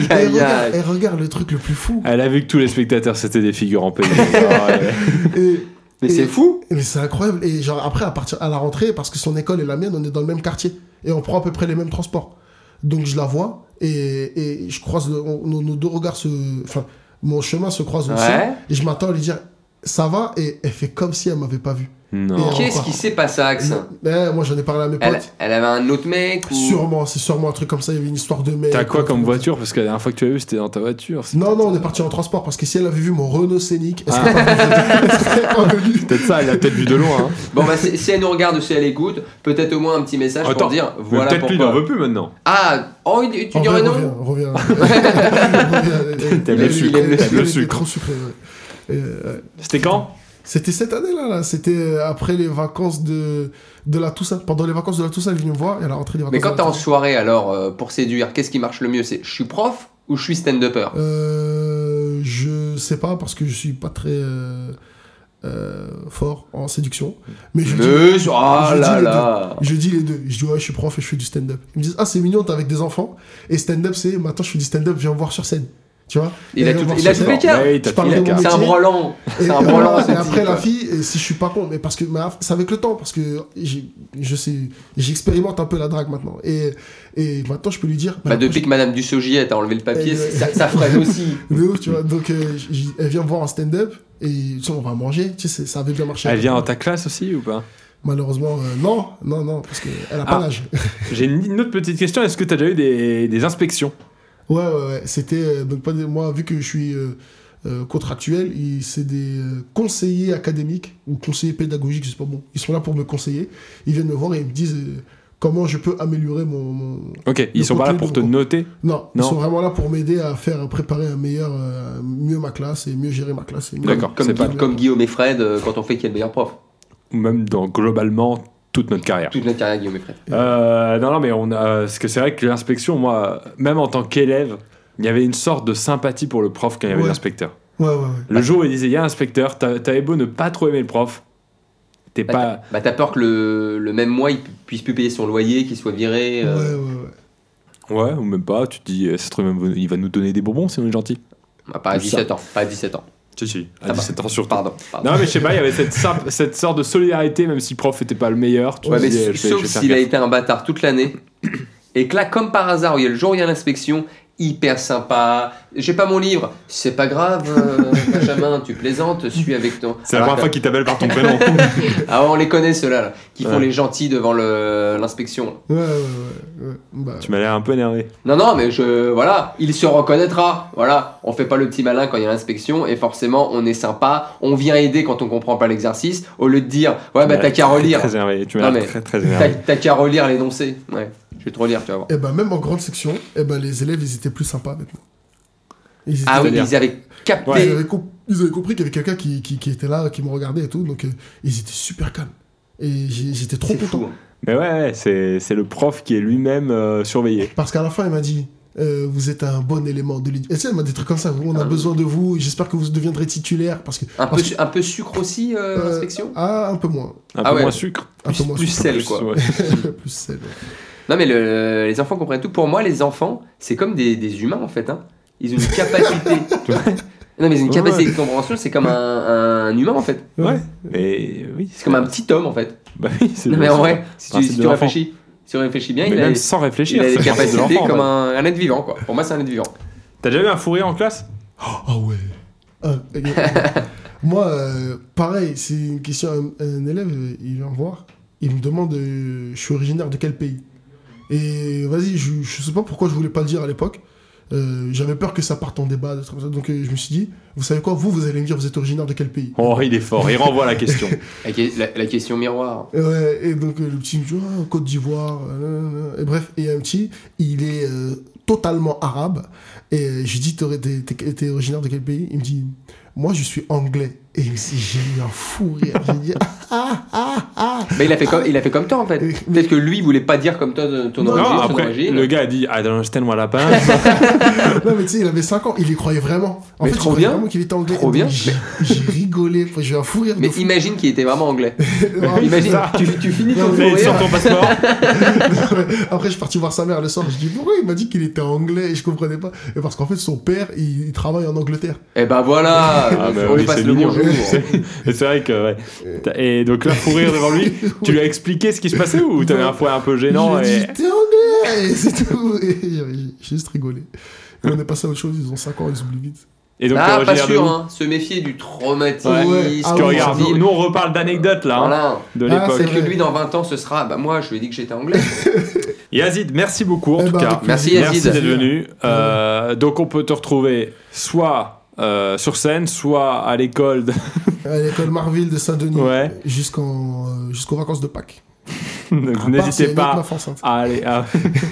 [SPEAKER 3] Et
[SPEAKER 2] aïe
[SPEAKER 3] regarde,
[SPEAKER 2] aïe.
[SPEAKER 3] et regarde le truc le plus fou.
[SPEAKER 1] Elle a vu que tous les spectateurs c'était des figures en Ah ouais.
[SPEAKER 3] Et
[SPEAKER 2] Mais c'est fou
[SPEAKER 3] Mais c'est incroyable. Et genre, après, à partir à la rentrée, parce que son école et la mienne, on est dans le même quartier. Et on prend à peu près les mêmes transports. Donc, je la vois. Et, et je croise. le- on- nos, nos deux regards se. Enfin, mon chemin se croise aussi.
[SPEAKER 2] Ouais.
[SPEAKER 3] Et je m'attends à lui dire ça va et elle fait comme si elle m'avait pas vu.
[SPEAKER 1] Non.
[SPEAKER 3] Et-
[SPEAKER 2] Qu'est-ce qui s'est passé à Axe
[SPEAKER 3] Eh, moi j'en ai parlé à mes potes.
[SPEAKER 2] elle, elle avait un autre mec ou...
[SPEAKER 3] Sûrement, c'est sûrement un truc comme ça. Il y avait une histoire de mec.
[SPEAKER 1] T'as quoi
[SPEAKER 3] un truc
[SPEAKER 1] comme voiture Parce que la dernière fois que tu as vu, c'était dans ta voiture. C'est
[SPEAKER 3] Non, non, on est parti en transport parce que si elle avait vu mon Renault Scénic, est-ce
[SPEAKER 1] Ah.
[SPEAKER 3] qu'elle serait pas venue
[SPEAKER 1] peut-être ça, elle a peut-être vu de loin. hein.
[SPEAKER 2] Bon, bah, si, si elle nous regarde ou si elle écoute, peut-être au moins un petit message
[SPEAKER 1] Attends,
[SPEAKER 2] pour dire
[SPEAKER 1] Mais
[SPEAKER 2] voilà
[SPEAKER 1] peut-être
[SPEAKER 2] pourquoi.
[SPEAKER 1] lui, il en veut plus maintenant.
[SPEAKER 2] Ah, oh, il- tu
[SPEAKER 3] En
[SPEAKER 2] dirais
[SPEAKER 3] vrai,
[SPEAKER 2] non
[SPEAKER 3] Reviens, reviens. Reviens.
[SPEAKER 1] T'aimes
[SPEAKER 2] le
[SPEAKER 3] Elle-
[SPEAKER 2] sucre,
[SPEAKER 3] elle-
[SPEAKER 1] t'aimes
[SPEAKER 3] elle
[SPEAKER 1] le
[SPEAKER 3] était
[SPEAKER 1] sucre.
[SPEAKER 3] trop sucrée, ouais. Et, euh,
[SPEAKER 1] C'était quand
[SPEAKER 3] C'était cette année-là, là. c'était euh, après les vacances de, de la Toussaint. Pendant les vacances de la Toussaint, elle est venue me voir et elle a rentré des vacances.
[SPEAKER 2] Mais quand
[SPEAKER 3] de
[SPEAKER 2] t'es
[SPEAKER 3] la
[SPEAKER 2] en
[SPEAKER 3] Toussaint.
[SPEAKER 2] soirée, alors, euh, pour séduire, qu'est-ce qui marche le mieux C'est je suis prof ou je suis stand-upper
[SPEAKER 3] Euh, je sais pas parce que je suis pas très euh, euh, fort en séduction. Mais je, dis,
[SPEAKER 2] Mais, ah
[SPEAKER 3] je dis
[SPEAKER 2] là
[SPEAKER 3] les
[SPEAKER 2] là
[SPEAKER 3] je dis les deux. Je dis ouais, je suis prof et je fais du stand-up. Ils me disent ah c'est mignon, t'es avec des enfants. Et stand-up c'est maintenant je fais du stand-up, viens me voir sur scène. Tu vois
[SPEAKER 2] Il a
[SPEAKER 3] Et
[SPEAKER 2] tout-
[SPEAKER 3] voir
[SPEAKER 2] il a
[SPEAKER 3] sur
[SPEAKER 2] tout
[SPEAKER 3] scène.
[SPEAKER 2] les cartes.
[SPEAKER 1] Ouais, il t'a
[SPEAKER 3] Je parle
[SPEAKER 1] pris la
[SPEAKER 3] de
[SPEAKER 1] carte.
[SPEAKER 3] mon
[SPEAKER 2] C'est un
[SPEAKER 3] métier.
[SPEAKER 2] brelan C'est
[SPEAKER 3] Et,
[SPEAKER 2] un
[SPEAKER 3] et
[SPEAKER 2] branlant,
[SPEAKER 3] voilà,
[SPEAKER 2] ce
[SPEAKER 3] et après
[SPEAKER 2] type.
[SPEAKER 3] la fille, et si je suis pas con, mais parce que mais c'est avec le temps, parce que j'ai- je sais, j'expérimente un peu la drague maintenant, et, et maintenant je peux lui dire. bah,
[SPEAKER 2] Bah,
[SPEAKER 3] la
[SPEAKER 2] depuis que Madame Dussogier a enlevé hein, le papier,
[SPEAKER 3] Et-
[SPEAKER 2] c'est- ça, ça freine aussi.
[SPEAKER 3] prochaine- de ouf, tu vois. Donc euh, j- j- elle vient me voir en stand-up et tu sais, on va manger, tu sais, ça avait bien marché.
[SPEAKER 1] Elle vient dans ta classe aussi ou pas
[SPEAKER 3] Malheureusement, euh, non, non, non, parce qu'elle a
[SPEAKER 1] Ah.
[SPEAKER 3] pas l'âge.
[SPEAKER 1] J'ai une une autre petite question. Est-ce que t'as déjà eu des, des inspections
[SPEAKER 3] Ouais, ouais, ouais. C'était euh, donc pas des- moi vu que je suis euh, euh, contractuel, il- c'est des euh, conseillers académiques ou conseillers pédagogiques, je sais pas bon. Ils sont là pour me conseiller. Ils viennent me voir et ils me disent euh, comment je peux améliorer mon, mon-
[SPEAKER 1] Ok, ils
[SPEAKER 3] Le
[SPEAKER 1] sont pas là
[SPEAKER 3] contenu
[SPEAKER 1] pour
[SPEAKER 3] de
[SPEAKER 1] te
[SPEAKER 3] mon-
[SPEAKER 1] noter.
[SPEAKER 3] Non, ils
[SPEAKER 1] Non.
[SPEAKER 3] sont vraiment là pour m'aider à faire préparer un meilleur, euh, mieux ma classe et mieux gérer ma classe. et mieux-
[SPEAKER 1] D'accord,
[SPEAKER 2] Comme,
[SPEAKER 1] c'est pas-
[SPEAKER 2] Guillaume- comme Guillaume et Fred, euh, quand on fait qui est le meilleur prof.
[SPEAKER 1] ou même dans globalement toute notre carrière.
[SPEAKER 2] Toute notre carrière, Guillaume et Fred.
[SPEAKER 1] Euh, non, non, mais on a, parce que c'est vrai que l'inspection, moi, même en tant qu'élève, il y avait une sorte de sympathie pour le prof quand il y avait
[SPEAKER 3] Ouais.
[SPEAKER 1] l'inspecteur.
[SPEAKER 3] Ouais, ouais, ouais.
[SPEAKER 1] Le jour où il disait, il y a l'inspecteur, t'as- t'avais beau ne pas trop aimer le prof, t'es
[SPEAKER 2] Bah,
[SPEAKER 1] pas...
[SPEAKER 2] Bah, t'as peur que le, le même mois, il pu- puisse plus payer son loyer, qu'il soit viré. euh,
[SPEAKER 3] Ouais, ouais, ouais.
[SPEAKER 1] Ouais, ou même pas, tu te dis, euh, ça se trouve, même, il va nous donner des bonbons si on est gentil.
[SPEAKER 2] bah, pas à
[SPEAKER 1] Ça.
[SPEAKER 2] 17 ans. Pas à 17 ans.
[SPEAKER 1] Si, si, à
[SPEAKER 2] Ah bah.
[SPEAKER 1] 17 ans surtout.
[SPEAKER 2] Pardon. pardon.
[SPEAKER 1] Non, mais je sais pas, il y avait cette, symp- cette sorte de solidarité, même si le prof était pas le meilleur. Tu
[SPEAKER 2] Ouais,
[SPEAKER 1] te
[SPEAKER 2] mais
[SPEAKER 1] disais,
[SPEAKER 2] s-
[SPEAKER 1] je vais-
[SPEAKER 2] sauf
[SPEAKER 1] je vais faire
[SPEAKER 2] s'il a
[SPEAKER 1] gaffe.
[SPEAKER 2] été un bâtard toute l'année. Et que là, comme par hasard, il y a le jour où il y a l'inspection, hyper sympa. J'ai pas mon livre. C'est pas grave, euh, Benjamin, tu plaisantes, suis avec ton.
[SPEAKER 1] C'est la
[SPEAKER 2] Alors
[SPEAKER 1] première fois qu'il t'appelle par ton prénom.
[SPEAKER 2] que- Ah, on les connaît ceux-là, là, qui font
[SPEAKER 1] Ouais.
[SPEAKER 2] les gentils devant le- l'inspection.
[SPEAKER 3] Ouais, ouais, ouais, ouais. Bah,
[SPEAKER 1] tu m'as l'air un peu énervé.
[SPEAKER 2] Non, non, mais je. Voilà, il se reconnaîtra. Voilà, on fait pas le petit malin quand il y a l'inspection et forcément, on est sympa. On vient aider quand on comprend pas l'exercice au lieu de dire, ouais,
[SPEAKER 1] Tu
[SPEAKER 2] bah
[SPEAKER 1] m'as
[SPEAKER 2] t'as
[SPEAKER 1] l'air
[SPEAKER 2] qu'à relire.
[SPEAKER 1] Très énervé, tu m'as
[SPEAKER 2] Non,
[SPEAKER 1] l'air
[SPEAKER 2] mais-
[SPEAKER 1] très très
[SPEAKER 2] T'as
[SPEAKER 1] énervé.
[SPEAKER 2] t'as qu'à relire l'énoncé. Ouais, je vais te relire, tu vas voir.
[SPEAKER 3] Et ben même en grande section, et ben les élèves ils étaient plus sympas avec nous. Ils étaient-
[SPEAKER 2] Ah oui,
[SPEAKER 1] C'est-à-dire
[SPEAKER 2] ils avaient capté.
[SPEAKER 3] ils, avaient com- ils avaient compris qu'il y avait quelqu'un qui, qui, qui était là, qui me regardait et tout, donc euh, ils étaient super calmes. Et j'ai- j'étais trop
[SPEAKER 2] C'est
[SPEAKER 3] content.
[SPEAKER 2] fou. hein.
[SPEAKER 1] Mais ouais, c'est c'est le prof qui est lui-même euh, surveillé.
[SPEAKER 3] Parce qu'à la fin, il m'a dit euh, Vous êtes un bon élément de l'éducation. Et tu sais, il m'a dit des trucs comme ça On a
[SPEAKER 2] Ah.
[SPEAKER 3] besoin de vous, j'espère que vous deviendrez titulaire. Parce que.
[SPEAKER 2] Un peu,
[SPEAKER 3] parce que-
[SPEAKER 2] un peu sucre aussi, euh,
[SPEAKER 3] Euh,
[SPEAKER 2] l'inspection
[SPEAKER 3] Ah, un peu moins.
[SPEAKER 1] Un
[SPEAKER 2] Ah
[SPEAKER 1] peu
[SPEAKER 2] ouais.
[SPEAKER 1] moins sucre.
[SPEAKER 3] Un peu
[SPEAKER 2] Plus,
[SPEAKER 3] moins.
[SPEAKER 2] plus sel,
[SPEAKER 1] Plus,
[SPEAKER 2] quoi.
[SPEAKER 1] ouais.
[SPEAKER 3] plus sel.
[SPEAKER 2] Non, mais le- les enfants comprennent tout. Pour moi, les enfants, c'est comme des, des humains, en fait. hein. Ils ont une capacité. non, mais ils ont
[SPEAKER 1] Ouais,
[SPEAKER 2] une capacité de compréhension, c'est comme un, un humain, en fait.
[SPEAKER 1] Ouais. Mais oui,
[SPEAKER 2] C'est comme un petit homme, en fait.
[SPEAKER 1] Bah oui, c'est
[SPEAKER 2] Non, mais en vrai, si tu,
[SPEAKER 1] principe
[SPEAKER 2] si
[SPEAKER 1] de
[SPEAKER 2] tu
[SPEAKER 1] l'enfant.
[SPEAKER 2] réfléchis, si tu réfléchis bien,
[SPEAKER 1] Mais
[SPEAKER 2] il a,
[SPEAKER 1] même
[SPEAKER 2] il
[SPEAKER 1] sans réfléchir.
[SPEAKER 2] a des
[SPEAKER 1] c'est le principe de
[SPEAKER 2] capacités
[SPEAKER 1] l'enfant,
[SPEAKER 2] comme
[SPEAKER 1] en fait.
[SPEAKER 2] un, un être vivant, quoi. Pour moi, c'est un être vivant.
[SPEAKER 1] T'as déjà eu un fou rire en classe
[SPEAKER 3] Ah ouais. Ah, et- Moi, euh, pareil, c'est une question. Un, un élève, euh, il vient me voir, il me demande euh, Je suis originaire de quel pays Et vas-y, je, je sais pas pourquoi je voulais pas le dire à l'époque. Euh, J'avais peur que ça parte en débat, des trucs comme ça. Donc euh, je me suis dit, vous savez quoi, vous, vous allez me dire vous êtes originaire de quel pays
[SPEAKER 1] Oh, il est fort, il renvoie la question.
[SPEAKER 2] La, que- la- la question miroir.
[SPEAKER 3] Et ouais, et donc euh, le petit me dit Ah, Côte d'Ivoire, euh, nanana. et bref, et il y a un petit, il est euh, totalement arabe, et euh, je lui dis t'aurais- t'es, t'es- t'es originaire de quel pays Il me dit moi je suis anglais, et il me dit, j'ai eu un fou rire, j'ai dit ah ah ah
[SPEAKER 2] Bah, il, a fait comme, il a fait comme toi, en fait.
[SPEAKER 3] Oui.
[SPEAKER 2] Peut-être que lui, il voulait pas dire comme toi de- ton
[SPEAKER 3] Non,
[SPEAKER 1] non,
[SPEAKER 2] origine. ton
[SPEAKER 1] après,
[SPEAKER 2] origine.
[SPEAKER 1] le gars a dit ah, I don't understand what happened.
[SPEAKER 3] Non mais tu sais il avait 5 ans, il y croyait vraiment, en
[SPEAKER 2] Mais
[SPEAKER 3] fait
[SPEAKER 2] trop
[SPEAKER 3] il croyait
[SPEAKER 2] bien.
[SPEAKER 3] vraiment qu'il était anglais,
[SPEAKER 2] Trop
[SPEAKER 3] Et
[SPEAKER 2] bien.
[SPEAKER 3] j'ai, j'ai rigolé, Enfin, j'ai eu un fou rire, de
[SPEAKER 2] Mais
[SPEAKER 3] fou.
[SPEAKER 2] imagine qu'il était vraiment anglais.
[SPEAKER 3] Ah,
[SPEAKER 2] Imagine,
[SPEAKER 1] ça.
[SPEAKER 2] tu, tu finis ton
[SPEAKER 3] Non,
[SPEAKER 1] Mais
[SPEAKER 2] tour
[SPEAKER 1] il sort
[SPEAKER 2] rire.
[SPEAKER 1] ton passeport.
[SPEAKER 3] Après, je suis parti voir sa mère le soir. Je dis pourquoi il m'a dit qu'il était anglais et je comprenais pas. Et parce qu'en fait, son père, il, il travaille en Angleterre.
[SPEAKER 2] Et ben voilà,
[SPEAKER 1] Ah, mais
[SPEAKER 2] on lui
[SPEAKER 1] oui,
[SPEAKER 2] passe
[SPEAKER 1] c'est
[SPEAKER 2] le
[SPEAKER 1] mignon.
[SPEAKER 2] bonjour. hein.
[SPEAKER 1] C'est c'est vrai que, ouais. T'as- Et donc là, fou rire devant lui, tu lui as expliqué ce qui se passait ou t'avais un fou rire un peu gênant
[SPEAKER 3] je lui ai
[SPEAKER 1] et...
[SPEAKER 3] dit t'es anglais, et c'est tout. Et j'ai j'ai juste rigolé. Et on est passé à autre chose. Ils ont 5 ans, ils oublient vite.
[SPEAKER 1] Et donc,
[SPEAKER 2] ah,
[SPEAKER 1] euh,
[SPEAKER 2] pas
[SPEAKER 1] Gérard
[SPEAKER 2] sûr,
[SPEAKER 1] Denis,
[SPEAKER 2] hein. se méfier du traumatisme.
[SPEAKER 1] Ouais.
[SPEAKER 3] Ouais.
[SPEAKER 1] parce
[SPEAKER 3] Ah
[SPEAKER 1] que
[SPEAKER 3] oui,
[SPEAKER 1] regarde,
[SPEAKER 2] on se dit-
[SPEAKER 1] nous, nous, on reparle d'anecdotes là, hein,
[SPEAKER 2] Voilà.
[SPEAKER 1] de
[SPEAKER 3] Ah,
[SPEAKER 1] l'époque.
[SPEAKER 3] c'est
[SPEAKER 2] Parce que lui, dans 20 ans, ce sera. Bah, moi, je lui ai dit que j'étais anglais.
[SPEAKER 1] Yazid, merci beaucoup en
[SPEAKER 3] Eh
[SPEAKER 1] tout
[SPEAKER 3] ben,
[SPEAKER 1] cas.
[SPEAKER 3] avec
[SPEAKER 2] Merci,
[SPEAKER 3] plaisir.
[SPEAKER 1] Merci
[SPEAKER 2] Yazid.
[SPEAKER 1] d'être venu. Euh, donc on peut te retrouver soit euh, sur scène, soit à l'école. de-
[SPEAKER 3] À l'école Marville de Saint-Denis.
[SPEAKER 1] Ouais.
[SPEAKER 3] Jusqu'en, euh, jusqu'aux vacances de Pâques.
[SPEAKER 1] Donc,
[SPEAKER 3] À part si
[SPEAKER 1] N'hésitez
[SPEAKER 3] une autre
[SPEAKER 1] pas
[SPEAKER 3] meuf enceinte.
[SPEAKER 1] à aller. à-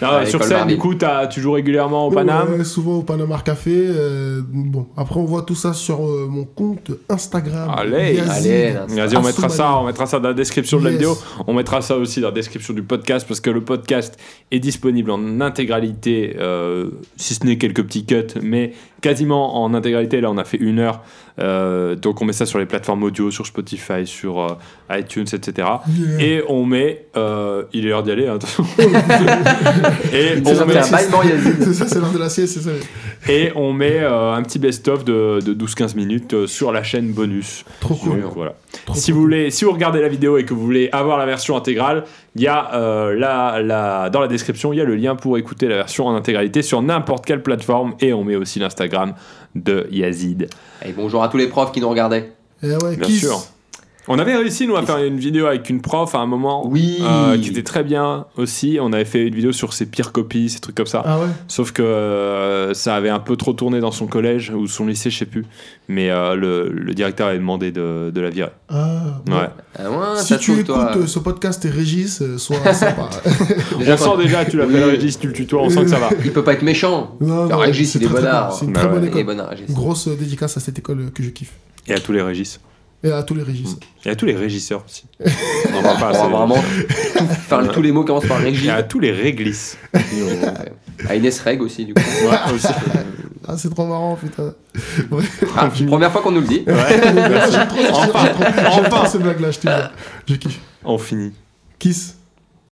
[SPEAKER 1] Non,
[SPEAKER 2] À
[SPEAKER 1] sur
[SPEAKER 2] l'école
[SPEAKER 1] scène,
[SPEAKER 2] Marville.
[SPEAKER 1] du coup, t'as- tu joues régulièrement au Paname.
[SPEAKER 3] Ouais, souvent au Panama Café. euh, bon, après on voit tout ça sur euh, mon compte Instagram.
[SPEAKER 1] Allez,
[SPEAKER 3] Yazid.
[SPEAKER 2] Allez, là.
[SPEAKER 1] Vas-y, on mettra
[SPEAKER 3] Assoumani.
[SPEAKER 1] ça, on mettra ça dans la description de la
[SPEAKER 3] Ah, Yes.
[SPEAKER 1] vidéo. On mettra ça aussi dans la description du podcast parce que le podcast est disponible en intégralité, euh, si ce n'est quelques petits cuts, mais quasiment en intégralité. Là, on a fait une heure. Euh, donc, on met ça sur les plateformes audio, sur Spotify, sur euh, iTunes, etc.
[SPEAKER 3] Yeah.
[SPEAKER 1] Et on met. euh, il est l'heure d'y aller, hein, attention. et,
[SPEAKER 2] Ça
[SPEAKER 1] on
[SPEAKER 2] s'appelle
[SPEAKER 1] met,
[SPEAKER 2] un bail mort, Yazid.
[SPEAKER 3] c'est ça, c'est l'heure de la sieste, c'est ça.
[SPEAKER 1] et on met euh, un petit best-of de, de 12-15 minutes euh, sur la chaîne bonus.
[SPEAKER 3] Trop cool.
[SPEAKER 1] Donc, voilà.
[SPEAKER 3] Trop
[SPEAKER 1] Si
[SPEAKER 3] cool.
[SPEAKER 1] vous, voulez, si vous regardez la vidéo et que vous voulez avoir la version intégrale, il y a euh, la, la- dans la description, il y a le lien pour écouter la version en intégralité sur n'importe quelle plateforme. Et on met aussi l'Instagram de Yazid.
[SPEAKER 2] Et bonjour à tous les profs qui nous regardaient.
[SPEAKER 3] Eh ouais,
[SPEAKER 1] Bien
[SPEAKER 3] Kiss.
[SPEAKER 1] sûr. On avait réussi, nous, à faire une vidéo avec une prof à un moment.
[SPEAKER 2] Oui.
[SPEAKER 1] euh, qui était très bien aussi. On avait fait une vidéo sur ses pires copies, ces trucs comme ça.
[SPEAKER 3] Ah ouais.
[SPEAKER 1] Sauf que euh, ça avait un peu trop tourné dans son collège ou son lycée, je sais plus. Mais euh, le, le directeur avait demandé de, de la virer.
[SPEAKER 3] Ah, bon.
[SPEAKER 1] Ouais.
[SPEAKER 2] Ah ouais,
[SPEAKER 3] Si
[SPEAKER 2] ça
[SPEAKER 3] tu
[SPEAKER 2] tourne,
[SPEAKER 3] écoutes
[SPEAKER 2] toi.
[SPEAKER 3] euh, ce podcast et Régis, euh, sois sympa.
[SPEAKER 2] Déjà,
[SPEAKER 1] on sent déjà, tu l'appelles
[SPEAKER 2] Oui.
[SPEAKER 1] Régis, tu le tutoies, on sent que ça va.
[SPEAKER 2] Il peut pas être méchant.
[SPEAKER 3] Non,
[SPEAKER 2] Alors,
[SPEAKER 3] non,
[SPEAKER 2] Ah, Régis,
[SPEAKER 3] c'est
[SPEAKER 2] il est
[SPEAKER 3] très, très
[SPEAKER 2] bonnard.
[SPEAKER 3] bon. C'est une
[SPEAKER 1] Bah
[SPEAKER 3] très
[SPEAKER 1] ouais.
[SPEAKER 3] bonne
[SPEAKER 2] Il est
[SPEAKER 3] école.
[SPEAKER 2] bonheur, Régis.
[SPEAKER 3] Grosse euh, dédicace à cette école euh, que je kiffe.
[SPEAKER 1] Et à tous les Régis.
[SPEAKER 3] Et à tous les Régis.
[SPEAKER 2] Mm.
[SPEAKER 1] Et à tous les régisseurs aussi. On n'en parle pas
[SPEAKER 2] On
[SPEAKER 1] assez.
[SPEAKER 2] va Ah, vraiment tout- faire tous les mots commencent par
[SPEAKER 1] Et
[SPEAKER 2] Régis.
[SPEAKER 1] à tous les réglisses.
[SPEAKER 2] À Inès Reg aussi, du coup.
[SPEAKER 1] Ouais, aussi.
[SPEAKER 3] Ah, c'est trop marrant, putain.
[SPEAKER 2] Ah, première fois qu'on nous le dit.
[SPEAKER 1] Ouais.
[SPEAKER 3] J'aime trop, j'aime trop-
[SPEAKER 1] Enfin,
[SPEAKER 3] j'aime trop
[SPEAKER 1] enfin.
[SPEAKER 3] ces blagues-là, je te jure. Je kiffe.
[SPEAKER 1] On finit.
[SPEAKER 3] Kiss.